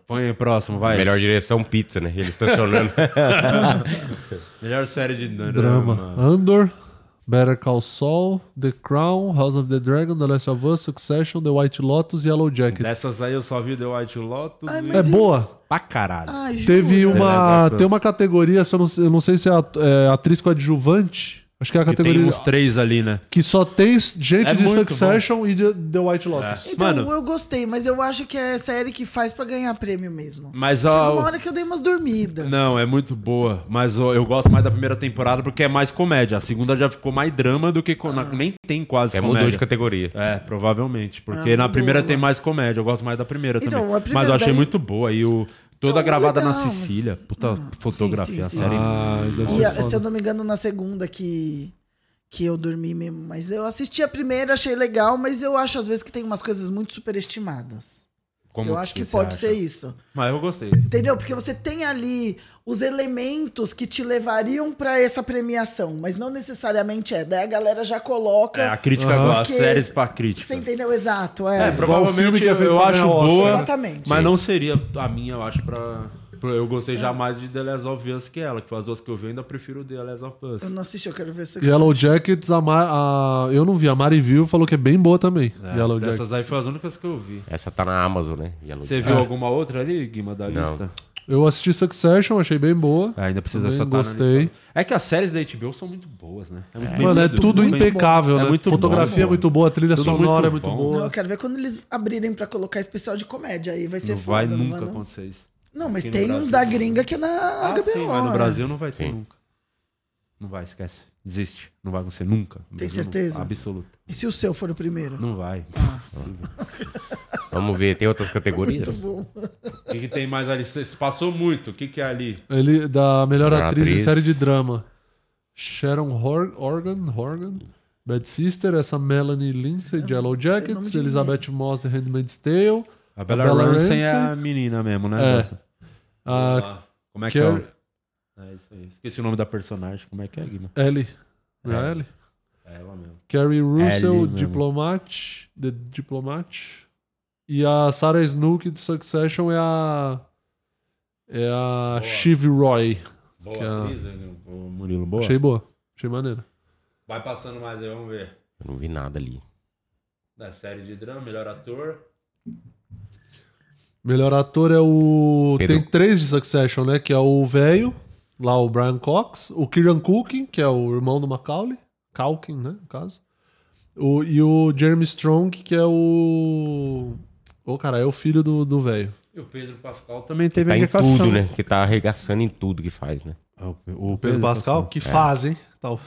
Speaker 1: Põe aí próximo, vai.
Speaker 2: Melhor direção, pizza, né? Ele estacionando.
Speaker 1: Melhor série de drama.
Speaker 3: Drama. Andor, Better Call Saul, The Crown, House of the Dragon, The Last of Us, Succession, The White Lotus e Yellow Jacket.
Speaker 1: Dessas aí eu só vi The White Lotus.
Speaker 3: Ai, Ah,
Speaker 1: e-
Speaker 3: mas É e- boa.
Speaker 1: Pra caralho.
Speaker 3: Teve um.
Speaker 1: The Last
Speaker 3: uma.
Speaker 1: of Us.
Speaker 3: Tem uma categoria, se eu, não, sei- eu não sei se é, a- é atriz coadjuvante. Acho que é a
Speaker 1: Que
Speaker 3: categoria.
Speaker 1: tem uns três ali, né?
Speaker 3: Que só tem gente
Speaker 1: É
Speaker 3: de
Speaker 1: muito
Speaker 3: Succession e de The White Lotus.
Speaker 1: É.
Speaker 4: Então,
Speaker 1: Mano.
Speaker 4: eu gostei, mas eu acho que é série que faz pra ganhar prêmio mesmo.
Speaker 1: Mas
Speaker 4: Chegou
Speaker 1: ó,
Speaker 4: uma hora que eu dei umas dormidas.
Speaker 1: Não, é muito boa. Mas ó, eu gosto mais da primeira temporada porque é mais comédia. A segunda já ficou mais drama do que. co- na- nem tem quase
Speaker 2: É,
Speaker 1: comédia.
Speaker 2: mudou de categoria.
Speaker 1: É, provavelmente. Porque
Speaker 2: Ah,
Speaker 1: na
Speaker 2: mudou,
Speaker 1: primeira
Speaker 2: né?
Speaker 1: tem mais comédia. Eu gosto mais da primeira
Speaker 4: Então,
Speaker 1: também.
Speaker 4: a primeira
Speaker 1: mas eu achei
Speaker 4: daí-
Speaker 1: muito boa. E o. Toda
Speaker 4: Não, é
Speaker 1: gravada na
Speaker 4: legal, mas- Ah,
Speaker 1: Sicília. Puta fotografia,
Speaker 4: sim,
Speaker 1: a
Speaker 4: sim.
Speaker 1: série.
Speaker 4: Ah,
Speaker 1: muito
Speaker 3: deve
Speaker 1: boa.
Speaker 4: E a- se eu não me engano, na segunda que, que eu dormi mesmo. Mas eu assisti a primeira, achei legal, mas eu acho às vezes que tem umas coisas muito superestimadas.
Speaker 1: Como
Speaker 4: eu acho que
Speaker 1: você
Speaker 4: pode
Speaker 1: acha?
Speaker 4: ser isso.
Speaker 1: Mas eu gostei.
Speaker 4: Entendeu? Porque você tem ali os elementos que te levariam pra essa premiação, mas não necessariamente é. Daí a galera já coloca.
Speaker 1: É, a crítica gosta.
Speaker 4: porque-
Speaker 1: As séries pra crítica.
Speaker 4: Você entendeu? Exato. É,
Speaker 1: É, provavelmente eu, eu acho boa.
Speaker 4: Exatamente.
Speaker 1: Mas não seria a minha, eu acho, pra. pra- Eu
Speaker 4: É.
Speaker 1: gostei jamais de The Last of Us que é ela, que foi as duas que eu vi, ainda prefiro The Last of Us.
Speaker 4: Eu não assisti, eu quero ver
Speaker 1: É.
Speaker 4: isso aqui.
Speaker 3: Yellow Jackets, a Ma- a- eu não vi, a Mari viu falou que é bem boa também.
Speaker 1: É,
Speaker 3: Yellow
Speaker 1: dessas
Speaker 3: Jackets.
Speaker 1: aí foi as únicas que eu vi.
Speaker 2: Essa tá na Amazon, né? Yellow
Speaker 1: Você
Speaker 2: Jacket.
Speaker 1: viu
Speaker 2: É.
Speaker 1: alguma outra ali, Guima, da
Speaker 2: Não.
Speaker 1: lista?
Speaker 3: Eu assisti Succession, achei bem boa.
Speaker 1: ainda precisa
Speaker 3: Também
Speaker 1: essa tá na
Speaker 3: Gostei.
Speaker 1: lista. É que as séries da HBO são muito boas, né? É, muito bem
Speaker 3: Mano, é
Speaker 1: produzido,
Speaker 3: tudo
Speaker 1: bem-
Speaker 3: impecável,
Speaker 1: é
Speaker 3: né?
Speaker 1: muito bom,
Speaker 3: Fotografia é
Speaker 1: mano.
Speaker 3: muito boa, a trilha
Speaker 1: Tudo
Speaker 3: sonora é muito
Speaker 1: bom.
Speaker 3: boa.
Speaker 4: Não, eu quero ver quando eles abrirem pra colocar especial de comédia. Aí vai ser
Speaker 1: Não
Speaker 4: é foda.
Speaker 1: vai nunca
Speaker 4: não?
Speaker 1: acontecer isso.
Speaker 4: Não, mas
Speaker 1: Aqui no
Speaker 4: tem
Speaker 1: Brasil.
Speaker 4: uns da gringa que é na
Speaker 1: Ah,
Speaker 4: HBO.
Speaker 1: sim, mas no
Speaker 4: né?
Speaker 1: Brasil não vai ter
Speaker 2: Sim.
Speaker 1: nunca. Não vai, esquece. Desiste. Não vai acontecer nunca. No
Speaker 4: Tem
Speaker 1: Brasil, não-
Speaker 4: certeza? Ah,
Speaker 1: Absoluta.
Speaker 4: E se o seu for o primeiro?
Speaker 1: Não vai.
Speaker 2: Ah, Vamos ver, tem outras categorias?
Speaker 4: Muito bom.
Speaker 1: O que, que tem mais ali? Você se passou muito. O que, que é ali?
Speaker 3: Ele da melhor
Speaker 2: Melhor
Speaker 3: atriz,
Speaker 2: atriz.
Speaker 3: em série de drama. Sharon Hor Horgan, Horgan, Bad Sister, essa Melanie Lindsay de Yellow Jackets, Elizabeth Moss de Handmaid's Tale.
Speaker 1: A Bella, Ramsey é a menina mesmo, né?
Speaker 3: É.
Speaker 1: Dessa.
Speaker 3: A
Speaker 1: Ah, Como é que é?
Speaker 3: Car-
Speaker 1: o- É isso aí. Esqueci o nome da personagem. Como é que é, Guima?
Speaker 3: Ellie. Não é Ellie?
Speaker 1: É ela mesmo.
Speaker 3: Carrie
Speaker 1: Ellie
Speaker 3: Russell,
Speaker 1: mesmo.
Speaker 3: Diplomate, The Diplomate. E a Sarah Snook de Succession é a. É a Shiv Roy.
Speaker 1: Boa
Speaker 3: que é a-
Speaker 1: atriz, hein, o Murilo. Boa.
Speaker 3: Achei boa. Achei maneira.
Speaker 1: Vai passando mais aí, vamos ver.
Speaker 2: Eu não vi nada ali.
Speaker 1: Da série de drama, melhor ator.
Speaker 3: Melhor ator é o.
Speaker 2: Pedro.
Speaker 3: Tem três de Succession, né? Que é o velho, lá o Brian Cox, o Kieran Culkin, que é o irmão do Macaulay, Culkin, né? No caso. O, e o Jeremy Strong, que é o. Ô, cara, é o filho do do velho.
Speaker 1: E o Pedro Pascal também teve
Speaker 2: tá
Speaker 1: a
Speaker 2: em
Speaker 1: indicação. Ah,
Speaker 2: tudo, né? Que tá arregaçando em tudo que faz, né?
Speaker 1: O,
Speaker 3: Pedro Pascal, que faz, hein? Tal.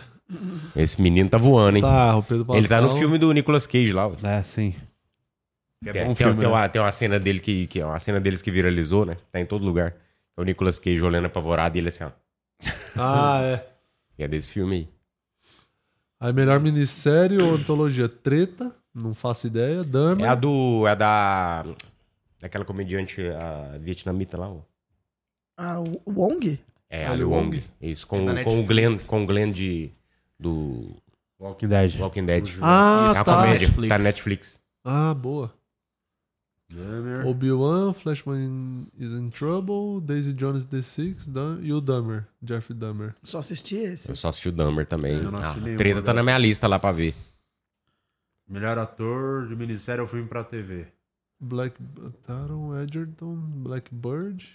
Speaker 2: Esse menino tá voando, hein?
Speaker 3: Tá, o Pedro
Speaker 2: Ele tá no
Speaker 3: Pascal.
Speaker 2: filme do Nicolas Cage lá.
Speaker 1: É, sim.
Speaker 2: É
Speaker 1: bom
Speaker 2: tem,
Speaker 1: filme,
Speaker 2: tem
Speaker 1: né?
Speaker 2: uma, tem uma cena dele que, que é uma cena deles que viralizou, né? Tá em todo lugar. É o Nicolas Cage olhando apavorado e ele assim, ó.
Speaker 3: Ah, é.
Speaker 2: E é desse filme aí.
Speaker 3: Aí, melhor minissérie ou antologia? Treta, não faço ideia. Dama.
Speaker 2: É a do. É da. Daquela comediante a vietnamita lá, ó.
Speaker 4: Ah, o o Wong?
Speaker 2: É,
Speaker 4: Ali
Speaker 2: Ali Wong.
Speaker 4: Wong.
Speaker 2: Isso,
Speaker 4: É
Speaker 2: com,
Speaker 4: da
Speaker 2: o- com o
Speaker 4: Netflix.
Speaker 2: Glenn, com o Glenn de. Do.
Speaker 1: Walking Dead.
Speaker 2: Walking Dead.
Speaker 3: Ah,
Speaker 2: é uma
Speaker 3: tá.
Speaker 2: comédia.
Speaker 3: Netflix.
Speaker 2: Tá na Netflix.
Speaker 3: Ah, boa. Obi-Wan, Flashman is in Trouble, Daisy Jones The Six Dun- e o Dahmer, Jeff Dahmer.
Speaker 4: Só assisti esse?
Speaker 2: Eu só assisti o Dumber também.
Speaker 1: Eu não
Speaker 2: Ah,
Speaker 1: assisti nenhuma
Speaker 2: treta tá na
Speaker 1: dessas.
Speaker 2: minha lista lá pra ver.
Speaker 1: Melhor ator de minissérie ou filme pra TV.
Speaker 3: Black Taron Edgerton, Blackbird.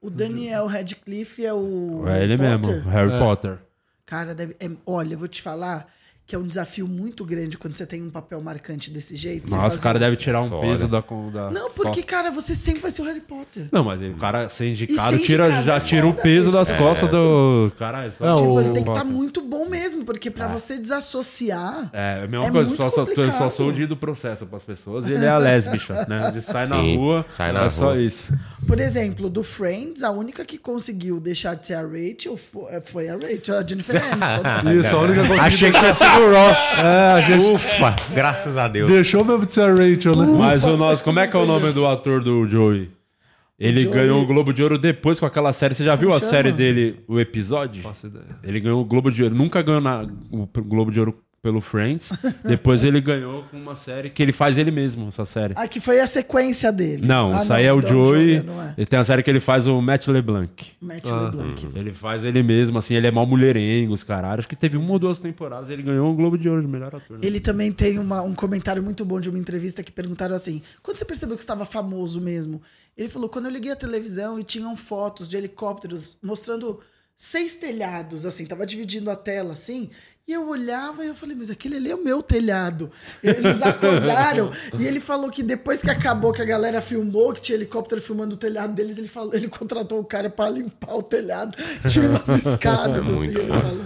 Speaker 4: O Daniel Radcliffe é o.
Speaker 1: É ele mesmo, Harry Potter.
Speaker 4: Cara, deve- é- olha, eu vou te falar que é um desafio muito grande quando você tem um papel marcante desse jeito. você
Speaker 1: Nossa,
Speaker 4: fazer-
Speaker 1: o cara deve tirar um
Speaker 2: Foda.
Speaker 1: peso da, con- da.
Speaker 4: Não, porque,
Speaker 1: costas.
Speaker 4: cara, você sempre vai ser o Harry Potter.
Speaker 1: Não, mas o cara ser indicado,
Speaker 4: E ser
Speaker 1: tira,
Speaker 4: indicado
Speaker 1: já
Speaker 4: é
Speaker 1: tira o
Speaker 4: foda,
Speaker 1: peso
Speaker 4: isso
Speaker 1: das
Speaker 4: que eu
Speaker 1: costas do. Caralho, é só-
Speaker 4: tipo, ele tem que estar muito bom mesmo, porque pra você desassociar.
Speaker 1: É, a mesma
Speaker 4: É
Speaker 1: coisa,
Speaker 4: muito
Speaker 1: só, só, eu só
Speaker 4: complicado.
Speaker 1: sou o dia do processo pras pessoas e ele é a lésbicha, né? Ele sai na
Speaker 2: Sim,
Speaker 1: rua,
Speaker 2: sai
Speaker 1: sai
Speaker 2: na
Speaker 1: é só
Speaker 2: rua.
Speaker 1: isso.
Speaker 4: Por exemplo, do Friends, a única que conseguiu deixar de ser a Rachel fo- eh, foi a Rachel, a Jennifer Aniston.
Speaker 3: Isso, a única coisa
Speaker 2: Achei que tinha sido o Ross.
Speaker 3: É, a gente-
Speaker 2: Ufa, graças a Deus.
Speaker 3: Deixou mesmo de ser a Rachel, né?
Speaker 1: Mas o nosso, como é que é o nome do ator do Joey? Ele
Speaker 3: Joey-
Speaker 1: ganhou o Globo de Ouro depois com aquela série. Você já viu
Speaker 3: Como
Speaker 1: a
Speaker 3: chama?
Speaker 1: série dele, o episódio?
Speaker 3: Faço ideia.
Speaker 1: Ele ganhou o Globo de Ouro. Nunca ganhou na- o Globo de Ouro pelo Friends. Depois ele ganhou com uma série que ele faz ele mesmo, essa série.
Speaker 4: Ah, que foi a sequência dele.
Speaker 1: Não,
Speaker 4: Ah,
Speaker 1: isso aí é o
Speaker 4: não,
Speaker 1: Joey.
Speaker 4: não é.
Speaker 1: Ele tem a série que ele faz o Matt LeBlanc.
Speaker 4: Matt Ah. LeBlanc.
Speaker 1: Uhum. Ele faz ele mesmo, assim, ele é mal mulherengo, os caralho. Acho que teve uma ou duas temporadas, ele ganhou o Globo de Ouro de melhor ator. né?
Speaker 4: Ele também tem uma- um comentário muito bom de uma entrevista que perguntaram assim: quando você percebeu que estava famoso mesmo? Ele falou: quando eu liguei a televisão e tinham fotos de helicópteros mostrando seis telhados, assim, tava dividindo a tela assim. E eu olhava e eu falei, mas aquele ali é o meu telhado. Eles acordaram e ele falou que depois que acabou, que a galera filmou, que tinha helicóptero filmando o telhado deles, ele falou, ele contratou o cara para limpar o telhado. Tinha umas escadas, assim,
Speaker 2: Muito
Speaker 4: ele
Speaker 2: bom.
Speaker 4: falou.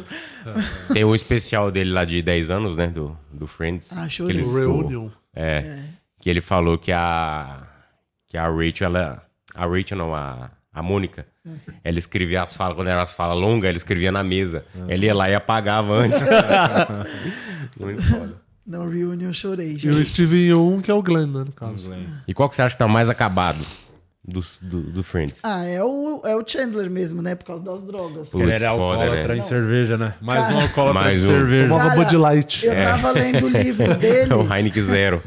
Speaker 2: Tem o especial dele lá de 10 anos, né? Do, do Friends.
Speaker 4: Ah,
Speaker 2: Que
Speaker 4: chorei.
Speaker 2: eles-
Speaker 4: O Reunion.
Speaker 2: o- é,
Speaker 4: É.
Speaker 2: Que ele falou que a. Que a Rachel, ela. A Rachel não, a, a Mônica.
Speaker 4: Hum.
Speaker 2: Ela escrevia as falas, quando era as falas longas, ela escrevia na mesa.
Speaker 1: Uhum.
Speaker 2: Ele ia lá e apagava antes. Muito foda.
Speaker 4: Não, reunion, chorei.
Speaker 3: E o
Speaker 4: gente.
Speaker 3: Steven Yeun, que é o Glenn, né, no caso.
Speaker 2: E qual que você acha que tá mais acabado dos- do, do, Friends?
Speaker 4: Ah, é o, é o Chandler mesmo, né? Por causa das drogas.
Speaker 2: Putz, Ele era foda, alcoólatra né? em
Speaker 1: cerveja, né? Mais
Speaker 4: Cara-
Speaker 1: um alcoólatra
Speaker 2: Mais
Speaker 1: de
Speaker 2: um.
Speaker 1: cerveja.
Speaker 4: Tomava Cara, Bud Light. eu tava lendo o livro dele.
Speaker 2: o Heineken Zero.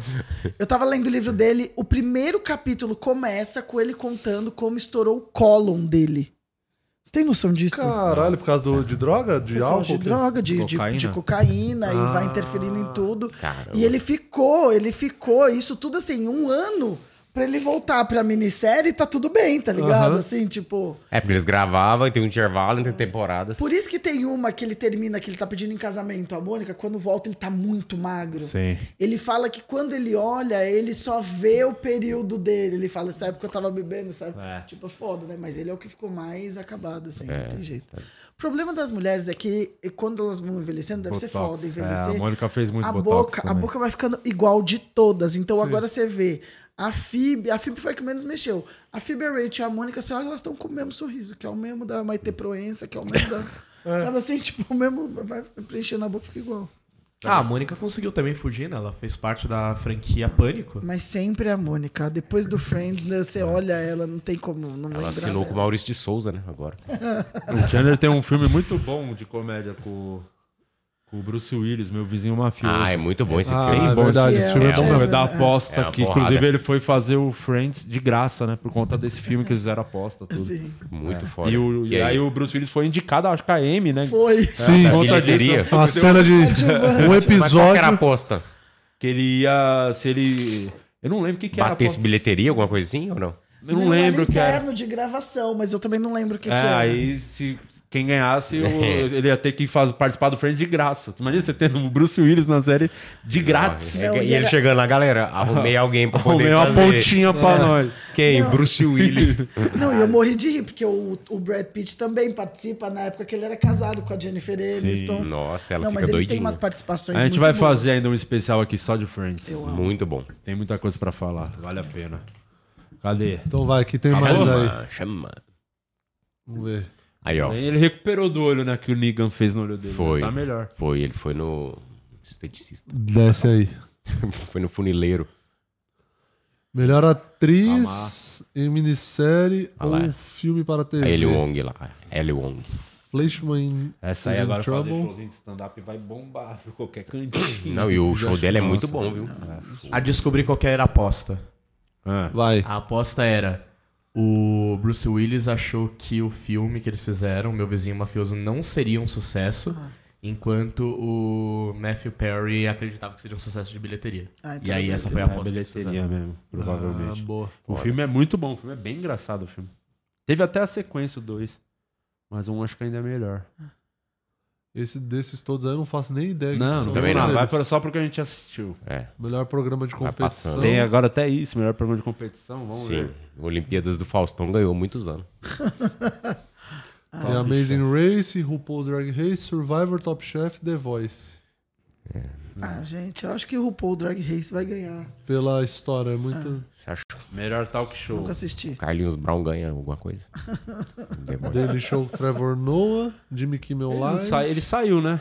Speaker 4: Eu tava lendo o livro dele, o primeiro capítulo começa com ele contando como estourou o cólon dele. Você tem noção disso?
Speaker 3: Caralho, por causa do- de droga? De
Speaker 4: Por causa
Speaker 3: álcool?
Speaker 4: de
Speaker 3: que-
Speaker 4: droga, de de- de cocaína, e vai interferindo em tudo. E ele ficou, ele ficou, isso tudo assim, um ano pra ele voltar pra minissérie e tá tudo bem, tá ligado?
Speaker 2: Aham.
Speaker 4: Assim, tipo.
Speaker 2: É, porque eles gravavam e tem um intervalo entre temporadas.
Speaker 4: Por isso que tem uma que ele termina, que ele tá pedindo em casamento a Mônica, quando volta ele tá muito magro.
Speaker 1: Sim.
Speaker 4: Ele fala que quando ele olha, ele só vê o período dele. Ele fala, essa época eu tava bebendo, sabe? Tipo, é foda, né? Mas ele é o que ficou mais acabado, assim,
Speaker 1: É,
Speaker 4: não tem jeito. O problema das mulheres é que quando elas vão envelhecendo, deve ser
Speaker 1: Botox.
Speaker 4: foda envelhecer.
Speaker 1: É, a Mônica fez muito
Speaker 4: a
Speaker 1: botox
Speaker 4: boca, A
Speaker 1: também.
Speaker 4: boca vai ficando igual de todas. Então agora você vê a Phoebe, a Phoebe foi a que menos mexeu. A Phoebe a Rachel e a Mônica, você olha, elas estão com o mesmo sorriso, que é o mesmo da Maite Proença, que é o mesmo da... Sabe assim, tipo, o mesmo vai preenchendo a boca, fica igual.
Speaker 5: Ah, a Mônica conseguiu também fugir, né? Ela fez parte da franquia Pânico.
Speaker 4: Mas sempre a Mônica. Depois do Friends, né, você olha ela, não tem como não
Speaker 2: Ela
Speaker 4: lembrar.
Speaker 2: assinou com o Maurício de Souza, né? Agora.
Speaker 1: O Chandler tem um filme muito bom de comédia com, com o Bruce Willis, meu vizinho mafioso.
Speaker 2: Ah, é muito bom esse
Speaker 1: Ah,
Speaker 2: filme.
Speaker 1: é verdade, esse filme é bom
Speaker 2: um-
Speaker 1: mesmo. da aposta
Speaker 2: É uma
Speaker 1: que,
Speaker 2: porrada.
Speaker 1: inclusive, ele foi fazer o Friends de graça, né? Por conta desse filme que eles fizeram aposta. Tudo.
Speaker 4: Sim.
Speaker 2: Muito
Speaker 1: É.
Speaker 2: foda.
Speaker 1: E, o-
Speaker 2: E
Speaker 1: e aí?
Speaker 2: aí?
Speaker 1: o Bruce Willis foi indicado, acho que a M, né?
Speaker 4: Foi.
Speaker 1: É,
Speaker 3: Sim.
Speaker 1: por conta
Speaker 2: Bilheteria.
Speaker 1: disso.
Speaker 3: Uma
Speaker 1: Deu-
Speaker 3: cena de- um
Speaker 1: Mas qual que
Speaker 3: episódio-
Speaker 1: era a
Speaker 2: aposta?
Speaker 1: Que ele ia. Se ele. Eu não lembro o que, que era. a
Speaker 2: Bater esse
Speaker 1: aposta.
Speaker 2: bilheteria, alguma coisa assim ou não?
Speaker 4: é
Speaker 1: Eu não lembro o que era.
Speaker 4: interno de gravação, mas eu também não lembro o que,
Speaker 1: é,
Speaker 4: que era.
Speaker 1: aí se Quem ganhasse, o- ele ia ter que faz- participar do Friends de graça. Imagina você tendo o Bruce Willis na série de grátis.
Speaker 2: É, e ele chegando lá, galera, arrumei alguém pra poder
Speaker 1: Arrumei uma
Speaker 2: fazer.
Speaker 1: pontinha pra
Speaker 2: É.
Speaker 1: nós.
Speaker 2: Quem?
Speaker 1: Não.
Speaker 2: Bruce Willis.
Speaker 4: Não, e eu morri de rir, porque o, o Brad Pitt também participa na época que ele era casado com a Jennifer Aniston.
Speaker 2: Nossa, ela
Speaker 4: Não,
Speaker 2: fica
Speaker 4: mas eles
Speaker 2: doidinha.
Speaker 4: têm umas participações
Speaker 1: A gente
Speaker 4: muito
Speaker 1: vai
Speaker 4: boas.
Speaker 1: fazer ainda um especial aqui só de Friends.
Speaker 4: Eu
Speaker 2: Muito bom.
Speaker 1: Tem muita coisa pra falar, vale a pena. Cadê?
Speaker 3: Então vai, que tem mais aí.
Speaker 2: Chama.
Speaker 3: Vamos ver.
Speaker 2: Aí, ó.
Speaker 1: Ele recuperou do olho, né? Que o Negan fez no olho dele.
Speaker 2: Foi.
Speaker 1: Tá melhor.
Speaker 2: Foi, ele foi no esteticista.
Speaker 3: Desce aí.
Speaker 2: foi no funileiro.
Speaker 3: Melhor atriz em minissérie
Speaker 2: Ah lá.
Speaker 3: ou filme para TV.
Speaker 2: A Ellie Wong lá. Ellie Wong.
Speaker 3: Fleshman
Speaker 1: Essa
Speaker 3: is
Speaker 1: aí
Speaker 3: in
Speaker 1: agora fazer
Speaker 3: Trouble.
Speaker 1: showzinho de stand-up vai bombar por qualquer cantinho.
Speaker 2: Não, e o show dela é muito bom, viu?
Speaker 1: Ah,
Speaker 5: A descobrir qual que era a aposta.
Speaker 1: é,
Speaker 2: Ah.
Speaker 3: Vai.
Speaker 5: A aposta era: o Bruce Willis achou que o filme que eles fizeram, Meu Vizinho Mafioso, não seria um sucesso, enquanto o Matthew Perry acreditava que seria um sucesso de bilheteria.
Speaker 1: Ah,
Speaker 5: e
Speaker 1: então
Speaker 5: aí
Speaker 1: é
Speaker 5: essa foi a
Speaker 1: bilheteria.
Speaker 5: aposta.
Speaker 1: É
Speaker 5: que eles
Speaker 1: bilheteria
Speaker 5: fizeram.
Speaker 1: mesmo, provavelmente.
Speaker 5: Ah,
Speaker 1: boa. O
Speaker 5: Olha.
Speaker 1: filme é muito bom, o filme é bem engraçado o filme. Teve até a sequência o 2, mas um acho que ainda é melhor.
Speaker 3: é Esse desses todos aí eu não faço nem ideia.
Speaker 1: Não,
Speaker 3: que são
Speaker 1: também
Speaker 3: nenhum
Speaker 1: não. Vai
Speaker 3: deles.
Speaker 1: pra- só porque a gente assistiu. É.
Speaker 3: Melhor programa de
Speaker 1: Vai
Speaker 3: competição.
Speaker 1: passando. Tem agora até isso, melhor programa de competição, vamos
Speaker 2: Sim.
Speaker 1: ver.
Speaker 2: Olimpíadas do Faustão ganhou muitos anos.
Speaker 3: Tem
Speaker 1: Ah,
Speaker 3: Amazing Race, RuPaul's Drag Race, Survivor, Top Chef, The Voice.
Speaker 4: Ah, gente, eu acho que o RuPaul Drag Race vai ganhar.
Speaker 3: Pela história, é muito.
Speaker 4: Ah.
Speaker 2: Você achou?
Speaker 1: Melhor talk show.
Speaker 4: Nunca assisti.
Speaker 2: Carlinhos Brown ganha alguma coisa. Demônio.
Speaker 3: Daily Show, Trevor Noah, Jimmy Kimmel
Speaker 1: Ele,
Speaker 3: Live.
Speaker 1: não sai- ele saiu, né?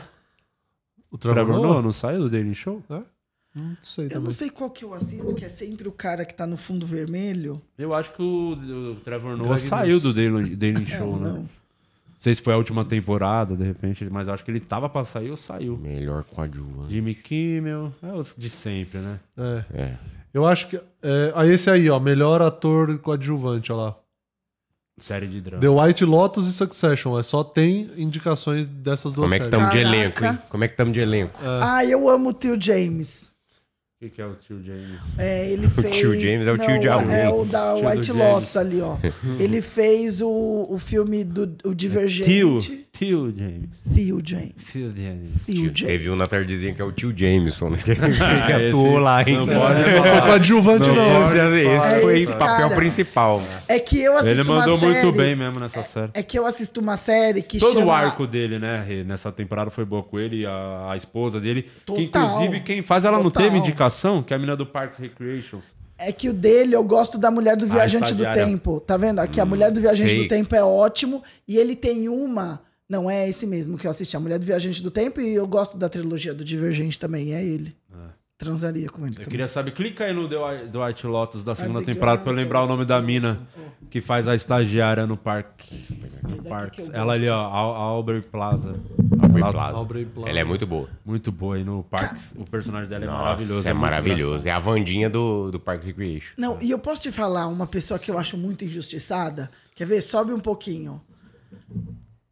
Speaker 3: O
Speaker 1: Trevor,
Speaker 3: Trevor
Speaker 1: Noah?
Speaker 3: Noah
Speaker 1: não saiu do Daily Show?
Speaker 3: Não sei
Speaker 4: Eu não
Speaker 3: também.
Speaker 4: sei qual que eu assisto, que é sempre o cara que tá no fundo vermelho.
Speaker 1: Eu acho que o, o Trevor Noah
Speaker 4: Drag
Speaker 1: saiu
Speaker 4: Race.
Speaker 1: do Daily, Daily Show,
Speaker 4: É não.
Speaker 1: né? Não sei se foi a última temporada, de repente, ele- mas acho que ele tava pra sair ou saiu.
Speaker 2: Melhor coadjuvante.
Speaker 1: Jimmy Kimmel, é os de sempre, né?
Speaker 3: É.
Speaker 2: É.
Speaker 3: Eu acho que. É, ah, esse aí, ó. Melhor ator coadjuvante, olha lá.
Speaker 1: Série de drama.
Speaker 3: The White Lotus e Succession. É, só tem indicações dessas duas
Speaker 2: Como é que
Speaker 3: séries.
Speaker 2: estamos de elenco, hein? Como é que estamos de elenco?
Speaker 4: Ah, eu amo o tio James.
Speaker 1: O que, que é o tio James?
Speaker 4: É, ele
Speaker 1: O
Speaker 4: fez.
Speaker 2: tio James é o tio
Speaker 4: não,
Speaker 2: de alguém.
Speaker 4: É o da
Speaker 1: Tio do
Speaker 4: White
Speaker 1: James.
Speaker 4: Lotus ali, ó. Ele fez o, o filme do o Divergente.
Speaker 1: Tio. Tio James.
Speaker 4: Tio James.
Speaker 1: Tio James.
Speaker 4: Tio James.
Speaker 2: Teve um na tardezinha que é o tio Jameson, né? Que, que
Speaker 1: Ah,
Speaker 2: atuou
Speaker 1: esse
Speaker 2: lá É, ainda.
Speaker 1: não pode falar.
Speaker 2: Foi
Speaker 1: Não pode
Speaker 2: Esse, esse
Speaker 1: falar.
Speaker 2: foi
Speaker 1: Esse
Speaker 2: o papel
Speaker 4: cara-
Speaker 2: principal. né?
Speaker 4: É que eu assisto
Speaker 1: Ele mandou
Speaker 4: uma série.
Speaker 1: muito bem mesmo nessa série.
Speaker 4: É que eu assisto uma série que
Speaker 1: Todo
Speaker 4: chama.
Speaker 1: o arco dele, né? Rê? Nessa temporada foi boa com ele, a, a esposa dele. Que
Speaker 4: Total.
Speaker 1: inclusive quem faz, ela não
Speaker 4: Total.
Speaker 1: teve indicação, que é a menina do Parks Recreations.
Speaker 4: É que o dele eu gosto da Mulher do
Speaker 1: Ah,
Speaker 4: Viajante do
Speaker 1: estagiária. Hum,
Speaker 4: Tempo. Tá vendo? Aqui a Mulher do Viajante
Speaker 1: sei.
Speaker 4: do Tempo é ótimo. E ele tem uma. Não é esse mesmo que eu assisti, a Mulher do Viajante do Tempo, e eu gosto da trilogia do Divergente também, é ele. Transaria com ele
Speaker 1: Ah. Eu
Speaker 4: também.
Speaker 1: queria saber, clica aí no The White- The White Lotus da segunda
Speaker 4: The
Speaker 1: temporada
Speaker 4: Grand
Speaker 1: pra eu lembrar o nome da mina que faz a estagiária no parque. No Parks. Ela ali, ó, Al Aubrey Plaza.
Speaker 2: Aubrey
Speaker 1: Ela-
Speaker 2: Plaza.
Speaker 1: Aubrey
Speaker 2: Ela é muito boa.
Speaker 1: Muito boa. E no Parks, o personagem dela é
Speaker 2: Nossa,
Speaker 1: maravilhoso.
Speaker 2: É,
Speaker 1: muito
Speaker 2: maravilhoso. É a Vandinha do, do Parks and Recreation.
Speaker 1: Ah.
Speaker 4: Não, e eu posso te falar uma pessoa que eu acho muito injustiçada? Quer ver? Sobe um pouquinho.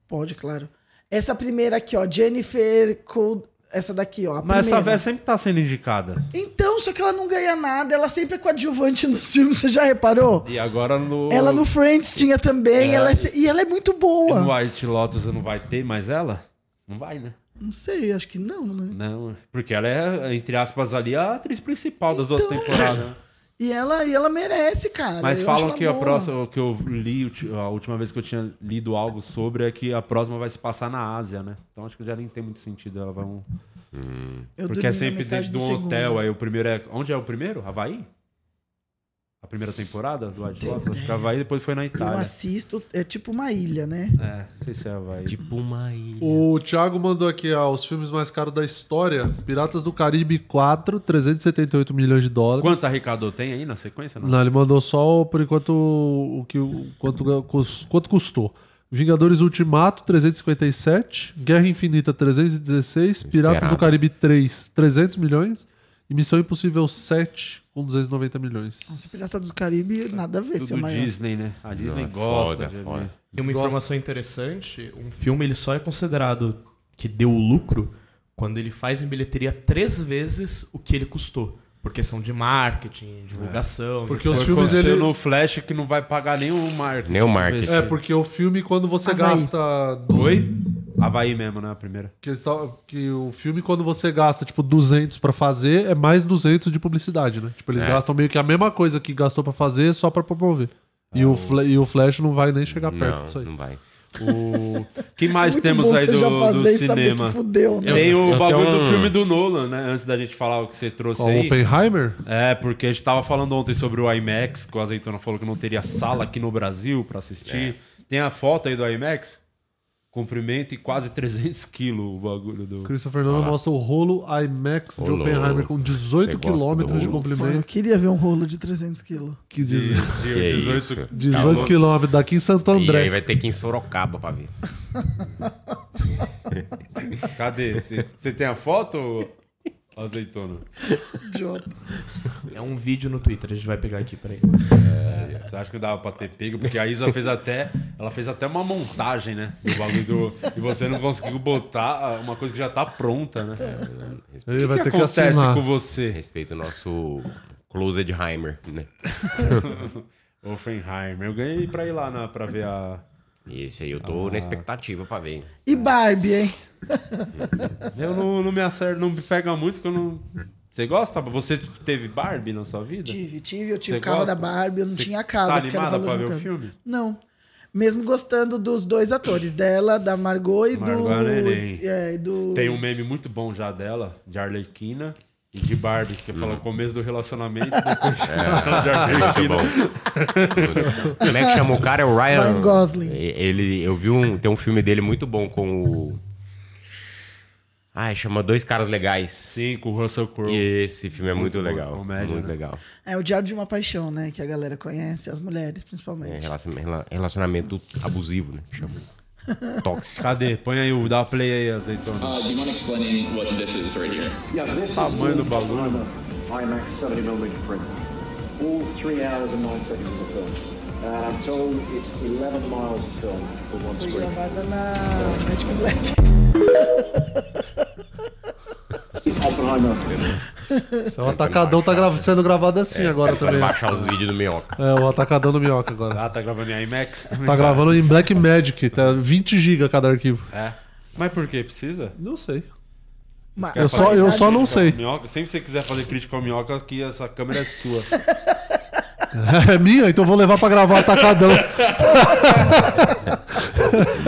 Speaker 4: Pode, claro. Essa primeira aqui, ó, Jennifer Cold... Essa daqui, ó. a
Speaker 1: Mas essa
Speaker 4: primeira.
Speaker 1: véia sempre tá sendo indicada.
Speaker 4: Então, só que ela não ganha nada, ela sempre é coadjuvante nos filmes, você já reparou?
Speaker 1: E agora no.
Speaker 4: Ela no Friends tinha também,
Speaker 1: É.
Speaker 4: ela é se- e ela é muito boa.
Speaker 1: no White Lotus não vai ter mais ela? Não vai, né?
Speaker 4: Não sei, acho que não, né?
Speaker 1: Não. Porque ela é, entre aspas, ali a atriz principal das duas temporadas. né?
Speaker 4: E Então, ela, e ela merece, cara.
Speaker 1: Mas
Speaker 4: eu acho
Speaker 1: falam
Speaker 4: ela
Speaker 1: que a
Speaker 4: boa.
Speaker 1: próxima que eu li, a última vez que eu tinha lido algo sobre é que a próxima vai se passar na Ásia, né? Então acho que já nem tem muito sentido. Ela vai um.
Speaker 4: Eu
Speaker 1: Porque é
Speaker 4: dormi na
Speaker 1: sempre
Speaker 4: metade
Speaker 1: dentro de um
Speaker 4: do segundo.
Speaker 1: hotel. Aí o primeiro é. Onde é o primeiro? Havaí? A primeira temporada do White Lotus? Acho que Havaí depois foi na
Speaker 4: Eu
Speaker 1: Itália.
Speaker 4: assisto, é tipo uma ilha, né?
Speaker 1: É, não sei se é Havaí.
Speaker 2: Tipo uma
Speaker 3: O Thiago mandou aqui, ó, os filmes mais caros da história. Piratas do Caribe 4, 378 milhões de dólares.
Speaker 1: Quanto arrecadou tem aí na sequência?
Speaker 3: Não, ele mandou só o- por enquanto o o que o quanto, ga- cus- quanto custou. Vingadores Ultimato 357, Guerra Infinita 316, Piratas do Caribe 3, 300 milhões e Missão Impossível 7 com 290 milhões.
Speaker 4: Pirata do Caribe, nada a ver,
Speaker 3: é
Speaker 4: seu
Speaker 1: Tudo
Speaker 4: maior.
Speaker 1: Disney, né? A
Speaker 2: Não,
Speaker 1: Disney
Speaker 2: é
Speaker 1: gosta.
Speaker 2: foda,
Speaker 1: de-
Speaker 2: foda.
Speaker 5: E uma informação interessante, um filme ele só é considerado que deu lucro quando ele faz em bilheteria três vezes o que ele custou. Por questão de marketing, divulgação.
Speaker 1: É. Porque
Speaker 5: etc.
Speaker 1: os filmes ele... no Flash que não vai pagar nem o marketing.
Speaker 2: Nem o marketing.
Speaker 3: É, porque o filme, quando você
Speaker 1: Havaí.
Speaker 3: gasta.
Speaker 1: Oi? Havaí mesmo, né? A primeira.
Speaker 3: Que, eles tavam- que o filme, quando você gasta, tipo, 200 pra fazer, é mais 200 de publicidade, né? Tipo, eles
Speaker 1: É.
Speaker 3: gastam meio que a mesma coisa que gastou pra fazer, só pra promover. E, o Fla- e o Flash não vai nem chegar perto disso aí.
Speaker 2: Não vai.
Speaker 1: O que
Speaker 3: Isso é
Speaker 1: mais
Speaker 3: muito
Speaker 1: temos
Speaker 3: bom
Speaker 1: aí
Speaker 3: você
Speaker 1: do,
Speaker 3: já fazer
Speaker 1: do
Speaker 3: e saber
Speaker 1: cinema?
Speaker 3: que fudeu, né?
Speaker 1: Tem o
Speaker 3: Eu
Speaker 1: bagulho
Speaker 3: tenho
Speaker 1: do
Speaker 3: um-
Speaker 1: filme do Nolan, né? Antes da gente falar o que você trouxe
Speaker 3: Ó, o
Speaker 1: aí.
Speaker 3: Oppenheimer?
Speaker 1: É, porque a gente tava falando ontem sobre o IMAX, que o Azeitona falou que não teria sala aqui no Brasil pra
Speaker 2: É.
Speaker 1: assistir. Tem a foto aí do IMAX? Comprimento e quase 300 quilos o bagulho do...
Speaker 3: Christopher Nolan
Speaker 1: Olha lá.
Speaker 3: mostra o rolo IMAX de
Speaker 1: Ô,
Speaker 3: Oppenheimer
Speaker 1: louco.
Speaker 3: com
Speaker 1: Você
Speaker 3: 18
Speaker 1: gosta
Speaker 3: quilômetros de
Speaker 1: do rolo?
Speaker 4: Foi, eu
Speaker 3: comprimento.
Speaker 4: queria ver um rolo de 300 quilos.
Speaker 3: Que diz...
Speaker 1: Tá
Speaker 2: Que é isso.
Speaker 3: 18 quilômetros daqui em Santo
Speaker 2: E
Speaker 3: André.
Speaker 2: aí vai ter que ir em Sorocaba pra ver.
Speaker 1: Cadê? Você- Você tem a foto, Azeitona?
Speaker 4: Idiota.
Speaker 5: É um vídeo no Twitter, a gente vai pegar aqui, peraí.
Speaker 1: É, Você acha que dava pra ter pego? Porque a Isa fez até. Ela fez até uma montagem, né? Do bagulho do. E você não conseguiu botar uma coisa que já tá pronta, né? O
Speaker 2: Ele
Speaker 1: que,
Speaker 2: vai
Speaker 1: que
Speaker 2: ter que
Speaker 1: acontece
Speaker 2: assinar.
Speaker 1: com você?
Speaker 2: Respeito ao nosso Closedheimer, né?
Speaker 1: Offenheimer. Eu ganhei pra ir lá na, pra ver a.
Speaker 2: Esse aí eu tô
Speaker 1: Ah.
Speaker 2: na expectativa pra ver. hein?
Speaker 4: E Barbie, hein?
Speaker 1: Eu não, não me acerto, não me pega muito que eu não. Você gosta? Você teve Barbie na sua vida?
Speaker 4: Tive, tive. Eu tinha
Speaker 1: Você
Speaker 4: o carro da
Speaker 1: gosta?
Speaker 4: Barbie, eu não
Speaker 1: Você
Speaker 4: tinha a casa.
Speaker 1: Tá
Speaker 4: porque
Speaker 1: animada
Speaker 4: era o
Speaker 1: pra
Speaker 4: valor
Speaker 1: ver
Speaker 4: do
Speaker 1: o
Speaker 4: carro.
Speaker 1: filme?
Speaker 4: Não. Mesmo gostando dos dois atores, dela, da Margot e
Speaker 1: Margot
Speaker 4: do.
Speaker 1: Neném.
Speaker 4: É, e do.
Speaker 1: Tem um meme muito bom já dela, de Arlequina e de Barbie, que fala
Speaker 3: Uhum.
Speaker 1: o começo do relacionamento depois
Speaker 2: É,
Speaker 1: de Arlequina.
Speaker 2: muito bom. Como é que chama o cara? É o Ryan...
Speaker 4: Ryan Gosling.
Speaker 2: E- Ele, eu vi um... Tem um filme dele muito bom com o... Ai, chama Dois Caras Legais.
Speaker 1: Sim, com o Russell Crowe.
Speaker 2: Esse filme é muito,
Speaker 1: Muito bom,
Speaker 2: legal.
Speaker 1: comédia,
Speaker 2: muito
Speaker 1: né?
Speaker 2: legal.
Speaker 4: É o Diário de uma Paixão, né? Que a galera conhece, as mulheres
Speaker 2: É,
Speaker 4: principalmente.
Speaker 2: relacion- rela- relacionamento abusivo, né? que Chama. Tóxico.
Speaker 1: Cadê? Põe aí o. Dá uma play aí, azeitona.
Speaker 17: Uh, do you mind explaining what this is right here?
Speaker 18: Yeah, this is
Speaker 1: Tamanho
Speaker 18: the
Speaker 1: do bagulho.
Speaker 18: IMAX 70mm print. All three hours and nine seconds of the film. And I'm told it's 11 miles of film for one
Speaker 4: Foi
Speaker 18: screen.
Speaker 4: gravada na Magic Black.
Speaker 3: Esse é O atacadão tá grava- sendo gravado assim
Speaker 2: É,
Speaker 3: agora
Speaker 2: pra
Speaker 3: também.
Speaker 2: baixar os vídeos do Minhoca.
Speaker 3: É, o atacadão do Minhoca agora.
Speaker 1: Ah, tá gravando em IMAX também.
Speaker 3: Tá gravando em Blackmagic, tá 20 GB cada arquivo.
Speaker 1: É. Mas por que? Precisa?
Speaker 3: Não sei.
Speaker 4: Mas-
Speaker 3: Eu só- eu
Speaker 1: tá
Speaker 3: só não sei.
Speaker 1: Minhoca, sempre que você quiser fazer crítica ao minhoca, que essa câmera é sua.
Speaker 3: É minha, então eu vou levar pra gravar o atacadão.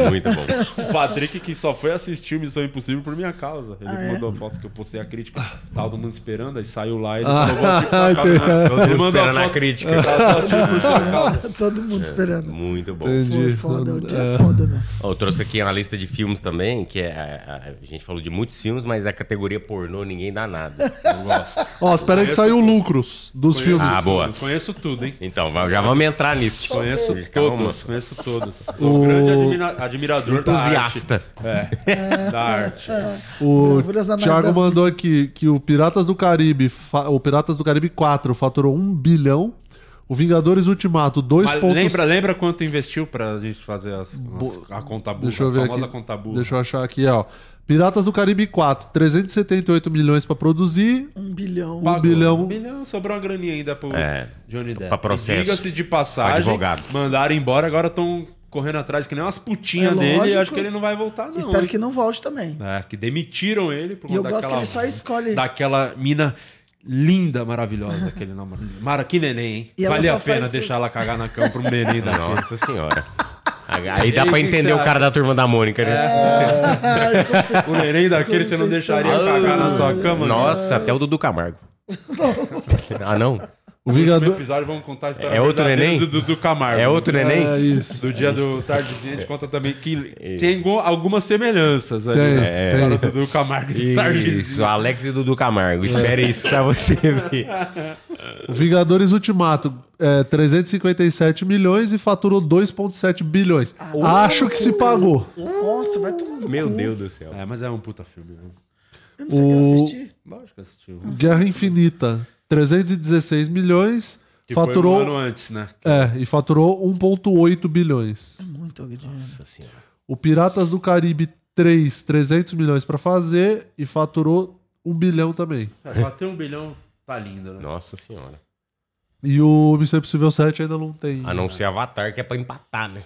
Speaker 2: Muito
Speaker 1: O Patrick que só foi assistir Missão Impossível por minha causa. Ele
Speaker 4: Ah,
Speaker 1: que
Speaker 4: é?
Speaker 1: mandou a foto que eu postei a crítica. Tava todo mundo esperando, aí saiu lá e ele
Speaker 3: Ah,
Speaker 1: falou, vou assistir por
Speaker 3: ah,
Speaker 1: sua causa,
Speaker 3: entendi.
Speaker 1: né?
Speaker 3: Todo
Speaker 1: Ele
Speaker 3: mundo
Speaker 1: mandou
Speaker 3: esperando a
Speaker 1: foto,
Speaker 2: crítica.
Speaker 1: tava assistindo por sua causa.
Speaker 4: Todo mundo esperando.
Speaker 2: Muito bom.
Speaker 4: Foi foda, o dia é foda, né?
Speaker 2: Ó, Eu trouxe aqui uma lista de filmes também, que é, a, a- a gente falou de muitos filmes, mas a categoria pornô ninguém dá nada. Não gosto.
Speaker 3: Ó, espera aí que saiu o lucros dos
Speaker 2: Conheço.
Speaker 3: filmes.
Speaker 2: Ah, boa.
Speaker 1: Conheço tudo, hein?
Speaker 2: Então, va- já vamos entrar nisso.
Speaker 1: Conheço
Speaker 2: Calma.
Speaker 1: todos, conheço todos. Sou um
Speaker 3: O-
Speaker 1: grande admira- admirador
Speaker 2: Entusiasta.
Speaker 1: da arte. É, da arte.
Speaker 3: O
Speaker 4: Gravuras Anais
Speaker 3: Thiago
Speaker 4: das
Speaker 3: mandou aqui que o Piratas do Caribe, fa- o Piratas do Caribe 4 faturou 1 bilhão. O Vingadores Ultimato
Speaker 1: Mas
Speaker 3: 2.5.
Speaker 1: lembra, lembra quanto investiu pra gente fazer as, as- a conta burra,
Speaker 3: Deixa eu ver
Speaker 1: a famosa
Speaker 3: aqui.
Speaker 1: conta burra.
Speaker 3: Deixa eu achar aqui, ó. Piratas do Caribe 4, 378 milhões pra produzir.
Speaker 4: Um bilhão.
Speaker 3: 1 bilhão.
Speaker 1: Um bilhão, sobrou uma graninha ainda pro
Speaker 2: É,
Speaker 1: Johnny Depp.
Speaker 2: pra processo,
Speaker 1: E Diga-se de
Speaker 2: pra
Speaker 1: passagem,
Speaker 2: advogado.
Speaker 1: mandaram embora, agora estão correndo atrás que nem umas putinhas
Speaker 4: É
Speaker 1: dele.
Speaker 4: lógico.
Speaker 1: Eu acho que ele não vai voltar, não.
Speaker 4: Espero
Speaker 1: hein?
Speaker 4: que não volte também.
Speaker 1: É, que demitiram ele por
Speaker 4: E eu
Speaker 1: conta
Speaker 4: gosto que
Speaker 1: daquela-
Speaker 4: ele só escolhe-
Speaker 1: Daquela mina linda, maravilhosa, aquele namorado. Mara, que neném, hein?
Speaker 4: E ela
Speaker 1: Vale
Speaker 4: só
Speaker 1: a pena
Speaker 4: faz-
Speaker 1: deixar ela cagar na cama pro neném da
Speaker 2: Nossa senhora.
Speaker 1: E
Speaker 2: Aí dá
Speaker 1: aí,
Speaker 2: pra
Speaker 1: o que você
Speaker 2: entender o cara
Speaker 1: acha? É,
Speaker 2: da turma da Mônica, né?
Speaker 1: O neném daquele você não deixaria cagar na sua cama? né?
Speaker 2: Nossa, até o Dudu Camargo. ah, não?
Speaker 3: O
Speaker 1: No
Speaker 3: Vingador.
Speaker 1: episódio vamos contar a história
Speaker 2: É outro
Speaker 1: verdadeira
Speaker 2: neném?
Speaker 1: do Dudu Camargo.
Speaker 2: É outro neném? É.
Speaker 3: É isso.
Speaker 1: Do dia do Tardezinha, a gente conta também que tem go- algumas semelhanças ali.
Speaker 2: Tem,
Speaker 1: né?
Speaker 2: tem.
Speaker 1: Para o Dudu Camargo e do
Speaker 2: Isso, Ah.
Speaker 1: Tardezinha.
Speaker 2: Alex e Dudu Camargo. Espere isso pra você ver.
Speaker 3: O Vingadores Ultimato, é, 357 milhões e faturou 2,7 bilhões.
Speaker 1: Ah.
Speaker 3: Acho que se pagou.
Speaker 4: Nossa, vai tomar no
Speaker 2: Meu
Speaker 4: cu.
Speaker 2: Deus do céu.
Speaker 1: É, mas é um puta filme. né?
Speaker 4: Eu não sei o que eu
Speaker 3: O-
Speaker 4: assisti.
Speaker 1: Lógico que assistiu.
Speaker 3: Guerra Infinita, 316 milhões.
Speaker 1: Que foi
Speaker 3: faturou.
Speaker 1: um ano antes, né?
Speaker 3: É, e faturou 1,8 bilhões.
Speaker 4: Muito dinheiro.
Speaker 3: O Piratas do Caribe 3, 300 milhões pra fazer e faturou 1 bilhão também.
Speaker 1: É, Bateu um bilhão. Tá lindo, né?
Speaker 2: Nossa senhora.
Speaker 3: E o Missão Impossível 7 ainda não tem.
Speaker 1: Ah,
Speaker 2: A não ser Avatar, que é pra empatar, né?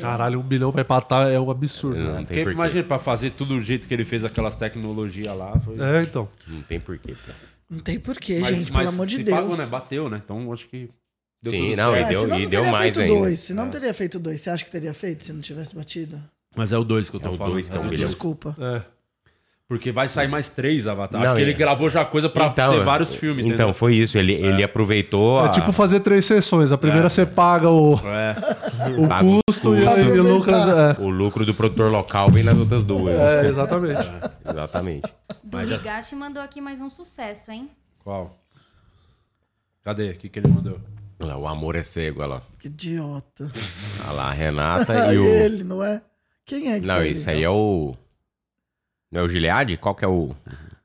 Speaker 3: Caralho, um bilhão pra empatar é um absurdo.
Speaker 1: Não
Speaker 3: né?
Speaker 1: Porque imagina, pra fazer tudo do jeito que ele fez aquelas tecnologias lá. foi-
Speaker 3: É, então.
Speaker 2: Não tem porquê. Tá?
Speaker 4: Não tem porquê,
Speaker 1: Mas-
Speaker 4: gente,
Speaker 1: mas
Speaker 4: pelo amor de
Speaker 1: se
Speaker 4: Deus.
Speaker 1: Pagou, né? Bateu, né? Então acho que.
Speaker 2: Sim,
Speaker 1: tudo
Speaker 2: não,
Speaker 1: certo.
Speaker 2: e deu-
Speaker 4: É, Senão
Speaker 2: e
Speaker 4: não
Speaker 2: deu
Speaker 4: teria
Speaker 2: mais
Speaker 4: feito
Speaker 2: ainda.
Speaker 4: dois, senão
Speaker 1: É.
Speaker 4: não teria feito dois. Você acha que teria feito se não tivesse batido? Ah,
Speaker 1: Mas é o 2 que eu tô
Speaker 2: É o
Speaker 1: falando.
Speaker 2: dois que é um
Speaker 1: o
Speaker 2: bilhão.
Speaker 1: dois.
Speaker 4: Desculpa.
Speaker 1: Porque vai sair mais três Avatar.
Speaker 2: Não,
Speaker 1: Acho que
Speaker 2: é.
Speaker 1: ele gravou já coisa pra fazer vários filmes.
Speaker 2: Então,
Speaker 1: entendeu? Ah.
Speaker 2: foi isso. Ele, ele aproveitou.
Speaker 3: É
Speaker 2: a-
Speaker 3: tipo fazer três sessões. A primeira
Speaker 2: É.
Speaker 3: você paga o,
Speaker 1: É.
Speaker 3: o
Speaker 2: Paga o
Speaker 3: custo e
Speaker 2: custo.
Speaker 3: aí o Lucas. É.
Speaker 2: O lucro do produtor local vem nas outras duas.
Speaker 3: É, exatamente.
Speaker 2: É, exatamente.
Speaker 13: Do Higashi mandou aqui mais um sucesso, hein?
Speaker 1: Qual? Cadê? O que, que ele mandou?
Speaker 2: Olha lá, o amor é cego, olha lá.
Speaker 4: Que idiota. Tá
Speaker 2: Olha lá, a Renata e o.
Speaker 4: ele, não é? Quem é que
Speaker 2: Não,
Speaker 4: tá
Speaker 2: isso
Speaker 4: ali?
Speaker 2: aí é o. Não é o Gilead? Qual que é o.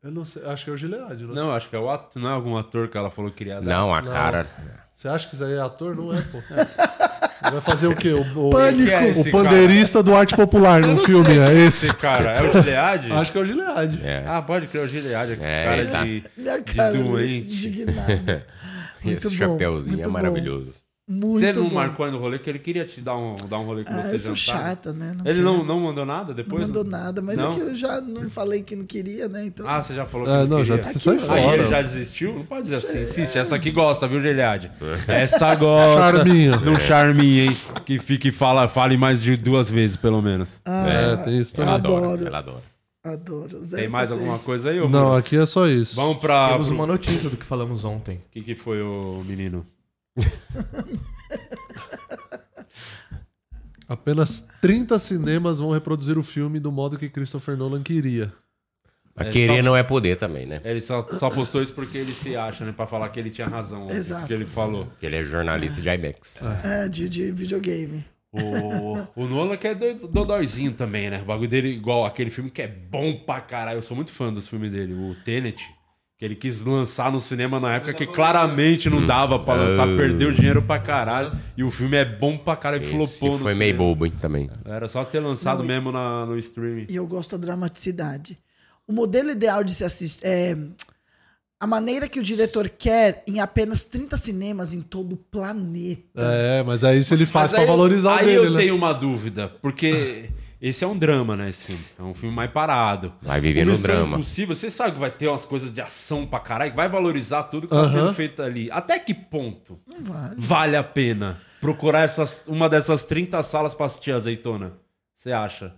Speaker 3: Eu não sei, acho que é o Gilead, né?
Speaker 1: Não, acho que é o ator. Não é algum ator que ela falou que queria dar.
Speaker 2: Não, a
Speaker 3: Não.
Speaker 2: cara.
Speaker 3: Você acha que isso aí é ator? Não é, pô. Ele Vai fazer o quê? O, o-
Speaker 1: Pânico.
Speaker 3: O pandeirista do arte popular
Speaker 1: é Eu
Speaker 3: no
Speaker 1: não
Speaker 3: filme,
Speaker 1: sei
Speaker 3: é
Speaker 1: quem é
Speaker 3: esse.
Speaker 1: esse cara. É o Gilead?
Speaker 3: Acho que é o Gilead.
Speaker 2: É.
Speaker 1: Ah, pode crer, o Gilead.
Speaker 2: É,
Speaker 1: cara
Speaker 2: ele tá-
Speaker 1: de,
Speaker 4: Minha
Speaker 1: de
Speaker 4: cara de
Speaker 1: doente.
Speaker 4: indignado.
Speaker 2: Esse
Speaker 4: Muito bom,
Speaker 2: chapéuzinho
Speaker 4: muito
Speaker 2: é
Speaker 4: bom.
Speaker 2: maravilhoso.
Speaker 4: Muito
Speaker 1: você não
Speaker 4: bom.
Speaker 1: marcou aí no rolê que ele queria te dar um, dar um rolê com
Speaker 4: Ah,
Speaker 1: você
Speaker 4: eu sou
Speaker 1: jantar?
Speaker 4: chata, né? Não
Speaker 1: ele
Speaker 4: quero.
Speaker 1: não, não mandou nada depois?
Speaker 4: Não mandou nada, mas
Speaker 1: Não?
Speaker 4: é que eu já não falei que não queria, né? Então...
Speaker 1: Ah, você já falou
Speaker 3: É,
Speaker 1: que
Speaker 3: não, já
Speaker 1: queria.
Speaker 3: disse que sai
Speaker 1: Aí
Speaker 3: fora.
Speaker 1: ele já desistiu? Não pode dizer assim. Insiste, essa aqui gosta, viu, Geliade? Essa gosta.
Speaker 3: Charminho.
Speaker 1: De um
Speaker 3: É.
Speaker 1: charminho, hein? Que fique e fala, fale mais de duas vezes, pelo menos.
Speaker 4: Ah,
Speaker 3: É, tem isso também.
Speaker 4: Eu adoro.
Speaker 2: Ela adora.
Speaker 4: Adoro. Zero
Speaker 1: Tem mais alguma
Speaker 4: paciência.
Speaker 1: coisa aí, ô
Speaker 3: Não,
Speaker 1: Bruno?
Speaker 3: aqui é só isso.
Speaker 1: Vamos pra.
Speaker 5: Temos
Speaker 1: Ah, pro-
Speaker 5: uma notícia do que falamos ontem.
Speaker 1: O que, que foi o menino?
Speaker 3: Apenas 30 cinemas vão reproduzir o filme do modo que Christopher Nolan queria.
Speaker 2: Mas
Speaker 1: Ele
Speaker 2: querer
Speaker 1: só-
Speaker 2: não é poder também, né?
Speaker 1: Ele só, só postou isso porque ele se acha, né? Pra falar que ele tinha razão. ontem,
Speaker 4: Exato.
Speaker 1: Porque ele falou.
Speaker 2: Porque ele é jornalista de IMAX.
Speaker 4: É, de, de videogame.
Speaker 1: O, o Nolan que é do- dodóizinho também, né? O bagulho dele, igual aquele filme que é bom pra caralho. Eu sou muito fã dos filmes dele, o Tenet. Que ele quis lançar no cinema na época que claramente não dava pra lançar,
Speaker 2: Ah.
Speaker 1: perdeu dinheiro pra caralho. E o filme é bom pra caralho,
Speaker 2: Esse
Speaker 1: flopou no
Speaker 2: foi meio
Speaker 1: cinema.
Speaker 2: bobo, hein, também.
Speaker 1: Era só ter lançado mesmo na- no streaming.
Speaker 4: E eu gosto da dramaticidade. O modelo ideal de se assistir. É, a maneira que o diretor quer em apenas 30 cinemas em todo o planeta.
Speaker 3: É, mas aí isso ele faz
Speaker 1: Mas
Speaker 3: pra
Speaker 1: aí-
Speaker 3: valorizar o
Speaker 1: aí
Speaker 3: dele,
Speaker 1: eu
Speaker 3: né?
Speaker 1: tenho uma dúvida, porque esse é um drama, né, esse filme. É um filme mais parado.
Speaker 2: Vai viver no
Speaker 1: Missão
Speaker 2: drama.
Speaker 1: Impossível, você sabe que vai ter umas coisas de ação pra caralho, que vai valorizar tudo que tá
Speaker 3: Aham.
Speaker 1: sendo feito ali. Até que ponto
Speaker 4: vale.
Speaker 1: a pena procurar essas, uma dessas 30 salas pra assistir azeitona? Você acha?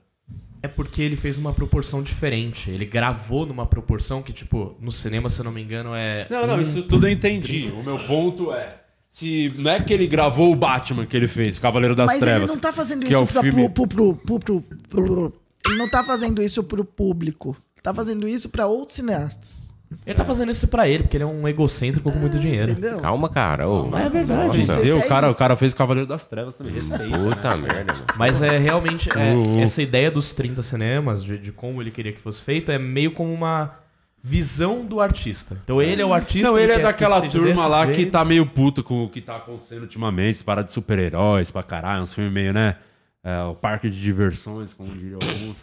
Speaker 5: É porque ele fez uma proporção diferente. Ele gravou numa proporção que, tipo, no cinema, se eu não me engano, é.
Speaker 1: Não, não,
Speaker 5: um
Speaker 1: isso tudo eu entendi. O meu ponto é. Se, não é que ele gravou o Batman que ele fez, Cavaleiro das
Speaker 4: Mas
Speaker 1: É, Trevas.
Speaker 4: ele não tá fazendo
Speaker 1: que
Speaker 4: isso
Speaker 1: é o
Speaker 4: pra-
Speaker 1: filme...
Speaker 4: pro, pro, pro, pro- pro- Ele não tá fazendo isso pro público. Tá fazendo isso pra outros cineastas.
Speaker 5: Ele tá fazendo isso pra ele, porque ele é um egocêntrico com
Speaker 1: Ah,
Speaker 5: muito dinheiro.
Speaker 4: Entendeu?
Speaker 2: Calma, cara. ô.
Speaker 5: Mas é verdade.
Speaker 2: Nossa.
Speaker 5: Não sei
Speaker 1: Entendeu?
Speaker 5: se é
Speaker 1: o, cara, o
Speaker 5: isso.
Speaker 1: cara fez Cavaleiro das Trevas também. Respeita.
Speaker 2: Puta merda, mano.
Speaker 5: Mas é realmente. é,
Speaker 2: Uh, uh.
Speaker 5: Essa ideia dos 30 cinemas, de, de como ele queria que fosse feito, é meio como uma visão do artista. Então ele é o artista.
Speaker 1: Não, ele é
Speaker 5: quer que
Speaker 1: daquela
Speaker 5: seja
Speaker 1: turma
Speaker 5: desse
Speaker 1: lá que
Speaker 5: jeito.
Speaker 1: tá meio puto com o que tá acontecendo ultimamente, essa parada de super-heróis pra caralho, uns filmes meio, né? é, o parque de diversões, como diriam alguns.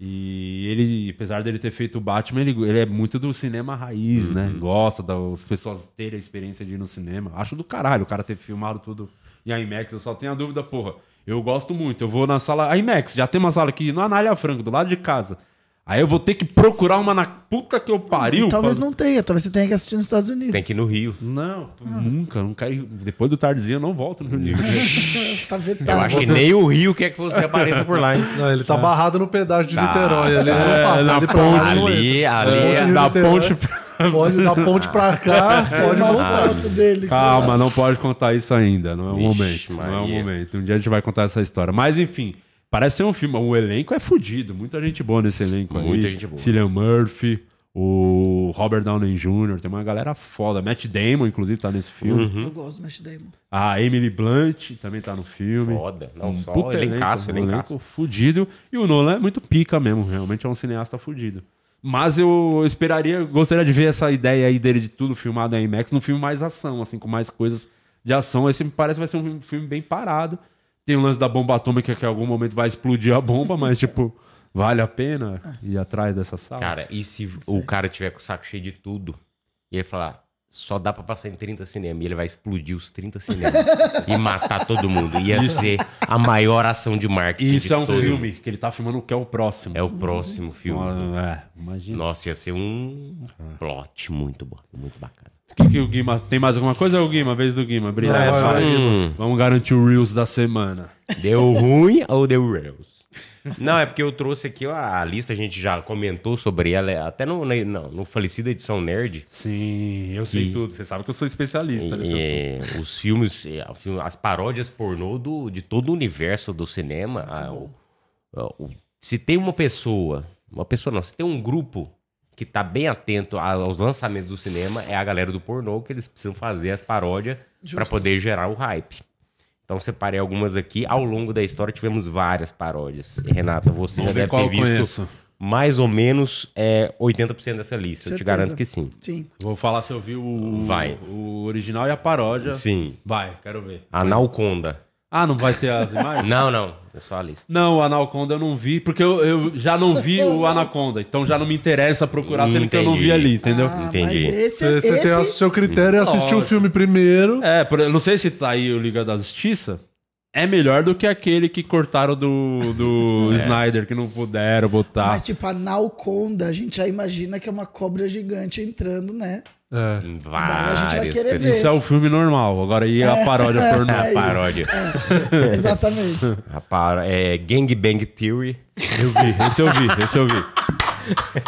Speaker 1: E ele, apesar dele ter feito o Batman, ele, ele é muito do cinema raiz, né?
Speaker 5: Uhum.
Speaker 1: Gosta das pessoas terem a experiência de ir no cinema. Acho do caralho o cara ter filmado tudo em IMAX. Eu só tenho a dúvida, porra. Eu gosto muito. Eu vou na sala IMAX. Já tem uma sala aqui na Anália Franco, do lado de casa. Aí eu vou ter que procurar uma na puta que eu pariu.
Speaker 4: talvez
Speaker 1: pra-
Speaker 4: não tenha, talvez você tenha que assistir nos Estados Unidos.
Speaker 2: Tem que ir no Rio.
Speaker 1: Não, Ah. nunca, nunca. Depois do tardezinho eu não volto no Rio de Janeiro.
Speaker 4: tá vetado.
Speaker 2: Eu acho que nem o Rio quer que você apareça por lá, hein?
Speaker 3: Não, ele
Speaker 1: É.
Speaker 3: tá barrado no pedaço de
Speaker 2: Tá,
Speaker 3: Niterói. Ali
Speaker 2: tá.
Speaker 3: ele não passa,
Speaker 2: É, na
Speaker 3: ali é pra lá
Speaker 2: ponte.
Speaker 3: não
Speaker 2: Ali, É.
Speaker 3: entra.
Speaker 2: ali,
Speaker 3: Ponte de
Speaker 1: é da
Speaker 3: Niterói.
Speaker 1: ponte É.
Speaker 3: Pode da ponte pra cá, pode
Speaker 4: uma
Speaker 3: voltar.
Speaker 4: foto dele.
Speaker 1: Calma, não pode contar isso ainda. Não é o
Speaker 2: Vixe,
Speaker 1: momento. Não é o
Speaker 2: Maria.
Speaker 1: momento. Um dia a gente vai contar essa história. Mas enfim, parece ser um filme. O elenco é fudido. Muita gente boa nesse elenco aí.
Speaker 2: Muita gente boa.
Speaker 1: Cillian Murphy, o Robert Downey Jr., tem uma galera foda. Matt Damon, inclusive, tá nesse filme.
Speaker 2: Uhum.
Speaker 4: Eu gosto do Matt Damon.
Speaker 1: A Emily Blunt também tá no filme.
Speaker 2: Foda. Não, só
Speaker 1: Um
Speaker 2: é
Speaker 1: puta
Speaker 2: um elencaço,
Speaker 1: elenco, um
Speaker 2: elencaço.
Speaker 1: fudido. E o Nolan é muito pica mesmo, realmente é um cineasta fudido. Mas eu esperaria, gostaria de ver essa ideia aí dele de tudo filmado em IMAX, num filme mais ação, assim, com mais coisas de ação. Esse me parece que vai ser um filme bem parado. Tem o lance da bomba atômica que em algum momento vai explodir a bomba, mas tipo, vale a pena ir atrás dessa sala?
Speaker 2: Cara, e se o cara tiver com o saco cheio de tudo E ele falar, só dá pra passar em 30 cinemas. E ele vai explodir os 30 cinemas e matar todo mundo. Ia
Speaker 1: Isso.
Speaker 2: ser a maior ação de marketing.
Speaker 1: Isso
Speaker 2: de
Speaker 1: é um
Speaker 2: Sony.
Speaker 1: filme que ele tá filmando que é o próximo.
Speaker 2: É o próximo filme.
Speaker 1: Ah, é, imagina.
Speaker 2: Nossa, ia ser um plot muito bom, muito bacana.
Speaker 1: Que, que o Guima, tem mais alguma coisa, ou Guima? Vez do Guima. Brilha,
Speaker 2: Vai,
Speaker 1: é
Speaker 2: vai,
Speaker 1: só-
Speaker 2: vai, Guima.
Speaker 1: Vamos garantir o Reels da semana.
Speaker 2: Hum, Deu ruim ou deu Reels? Não, é porque eu trouxe aqui a, a lista, a gente já comentou sobre ela, é, até no, na- não, no falecido Edição Nerd.
Speaker 1: Sim, eu sei tudo. Você sabe que eu sou especialista nesse
Speaker 2: é, Os filmes, é, o filme- as paródias pornô do, de todo o universo do cinema.
Speaker 1: Ah,
Speaker 2: a- o- o- se tem uma pessoa, uma pessoa não, se tem um grupo que tá bem atento a- aos lançamentos do cinema, é a galera do pornô, que eles precisam fazer as paródias para
Speaker 1: Justo.
Speaker 2: poder gerar o hype. Então separei algumas aqui. Ao longo da história tivemos várias paródias. Renata, você
Speaker 1: Vamos
Speaker 2: já
Speaker 1: ver
Speaker 2: deve
Speaker 1: qual
Speaker 2: ter
Speaker 1: eu
Speaker 2: visto
Speaker 1: conheço.
Speaker 2: mais ou menos é, 80% dessa lista. Eu te
Speaker 1: Certeza.
Speaker 2: garanto que sim.
Speaker 4: Sim.
Speaker 1: Vou falar se eu vi o,
Speaker 2: Vai.
Speaker 1: o original e a paródia.
Speaker 2: Sim.
Speaker 1: Vai, quero ver.
Speaker 2: Analconda.
Speaker 1: Ah, não vai ter as imagens?
Speaker 2: Não, não. É só a lista.
Speaker 1: Não, o Anaconda eu não vi, porque eu, eu já não vi o Anaconda, então já não me interessa procurar sendo que eu não vi
Speaker 2: Entendi.
Speaker 1: ali, entendeu?
Speaker 2: Ah, Entendi. mas
Speaker 4: esse- é
Speaker 3: Você você tem o seu critério e assistir o
Speaker 1: Lógico.
Speaker 3: filme primeiro.
Speaker 1: É, por- eu não sei se tá aí o Liga da Justiça. É melhor do que aquele que cortaram do, do
Speaker 4: É.
Speaker 1: Snyder, que não puderam
Speaker 2: Ah.
Speaker 1: botar.
Speaker 4: Mas, tipo, a Nauconda, a gente já imagina que é uma cobra gigante entrando, né?
Speaker 1: É.
Speaker 4: Daí a gente vai querer ver.
Speaker 1: Isso é o filme normal. Agora, e
Speaker 4: É,
Speaker 1: a paródia
Speaker 4: é,
Speaker 1: pornô?
Speaker 4: é isso.
Speaker 2: Paródia.
Speaker 4: É, exatamente.
Speaker 2: A para... é, Gang Bang Theory.
Speaker 1: Eu vi, esse eu vi, esse eu vi.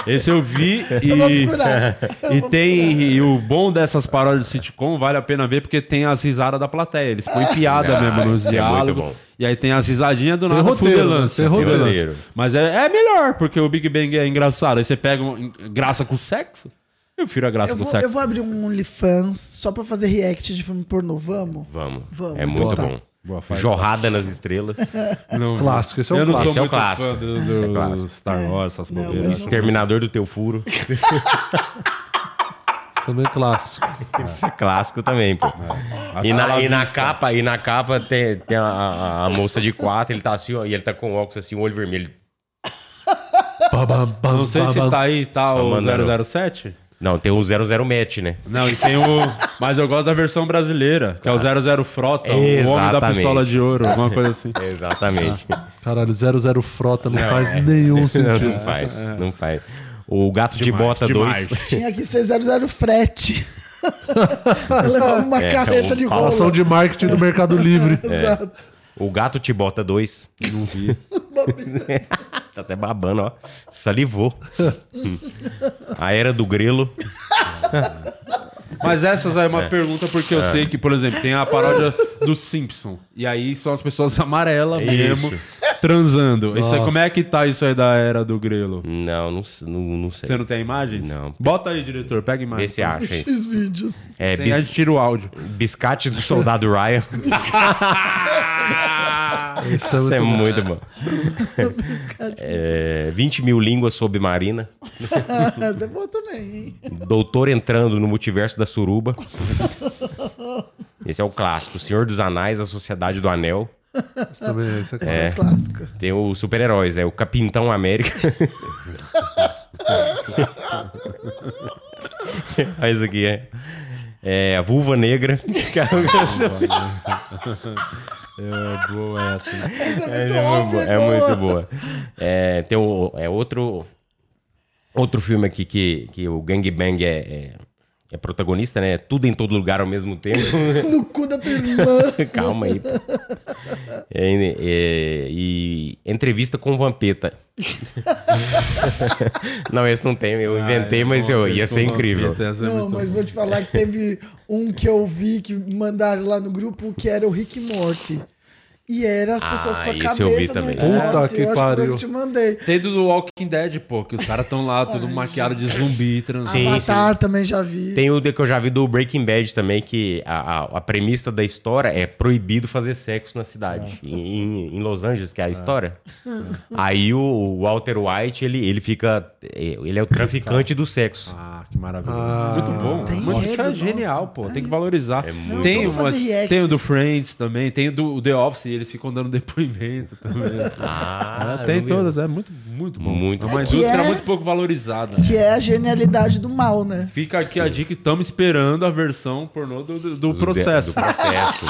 Speaker 1: Esse eu vi e,
Speaker 2: Eu vou procurar. Eu
Speaker 1: e
Speaker 2: vou
Speaker 1: tem e o bom dessas paródias de sitcom vale a pena ver porque tem as risadas da plateia, eles põem piada
Speaker 2: Ah,
Speaker 1: mesmo nos
Speaker 2: isso é muito
Speaker 1: diálogos.
Speaker 2: bom.
Speaker 1: E aí tem as risadinhas do
Speaker 2: Tem
Speaker 1: nada
Speaker 2: roteiro,
Speaker 1: fudelância,
Speaker 2: né? Tem roteiro.
Speaker 1: fudelância. Mas é, é melhor porque o Big Bang é engraçado. Aí você pega um- graça com sexo. Eu prefiro a graça
Speaker 4: Eu
Speaker 1: com
Speaker 4: vou,
Speaker 1: sexo.
Speaker 4: eu vou abrir um OnlyFans só pra fazer react de filme pornô. Vamos?
Speaker 2: Vamos.
Speaker 4: Vamos.
Speaker 2: É muito
Speaker 4: Tá.
Speaker 2: bom.
Speaker 1: Boa fase.
Speaker 2: Jorrada nas Estrelas.
Speaker 1: Não, Clássico, esse é um
Speaker 2: Eu não
Speaker 1: clássico.
Speaker 2: sou muito
Speaker 1: Esse é o
Speaker 2: fã
Speaker 1: clássico.
Speaker 2: do-
Speaker 1: Esse é
Speaker 2: do
Speaker 1: clássico.
Speaker 2: Star Wars,
Speaker 1: essas
Speaker 2: não,
Speaker 1: bobeiras.
Speaker 2: mas não. Exterminador do Teu Furo.
Speaker 3: Isso também é clássico.
Speaker 2: Isso é clássico também, pô. E na, e na capa, e na capa tem, tem a, a- a moça de quatro, ele tá assim, ó, e ele tá com óculos assim, o olho vermelho.
Speaker 1: Não sei se tá aí, tá
Speaker 2: Tá mandando.
Speaker 1: o 007.
Speaker 2: Não, tem o 00 match, né?
Speaker 1: Não, e tem o. Mas eu gosto da versão brasileira, que é o 00 Frota, o homem da
Speaker 2: Exatamente.
Speaker 1: pistola de ouro, alguma coisa assim.
Speaker 2: Exatamente.
Speaker 3: Caralho, 00 frota não,
Speaker 2: Não,
Speaker 3: faz
Speaker 2: é.
Speaker 3: nenhum
Speaker 2: Não,
Speaker 3: sentido.
Speaker 2: Não faz, não faz. O Gato de
Speaker 1: Demais,
Speaker 2: Bota
Speaker 1: demais.
Speaker 2: 2.
Speaker 4: Tinha que ser 00 frete. Eu levava uma
Speaker 2: É,
Speaker 4: carreta
Speaker 2: o-
Speaker 4: de
Speaker 2: fala
Speaker 4: rolo.
Speaker 2: só
Speaker 3: de marketing do Mercado Livre.
Speaker 2: É. O gato te bota dois. Não vi. tá até babando, ó. Salivou. A era do grelo.
Speaker 1: Mas essas é uma
Speaker 2: É.
Speaker 1: pergunta, porque eu
Speaker 2: É.
Speaker 1: sei que, por exemplo, tem a paródia do Simpson. E aí são as pessoas amarelas
Speaker 2: Isso.
Speaker 1: mesmo transando. Isso aí,
Speaker 2: Nossa.
Speaker 1: como é que tá isso aí da era do grelo?
Speaker 2: Não, não, s- não, não sei.
Speaker 1: Você não tem imagens?
Speaker 2: Não.
Speaker 1: Bota aí, diretor, pega a imagem.
Speaker 2: Vê se acha aí.
Speaker 4: Os vídeos.
Speaker 2: É,
Speaker 1: Sem- a gente tira o áudio.
Speaker 2: Biscate do soldado Ryan. Isso, é muito bom. É, 20 mil línguas submarina.
Speaker 4: Essa é boa também, hein?
Speaker 2: Doutor entrando no multiverso da suruba. Esse é o clássico. Senhor dos Anais, a Sociedade do Anel.
Speaker 3: Isso também é, isso é
Speaker 4: um
Speaker 2: É. Tem o super-heróis, é o Capitão América. Olha isso aqui, é. É a Vulva Negra.
Speaker 1: É boa essa. hein?
Speaker 2: Essa é muito boa. É muito boa. É, tem o, é outro, outro filme aqui que, que o Gang Bang é, é, é protagonista, né? Tudo em todo lugar ao mesmo tempo.
Speaker 4: No cu da tua irmã.
Speaker 2: Calma aí. pô. É, é, e entrevista com o Vampeta. não, esse não tem.
Speaker 1: Ah,
Speaker 2: Eu
Speaker 1: é
Speaker 2: inventei, mas eu, ia ser incrível.
Speaker 4: Não, mas vou te falar que teve um que eu vi que mandaram lá no grupo que era o Rick Morty. E era as pessoas
Speaker 1: Ah,
Speaker 4: com a
Speaker 1: esse
Speaker 4: cabeça
Speaker 1: eu vi
Speaker 4: do
Speaker 1: também.
Speaker 4: Rick Morty.
Speaker 1: Puta que
Speaker 4: eu acho foi o
Speaker 1: pariu.
Speaker 4: que eu te mandei.
Speaker 1: Tem do Walking Dead, pô, que os caras estão lá, tudo maquiado de zumbi, transando.
Speaker 4: Avatar Ah, tá, também já vi.
Speaker 2: Tem o de- que eu já vi do Breaking Bad também, que a, a, a premissa da história é proibido fazer sexo na cidade.
Speaker 1: Ah.
Speaker 2: Em, em Los Angeles, que é a história. Aí o, o Walter White, ele, ele fica. Ele é o é traficante do sexo.
Speaker 1: Ah, que maravilhoso.
Speaker 3: Ah,
Speaker 1: muito bom.
Speaker 3: tem
Speaker 1: Muito- isso
Speaker 3: enredo,
Speaker 1: é
Speaker 3: nossa,
Speaker 1: genial, pô.
Speaker 3: é
Speaker 1: tem que
Speaker 3: isso.
Speaker 1: valorizar.
Speaker 3: É muito
Speaker 1: tem,
Speaker 3: bom. Vamos
Speaker 1: umas,
Speaker 3: fazer react.
Speaker 1: tem o do Friends também, tem o do o The Office, e eles ficam dando depoimento também. assim.
Speaker 2: Ah,
Speaker 1: É, tem
Speaker 2: eu vi.
Speaker 1: todas, é muito, muito bom.
Speaker 2: Muito
Speaker 1: é uma
Speaker 2: bom.
Speaker 1: indústria
Speaker 4: Que é-
Speaker 1: muito pouco valorizada.
Speaker 4: Que é a genialidade do mal, né?
Speaker 1: Fica aqui a dica e estamos esperando a versão pornô do, do, do processo.
Speaker 2: do processo.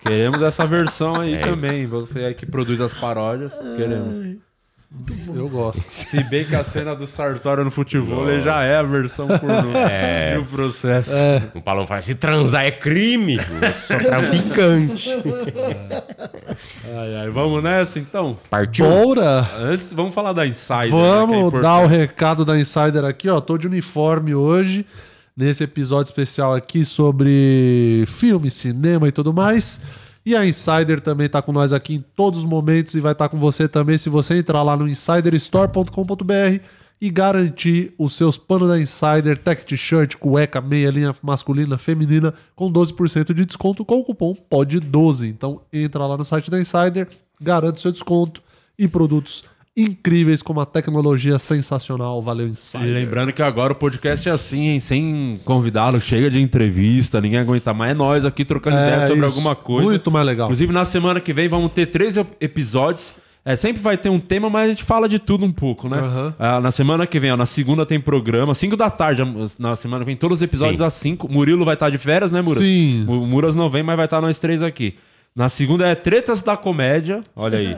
Speaker 1: Queremos essa versão aí
Speaker 2: É isso.
Speaker 1: também. Você aí que produz as paródias, queremos.
Speaker 3: Eu gosto.
Speaker 1: Se bem que a cena do Sartório no futebol já é a versão pornô
Speaker 2: É.
Speaker 1: do processo.
Speaker 2: É. O Palão fala: se transar é crime, eu sou traficante.
Speaker 1: Ai, ai, vamos nessa então?
Speaker 2: Partiu.
Speaker 3: Bora!
Speaker 1: Antes, vamos falar da Insider. né, que é
Speaker 3: Vamos
Speaker 1: importante.
Speaker 3: dar o recado da Insider aqui, ó. Tô de uniforme hoje, nesse episódio especial aqui sobre filme, cinema e tudo mais. E a Insider também tá com nós aqui em todos os momentos e vai estar com você também se você entrar lá no insiderstore.com.br e garantir os seus panos da Insider, tech t-shirt, cueca, meia linha masculina, feminina, com 12% de desconto com o cupom POD12. Então entra lá no site da Insider, garante seu desconto e produtos incríveis com uma tecnologia sensacional. Valeu,
Speaker 1: E
Speaker 3: Insider.
Speaker 1: lembrando que agora o podcast é assim, hein? Sem convidado, chega de entrevista, ninguém aguenta mais. É nós aqui trocando
Speaker 3: É
Speaker 1: ideia sobre
Speaker 3: isso.
Speaker 1: alguma coisa.
Speaker 3: Muito mais legal.
Speaker 1: Inclusive, na semana que vem vamos ter três ep- episódios. É, sempre vai ter um tema, mas a gente fala de tudo um pouco, né? Ah, na semana que vem, ó, na segunda tem programa, 5 da tarde, na semana que vem, todos os episódios
Speaker 2: Sim.
Speaker 1: às 5. Murilo vai estar de férias, né, Muras?
Speaker 3: Sim.
Speaker 1: O Muras não vem, mas vai estar nós três aqui. Na segunda é Tretas da Comédia, olha aí.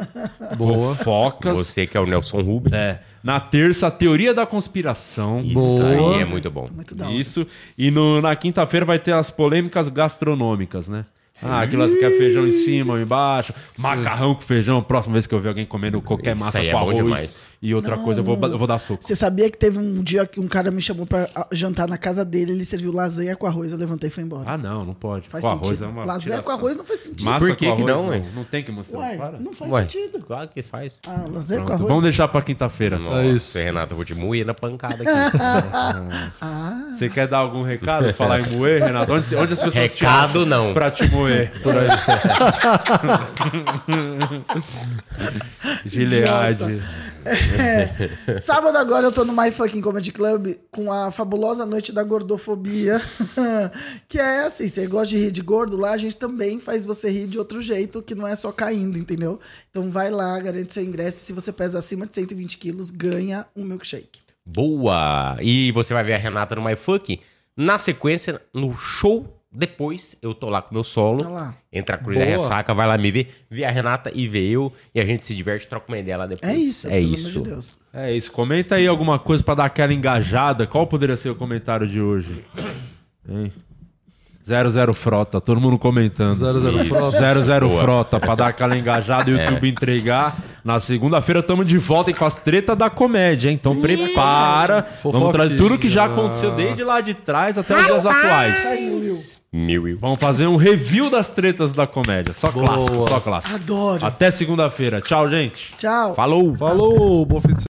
Speaker 2: Boa.
Speaker 1: Fofocas.
Speaker 2: Você que é o Nelson Rubens.
Speaker 1: É. Na terça, Teoria da Conspiração.
Speaker 2: Isso Boa. aí é muito bom.
Speaker 1: Isso. E no- na quinta-feira vai ter as polêmicas gastronômicas, né? Ah, aquelas que é feijão em cima ou embaixo, macarrão com feijão. Próxima vez que eu ver alguém comendo qualquer
Speaker 2: Isso
Speaker 1: massa
Speaker 2: aí é
Speaker 1: com
Speaker 2: bom
Speaker 1: arroz
Speaker 2: demais.
Speaker 1: e outra
Speaker 4: Não.
Speaker 1: coisa, eu vou, eu vou dar soco.
Speaker 4: Você sabia que teve um dia que um cara me chamou pra ah, jantar na casa dele, ele serviu lasanha com arroz, eu levantei e fui embora.
Speaker 1: Ah, não, não pode.
Speaker 4: Faz
Speaker 1: com
Speaker 4: sentido.
Speaker 1: arroz é uma
Speaker 4: Lasanha
Speaker 1: tiração.
Speaker 4: com arroz não faz sentido.
Speaker 2: é
Speaker 1: Massa
Speaker 2: Por que
Speaker 1: com
Speaker 2: que
Speaker 1: arroz
Speaker 2: não,
Speaker 1: não,
Speaker 2: hein?
Speaker 1: não, tem que mostrar.
Speaker 4: Ué,
Speaker 1: para.
Speaker 4: não faz
Speaker 2: Ué.
Speaker 4: sentido.
Speaker 2: Claro que faz.
Speaker 4: Ah, lasanha
Speaker 1: Pronto,
Speaker 4: com arroz.
Speaker 1: vamos deixar pra quinta-feira.
Speaker 2: Nossa, Renato, eu vou te moer na pancada aqui.
Speaker 1: Você quer dar algum recado? Falar em moer, Renato? Onde, onde as pessoas te
Speaker 2: Recado
Speaker 1: acham
Speaker 2: não.
Speaker 1: Pra te moer. Por aí. Gilead.
Speaker 4: É. Sábado agora eu tô no My Fucking Comedy Club com a fabulosa noite da gordofobia. que é assim, você gosta de rir de gordo, lá a gente também faz você rir de outro jeito, que não é só caindo, entendeu? Então vai lá, garante seu ingresso. Se você pesa acima de 120 quilos, ganha um milkshake.
Speaker 2: Boa! E você vai ver a Renata no My Fuck. Na sequência, no show depois, eu tô lá com o meu solo.
Speaker 4: Tá lá.
Speaker 2: Entra a cruz e a
Speaker 4: Boa.
Speaker 2: ressaca, vai lá me ver. Vê a Renata e vê eu. E a gente se diverte, troca uma ideia lá depois.
Speaker 4: É isso,
Speaker 2: É
Speaker 4: pelo amor
Speaker 2: isso.
Speaker 4: de Deus.
Speaker 1: É isso. Comenta aí alguma coisa pra dar aquela engajada. Qual poderia ser o comentário de hoje? Hein? 00 Frota, todo mundo comentando.
Speaker 3: 00
Speaker 1: Isso.
Speaker 3: Frota.
Speaker 1: 00
Speaker 2: Boa.
Speaker 1: Frota, pra dar aquela engajada e o
Speaker 2: É.
Speaker 1: YouTube entregar. Na segunda-feira estamos de volta e com as tretas da comédia, hein? Então prepara. Vamos trazer tudo que já aconteceu desde lá de trás até os dias atuais.
Speaker 2: Mil e...
Speaker 1: Vamos fazer um review das tretas da comédia. Só
Speaker 3: Boa.
Speaker 1: clássico, só clássico.
Speaker 4: Adoro.
Speaker 1: Até segunda-feira. Tchau, gente.
Speaker 4: Tchau.
Speaker 1: Falou.
Speaker 3: Falou, bom fim de semana.